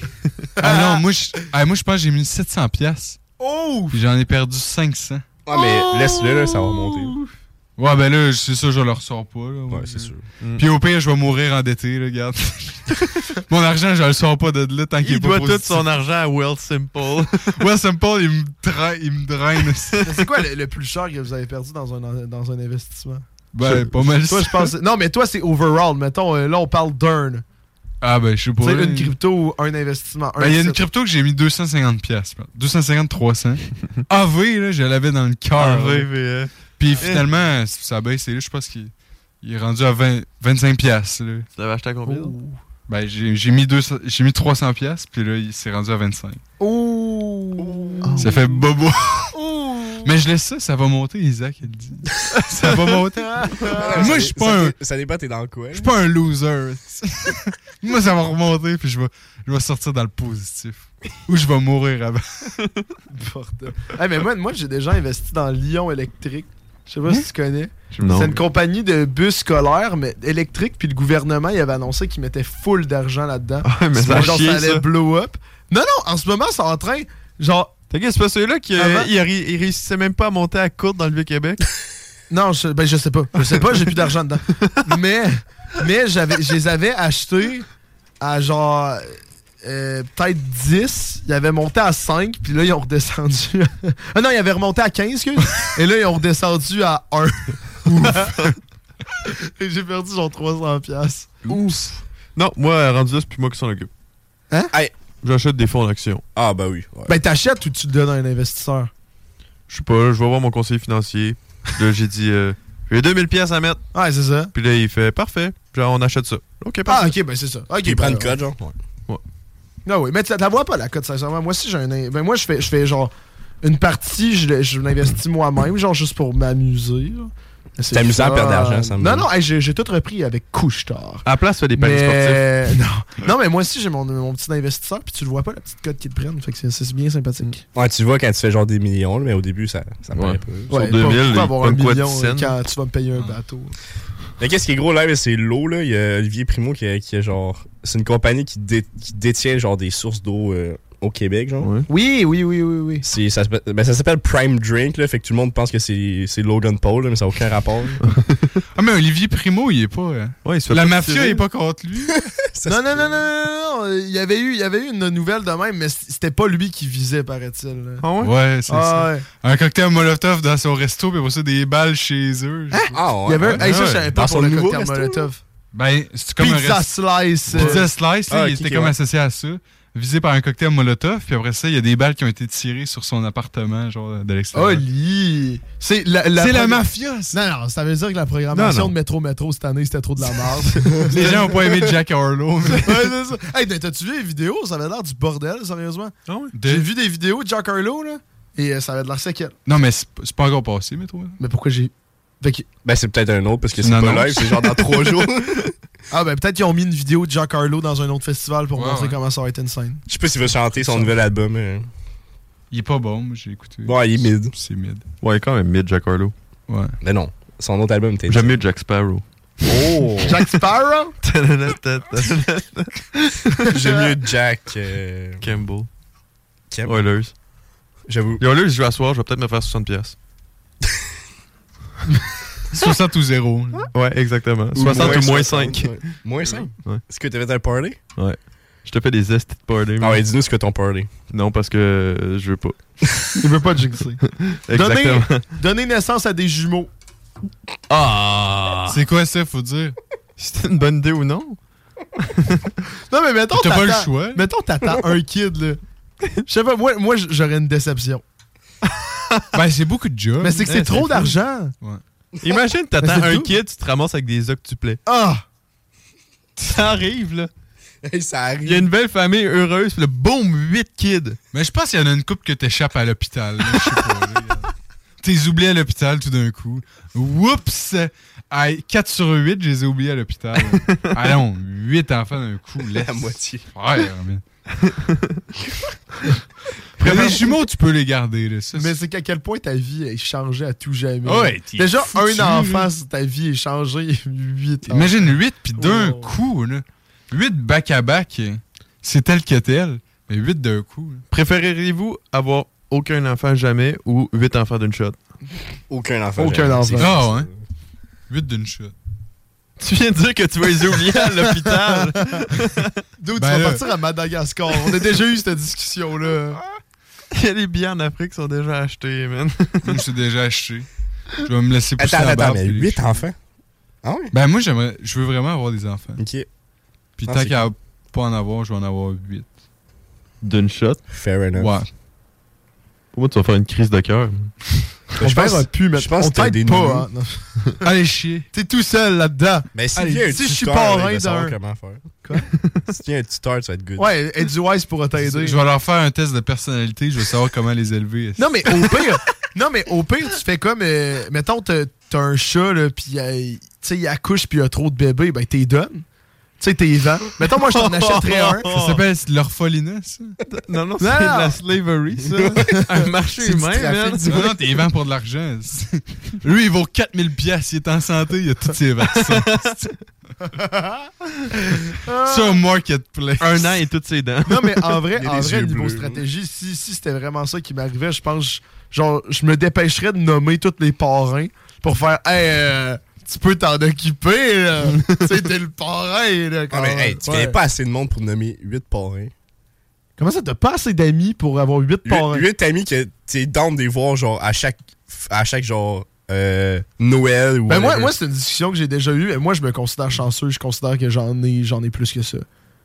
[SPEAKER 6] Ah non, moi, je, ah, moi, je pense que j'ai mis 700 pièces.
[SPEAKER 5] Oh!
[SPEAKER 6] Puis j'en ai perdu 500.
[SPEAKER 4] Ah, mais laisse-le, là, ça va remonter.
[SPEAKER 6] Ouais, ben là, c'est sûr, je le ressors pas. Là,
[SPEAKER 4] Ouais,
[SPEAKER 5] Oh,
[SPEAKER 4] c'est sûr.
[SPEAKER 6] Puis au pire, je vais mourir endetté,
[SPEAKER 5] <laughs>
[SPEAKER 6] là, regarde. Mon argent, je le sors pas de là tant qu'il
[SPEAKER 2] Il,
[SPEAKER 6] est pas
[SPEAKER 2] doit tout
[SPEAKER 6] positif.
[SPEAKER 2] son argent à Will Simple.
[SPEAKER 6] Ouais, Sam Paul, il me draine. Il me draine aussi.
[SPEAKER 5] <laughs> Mais C'est quoi le, le plus cher que vous avez perdu dans un, dans un
[SPEAKER 6] <laughs>
[SPEAKER 5] investissement?
[SPEAKER 6] ben, pas mal.
[SPEAKER 5] Toi, je pense. Non, mais toi, c'est overall. Mettons, euh, là, on parle d'un.
[SPEAKER 6] Ah, ben, je sais
[SPEAKER 5] Tu
[SPEAKER 6] pas.
[SPEAKER 5] sais, une crypto ou un investissement.
[SPEAKER 6] Ben, Il y a une crypto que j'ai mis 250$. piastres, man.
[SPEAKER 5] <laughs>
[SPEAKER 6] 250, 300. AV, là, je l'avais dans le cœur.
[SPEAKER 4] AV,
[SPEAKER 2] Ah,
[SPEAKER 6] là.
[SPEAKER 4] mais, euh,
[SPEAKER 6] Puis
[SPEAKER 4] eh.
[SPEAKER 6] finalement, ça a baissé. Là, je pense qu'il il est rendu à 20 25$. piastres, Là.
[SPEAKER 4] Tu l'avais acheté à combien?
[SPEAKER 6] Ben, j'ai j'ai mis, 200 j'ai mis 300$, piastres, puis là, il s'est rendu à 25$. Ça fait bobo. <laughs> Mais je laisse ça, ça va monter, Isaac, il dit. <laughs> ça va monter. Moi, je suis pas un.
[SPEAKER 2] Ça dépend, t'es dans le coin.
[SPEAKER 6] Je suis pas un loser. <laughs> Moi, ça va remonter, puis je vais, je vais sortir dans le positif. Ou je vais mourir avant.
[SPEAKER 5] Eh, mais moi, moi j'ai déjà investi dans Lyon Électrique. Je sais pas
[SPEAKER 12] Hein?
[SPEAKER 5] si tu connais.
[SPEAKER 6] Je- non.
[SPEAKER 5] C'est une compagnie de bus scolaires, mais électrique, puis le gouvernement, il avait annoncé qu'il mettait full d'argent là-dedans.
[SPEAKER 12] Ouais, Ah, mais
[SPEAKER 5] C'est
[SPEAKER 12] ça a
[SPEAKER 5] genre,
[SPEAKER 12] chié,
[SPEAKER 5] allait
[SPEAKER 12] ça.
[SPEAKER 5] blow up. Non, non, en ce moment, c'est en train. Genre.
[SPEAKER 12] T'inquiète, c'est pas celui-là qui euh,
[SPEAKER 5] Avant-
[SPEAKER 12] il, ri- il réussissait même pas à monter à courte dans le Vieux-Québec.
[SPEAKER 5] Non, je, ben, je sais pas. Je sais pas, j'ai plus d'argent <laughs> dedans. mais mais j'avais, je les avais achetés à genre euh, peut-être 10. Ils avaient monté à 5, puis là, ils ont redescendu. à- <laughs> ah non, ils avaient remonté à 15, excuse. et là, ils ont redescendu à 1. et <laughs> j'ai perdu genre 300$. piastres.
[SPEAKER 12] Ouf. Non, moi, rendu là, c'est plus moi qui s'en occupe.
[SPEAKER 5] Hein?
[SPEAKER 12] J'achète des fonds en action.
[SPEAKER 2] Ah, bah oui.
[SPEAKER 5] Ben, t'achètes ou tu le donnes à un investisseur?
[SPEAKER 12] Je sais pas, je vais voir mon conseiller financier. là, j'ai dit, euh, j'ai 2000 pièces à mettre.
[SPEAKER 5] Ouais, c'est ça.
[SPEAKER 12] Puis là, il fait, parfait. Genre, on achète ça. OK,
[SPEAKER 5] Ah,
[SPEAKER 12] parfait.
[SPEAKER 5] ok, ben c'est ça. Ok,
[SPEAKER 12] Puis prends
[SPEAKER 5] ben,
[SPEAKER 12] une cote, genre.
[SPEAKER 5] Non, Ah oui, mais tu la vois pas, la cote, sincèrement. Moi, si j'ai un. in- Ben, moi, je fais, je fais genre une partie, je, le- je l'investis moi-même, genre juste pour m'amuser. là. Mais c'est
[SPEAKER 2] T'amuser à
[SPEAKER 5] fun.
[SPEAKER 2] perdre de l'argent, ça me
[SPEAKER 5] Non,
[SPEAKER 2] dit.
[SPEAKER 5] non, hey, j'ai j'ai tout repris avec Couchetard.
[SPEAKER 12] À la place, fais des paris
[SPEAKER 5] Mais-
[SPEAKER 12] sportifs.
[SPEAKER 5] Non. non, mais moi aussi, j'ai mon, mon petit investisseur, puis tu le vois pas, la petite cote qu'ils te prennent. Fait que c'est- c'est bien sympathique.
[SPEAKER 4] Mmh.
[SPEAKER 2] Ouais, tu vois quand tu fais genre des millions, là, mais au début, ça, ça me paraît pas.
[SPEAKER 5] Ouais, pas- pas avoir un million euh, quand tu vas me payer un bateau.
[SPEAKER 2] Mais qu'est-ce qui est gros là, mais c'est l'eau là. Il y a Olivier Primo qui est qui est genre. C'est une compagnie qui, dé- qui détient genre des sources d'eau euh, au Québec, genre.
[SPEAKER 4] Mmh.
[SPEAKER 5] Oui, oui, oui, oui, oui.
[SPEAKER 2] C'est- Ça s'appelle ben, ça s'appelle Prime Drink, là. Fait que tout le monde pense que c'est c'est Logan Paul, là, mais ça n'a aucun rapport.
[SPEAKER 6] Ah, mais Olivier Primo, il est pas. euh,
[SPEAKER 12] Ouais,
[SPEAKER 6] la mafia est pas contre
[SPEAKER 12] <laughs>
[SPEAKER 6] lui.
[SPEAKER 5] non, non, non, non, non, non, non, Il y avait eu, il y avait eu une nouvelle de même, mais c- c'était pas lui qui visait, paraît-il. là.
[SPEAKER 6] Ouais, c'est
[SPEAKER 5] Ah
[SPEAKER 6] ça.
[SPEAKER 5] ouais.
[SPEAKER 6] Un cocktail Molotov dans son resto, puis pour ça, des balles chez eux.
[SPEAKER 12] Hein?
[SPEAKER 2] Ah,
[SPEAKER 5] Il y avait un- hey, ça, je savais pas pour le cocktail Molotov.
[SPEAKER 6] Ben, c'est comme
[SPEAKER 5] Pizza
[SPEAKER 6] un rest-
[SPEAKER 5] slice, euh.
[SPEAKER 6] Pizza slice, là,
[SPEAKER 5] Ah,
[SPEAKER 6] il
[SPEAKER 5] ok,
[SPEAKER 6] était
[SPEAKER 5] ok,
[SPEAKER 6] comme
[SPEAKER 5] ouais.
[SPEAKER 6] associé à ça. Visé par un cocktail Molotov, puis après ça, il y a des balles qui ont été tirées sur son appartement, genre, de
[SPEAKER 12] Oh,
[SPEAKER 6] l'extérieur.
[SPEAKER 5] Oli! oh, C'est la,
[SPEAKER 6] C'est la
[SPEAKER 5] mafia! Non, non, ça veut dire que la programmation
[SPEAKER 6] Non, non.
[SPEAKER 5] de Métro Métro cette année, c'était
[SPEAKER 6] <laughs>
[SPEAKER 5] trop de la merde.
[SPEAKER 6] Les gens ont pas aimé
[SPEAKER 12] <laughs>
[SPEAKER 6] Jack Harlow.
[SPEAKER 5] ouais, c'est ça. Hey, ben, t'as-tu vu les vidéos? Ça avait l'air du bordel, sérieusement.
[SPEAKER 12] Ah
[SPEAKER 5] J'ai vu des vidéos de Jack Harlow, là, et euh, ça avait de l'air séquelle.
[SPEAKER 6] Non, mais c'est c'est pas encore passé, mais toi.
[SPEAKER 5] Mais pourquoi j'ai.
[SPEAKER 2] Ben, c'est peut-être un autre parce que
[SPEAKER 6] C'est
[SPEAKER 2] c'est
[SPEAKER 6] une
[SPEAKER 2] pas
[SPEAKER 6] annonce.
[SPEAKER 2] live, c'est genre dans
[SPEAKER 12] <laughs>
[SPEAKER 2] trois jours.
[SPEAKER 5] Ah, ben, peut-être qu'ils ont mis une vidéo de Jack Harlow dans un autre festival pour
[SPEAKER 2] Ouais,
[SPEAKER 5] montrer
[SPEAKER 2] ouais.
[SPEAKER 5] comment ça aurait été une scène. <laughs>
[SPEAKER 2] Je sais pas s'il veut chanter son nouvel album. euh.
[SPEAKER 6] Il est pas bon, moi, j'ai écouté.
[SPEAKER 2] Bon, il est mid.
[SPEAKER 6] C'est mid.
[SPEAKER 12] Ouais, quand même, mid Jack Harlow.
[SPEAKER 6] Ouais.
[SPEAKER 2] Mais non, son autre album était.
[SPEAKER 12] J'aime mieux Jack
[SPEAKER 6] <laughs>
[SPEAKER 12] Sparrow.
[SPEAKER 2] Oh!
[SPEAKER 5] Jack Sparrow?
[SPEAKER 2] <laughs> J'aime mieux Jack. euh,
[SPEAKER 12] Campbell.
[SPEAKER 2] Campbell.
[SPEAKER 12] Oilers.
[SPEAKER 2] J'avoue.
[SPEAKER 12] Les Oilers, je joue à soir, je vais peut-être me faire 60 pièces.
[SPEAKER 6] 60 ou 0.
[SPEAKER 12] Ouais, exactement. 60 ou moins 5.
[SPEAKER 2] Moins 5?
[SPEAKER 12] Ouais.
[SPEAKER 2] Est-ce que t'avais un party?
[SPEAKER 12] Ouais. Je te fais des estis de party.
[SPEAKER 2] Ah ouais, dis-nous ce que ton <laughs> party.
[SPEAKER 12] Non, parce que euh, je veux pas.
[SPEAKER 5] Il veut pas
[SPEAKER 6] <laughs>
[SPEAKER 5] jinxer.
[SPEAKER 12] Exactement.
[SPEAKER 5] Donner, donner naissance à des jumeaux.
[SPEAKER 12] Ah!
[SPEAKER 6] C'est quoi ça, faut dire?
[SPEAKER 12] C'était une bonne idée ou non?
[SPEAKER 5] <laughs> Non, mais mettons.
[SPEAKER 12] T'as pas le
[SPEAKER 5] t'attends-
[SPEAKER 12] choix.
[SPEAKER 5] Mettons, t'attends un kid, là. Je sais pas, moi, moi j'aurais une déception.
[SPEAKER 6] Ben, c'est beaucoup de jobs.
[SPEAKER 5] Mais c'est que c'est
[SPEAKER 12] Ouais,
[SPEAKER 5] trop
[SPEAKER 12] fou.
[SPEAKER 5] d'argent.
[SPEAKER 6] Ouais.
[SPEAKER 12] Imagine,
[SPEAKER 5] Mais
[SPEAKER 12] t'attends
[SPEAKER 5] c'est
[SPEAKER 12] un
[SPEAKER 5] tout.
[SPEAKER 12] kid, tu te ramasses avec des octuplets. <laughs>
[SPEAKER 5] Ah!
[SPEAKER 12] Ça arrive, là.
[SPEAKER 2] ça
[SPEAKER 12] Il y a
[SPEAKER 2] arrive.
[SPEAKER 12] une belle famille heureuse, puis le boom, 8 kids.
[SPEAKER 6] Mais je pense qu'il y en a une couple que t'échappes à l'hôpital. là, je sais pas, là. <laughs> T'es oublié à l'hôpital tout d'un coup. Oups! Aïe, 4 sur 8, je les ai oubliés à <laughs> l'hôpital. Allons, 8 enfants d'un coup. laisse.
[SPEAKER 2] La moitié.
[SPEAKER 6] Ouais, <laughs> mais... Mais les jumeaux, tu peux les garder. Là. Ça,
[SPEAKER 5] Mais c'est qu'à quel point ta vie est changée à tout jamais.
[SPEAKER 6] Ouais, t'es
[SPEAKER 5] Déjà,
[SPEAKER 6] foutu,
[SPEAKER 5] un
[SPEAKER 6] là.
[SPEAKER 5] enfant, si ta vie est changée, <laughs> huit ans.
[SPEAKER 6] Imagine 8 puis d'un coup, là. 8 back à back, hein. c'est tel que tel, mais 8 d'un coup. là.
[SPEAKER 12] Préféreriez-vous avoir aucun enfant jamais ou 8 enfants d'une shot?
[SPEAKER 2] Aucun enfant.
[SPEAKER 5] Aucun
[SPEAKER 2] jamais.
[SPEAKER 5] enfant.
[SPEAKER 2] C'est-
[SPEAKER 6] Ah ouais. 8 d'une chute.
[SPEAKER 12] Tu viens de dire que tu vas les oublier à l'hôpital.
[SPEAKER 5] <laughs> D'où tu
[SPEAKER 6] Ben
[SPEAKER 5] vas
[SPEAKER 6] là.
[SPEAKER 5] partir à Madagascar. On a déjà eu
[SPEAKER 12] <laughs>
[SPEAKER 5] cette discussion-là.
[SPEAKER 12] Il y a des billets en Afrique qui sont déjà achetés, man.
[SPEAKER 6] Moi, je suis déjà acheté. Je vais me laisser pousser
[SPEAKER 2] Attends,
[SPEAKER 6] la
[SPEAKER 2] attends,
[SPEAKER 6] barbe,
[SPEAKER 2] mais
[SPEAKER 6] puis les
[SPEAKER 2] 8
[SPEAKER 6] cheveux.
[SPEAKER 2] enfants? Ah ouais?
[SPEAKER 6] Ben moi, j'aimerais, je veux vraiment avoir des enfants.
[SPEAKER 2] Ok.
[SPEAKER 6] Puis
[SPEAKER 2] Ah,
[SPEAKER 6] tant
[SPEAKER 2] c'est
[SPEAKER 6] qu'à pas en avoir, je vais en avoir 8.
[SPEAKER 14] D'une shot.
[SPEAKER 4] Fair enough.
[SPEAKER 6] Ouais.
[SPEAKER 14] Moi, tu vas faire une crise de cœur.
[SPEAKER 2] Ben,
[SPEAKER 5] On verra plus, mais
[SPEAKER 14] je pense
[SPEAKER 5] on
[SPEAKER 14] que t'as des
[SPEAKER 5] t'aide pas.
[SPEAKER 14] nouveaux. <laughs>
[SPEAKER 5] hein.
[SPEAKER 6] Allez chier.
[SPEAKER 5] T'es tout seul là-dedans.
[SPEAKER 2] Ben,
[SPEAKER 4] Mais si
[SPEAKER 5] Allez,
[SPEAKER 4] tu un
[SPEAKER 5] si je suis
[SPEAKER 4] tuteur, là, il
[SPEAKER 5] parrain
[SPEAKER 4] va savoir
[SPEAKER 5] d'un.
[SPEAKER 4] comment faire.
[SPEAKER 2] <laughs>
[SPEAKER 4] si tu viens un tuteur, tu vas être good.
[SPEAKER 5] Ouais, Eddie Wise pourra t'aider.
[SPEAKER 6] Je vais leur faire un test de personnalité, je vais savoir comment les élever.
[SPEAKER 5] <laughs> Non, mais au pire, non, mais au pire, tu fais comme, euh, mettons, t'as t'as un chat, là, puis euh, tu sais, il accouche, puis il a trop de bébés, ben t'es donne. Tu sais, t'es vend. Mettons, moi, je
[SPEAKER 12] <laughs>
[SPEAKER 5] t'en achèterais un.
[SPEAKER 6] Ça s'appelle l'orphelinat, ça?
[SPEAKER 5] <laughs>
[SPEAKER 14] Non, non,
[SPEAKER 5] c'est de la
[SPEAKER 6] slavery,
[SPEAKER 5] <laughs>
[SPEAKER 14] ça. Un marché humain, man.
[SPEAKER 6] Non, non, t'es vend pour de l'argent. <laughs> Lui, il vaut 4000 piastres, il est en santé, il a toutes
[SPEAKER 5] <laughs>
[SPEAKER 6] ses vaccins. ça, marketplace.
[SPEAKER 14] Un an et toutes ses dents.
[SPEAKER 5] Non, mais en vrai, en vrai niveau stratégie, si, si c'était vraiment ça qui m'arrivait, je pense, genre, je me dépêcherais de nommer tous les parrains pour faire, hey, euh, tu peux t'en occuper,
[SPEAKER 14] <laughs>
[SPEAKER 5] là. tu sais, t'es le parrain, là.
[SPEAKER 4] Ah,
[SPEAKER 5] quand
[SPEAKER 4] mais
[SPEAKER 5] même.
[SPEAKER 4] hey, tu
[SPEAKER 5] Ouais.
[SPEAKER 4] connais pas assez de monde pour nommer 8 parrains.
[SPEAKER 5] Comment ça, t'as pas assez d'amis pour avoir 8 parrains?
[SPEAKER 4] 8 amis que t'es down de les voir genre à chaque à chaque genre euh, Noël ou
[SPEAKER 5] Ben moi,
[SPEAKER 4] whatever.
[SPEAKER 5] moi c'est une discussion que j'ai déjà eue. Et moi, je me considère chanceux. Je considère que j'en ai, j'en ai plus que ça.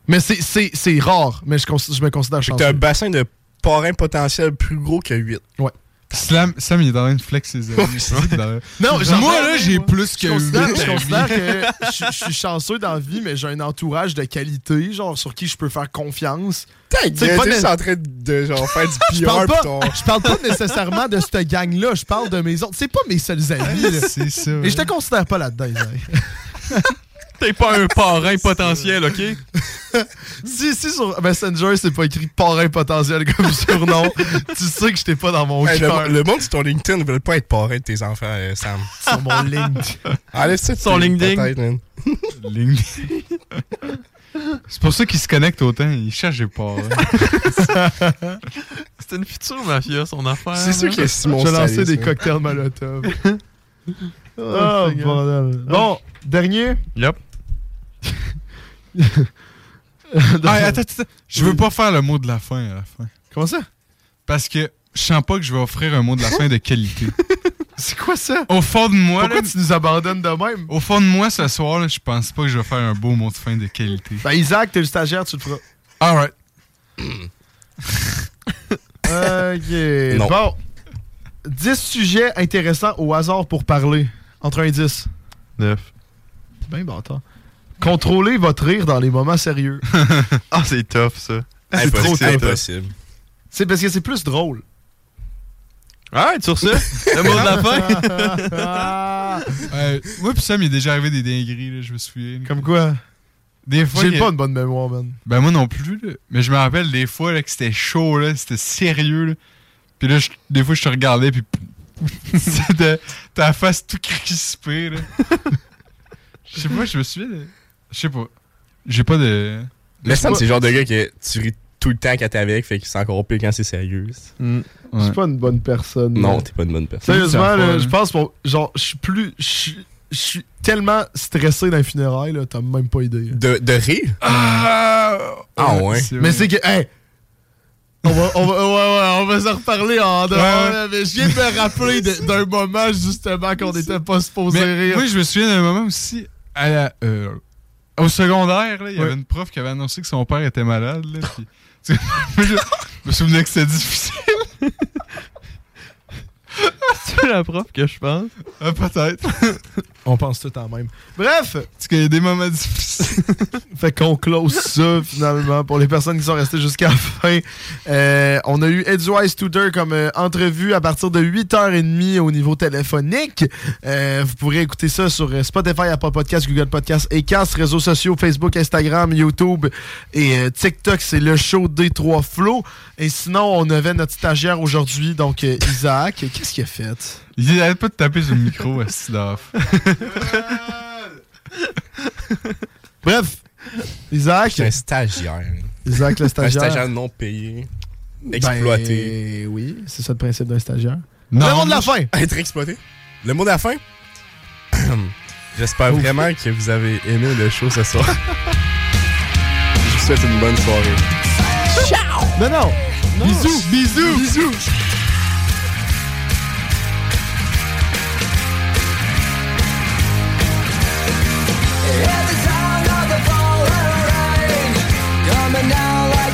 [SPEAKER 5] Mais c'est- c'est c'est rare, mais je, cons- je me considère
[SPEAKER 4] Fait que
[SPEAKER 5] chanceux.
[SPEAKER 4] t'as un bassin de parrains potentiels plus gros que 8.
[SPEAKER 5] Ouais.
[SPEAKER 6] Slam, Sam, il est en train de flex ses amis. C'est ça, d'ailleurs.
[SPEAKER 5] Non, j'en
[SPEAKER 6] Moi,
[SPEAKER 5] ai-
[SPEAKER 6] là, j'ai plus que
[SPEAKER 5] Je considère, je
[SPEAKER 6] 8
[SPEAKER 14] ben
[SPEAKER 5] considère que je, je suis chanceux dans la vie, mais j'ai un entourage de qualité, genre sur qui je peux faire confiance.
[SPEAKER 4] T'es
[SPEAKER 5] T'sais, pas
[SPEAKER 4] juste
[SPEAKER 5] de-
[SPEAKER 4] en train de genre faire du
[SPEAKER 5] <laughs> Je
[SPEAKER 4] PR
[SPEAKER 5] parle,
[SPEAKER 4] pis
[SPEAKER 5] pas,
[SPEAKER 4] ton-
[SPEAKER 5] je parle pas nécessairement de cette gang-là, je parle de mes autres. C'est pas mes seuls amis. là.
[SPEAKER 6] C'est ça.
[SPEAKER 5] Et je te considère pas là-dedans, Isaac.
[SPEAKER 14] <laughs> T'es pas un parrain potentiel, OK?
[SPEAKER 5] <laughs> Si, si sur Messenger, c'est pas écrit parrain potentiel comme surnom, tu sais que j'étais pas dans mon
[SPEAKER 4] Hey, le,
[SPEAKER 5] cœur.
[SPEAKER 4] le monde sur ton LinkedIn ne veut pas être parrain de tes enfants, euh, Sam.
[SPEAKER 5] <laughs> Sur mon LinkedIn.
[SPEAKER 4] <laughs> Allez, c'est
[SPEAKER 5] Son LinkedIn.
[SPEAKER 6] C'est pour ça qu'il se connecte autant. Il cherche des hein. parrains.
[SPEAKER 14] C'était une future mafia, son affaire.
[SPEAKER 6] C'est sûr
[SPEAKER 14] là.
[SPEAKER 6] que Simon
[SPEAKER 5] Je lançais des cocktails Molotov.
[SPEAKER 14] Oh,
[SPEAKER 5] Oh,
[SPEAKER 14] Seigneur.
[SPEAKER 5] bordel. Bon, dernier.
[SPEAKER 14] Yep.
[SPEAKER 5] <laughs>
[SPEAKER 6] Ah, attends, attends, attends. Je veux pas faire le mot de la fin à la fin.
[SPEAKER 5] Comment ça?
[SPEAKER 6] Parce que je sens pas que je vais offrir un mot de la fin
[SPEAKER 5] <laughs>
[SPEAKER 6] de qualité.
[SPEAKER 5] C'est quoi ça?
[SPEAKER 6] Au fond de moi.
[SPEAKER 5] Pourquoi
[SPEAKER 6] là,
[SPEAKER 5] tu nous abandonnes de même?
[SPEAKER 6] Au fond de moi, ce soir, là, je pense pas que je vais faire un beau mot de fin de qualité.
[SPEAKER 5] Ben, Isaac, t'es le stagiaire, tu le feras.
[SPEAKER 6] Alright.
[SPEAKER 5] Ok.
[SPEAKER 6] Non.
[SPEAKER 5] Bon. 10 sujets intéressants au hasard pour parler. Entre 1 et 10.
[SPEAKER 14] Neuf.
[SPEAKER 5] C'est bien bâtard. Contrôlez votre rire dans les moments sérieux.
[SPEAKER 14] Ah, c'est tough, ça.
[SPEAKER 5] C'est trop tough.
[SPEAKER 4] impossible.
[SPEAKER 5] C'est parce que c'est plus drôle.
[SPEAKER 14] Alright, sur ça, le mot de
[SPEAKER 5] <laughs>
[SPEAKER 14] la fin.
[SPEAKER 6] Ouais, Euh, moi, pis Sam, il est déjà arrivé des dingueries, là, je me souviens.
[SPEAKER 5] Comme quoi?
[SPEAKER 6] Des fois.
[SPEAKER 5] J'ai
[SPEAKER 6] que-
[SPEAKER 5] pas une bonne mémoire, man.
[SPEAKER 6] Ben, moi non plus, là. Mais je me rappelle des fois là, que c'était chaud, là, c'était sérieux, là. Puis là, je- des fois, je te regardais, puis. <laughs> c'était ta face tout crispée, là. Je sais pas, je me souviens. de- Je sais pas. J'ai pas de.
[SPEAKER 4] Mais Sam,
[SPEAKER 6] pas-
[SPEAKER 4] c'est le genre de gars que tu ris tout le temps quand t'es avec, fait qu'il c'est encore pire quand c'est sérieux.
[SPEAKER 5] Je suis pas une bonne personne.
[SPEAKER 4] Non,
[SPEAKER 5] man.
[SPEAKER 4] t'es pas une bonne personne.
[SPEAKER 5] Sérieusement, là, je pense pour. Genre, je suis plus. Je suis- je suis tellement stressé dans les funérailles, là, t'as même pas idée.
[SPEAKER 4] De, de rire?
[SPEAKER 5] Ah,
[SPEAKER 4] Ah ouais.
[SPEAKER 5] Mais c'est que. Hey! On va, on va, ouais, ouais, on va se reparler en dehors,
[SPEAKER 6] Ouais.
[SPEAKER 5] là, mais je viens de me rappeler de- d'un moment justement <laughs> qu'on n'était pas supposé
[SPEAKER 6] Mais
[SPEAKER 5] rire.
[SPEAKER 6] Moi, je me souviens d'un moment aussi, à la- euh, au secondaire, là, il y avait
[SPEAKER 5] Ouais.
[SPEAKER 6] une prof qui avait annoncé que son père était malade. là, puis- <laughs> tu sais, moi, je je me souvenais que c'était difficile.
[SPEAKER 14] <laughs> C'est la prof que je pense.
[SPEAKER 6] Ah, peut-être.
[SPEAKER 5] On pense tout en même. Bref!
[SPEAKER 6] Parce qu'il y a des moments difficiles.
[SPEAKER 5] fait qu'on close ça finalement pour les personnes qui sont restées jusqu'à la fin. Euh, on a eu Edgewise Tutor comme euh, entrevue à partir de 8h30 au niveau téléphonique. Euh, vous pourrez écouter ça sur euh, Spotify, Apple Podcast, Google Podcast et CAS, réseaux sociaux, Facebook, Instagram, YouTube et euh, TikTok. C'est le show des trois flots. Et sinon, on avait notre stagiaire aujourd'hui, donc euh, Isaac. Qu'est-ce qu'il a fait?
[SPEAKER 6] Il n'arrête pas de taper sur le micro, Astidoff.
[SPEAKER 5] Bref, Isaac.
[SPEAKER 4] J'étais un stagiaire.
[SPEAKER 5] Isaac, le stagiaire.
[SPEAKER 4] <laughs> Un stagiaire non payé,
[SPEAKER 5] <laughs>
[SPEAKER 4] exploité.
[SPEAKER 5] Ben, oui, c'est ça le principe d'un stagiaire.
[SPEAKER 4] Non,
[SPEAKER 5] le mot de la
[SPEAKER 4] moi,
[SPEAKER 5] fin!
[SPEAKER 4] Être exploité. Le mot de la fin? <clears throat> J'espère vraiment que vous avez aimé le show ce soir. Je vous souhaite une bonne soirée.
[SPEAKER 5] Ciao! Non, non! Bisous! Bisous! Bisous!
[SPEAKER 15] Every sound of the falling rain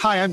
[SPEAKER 5] Hi, I'm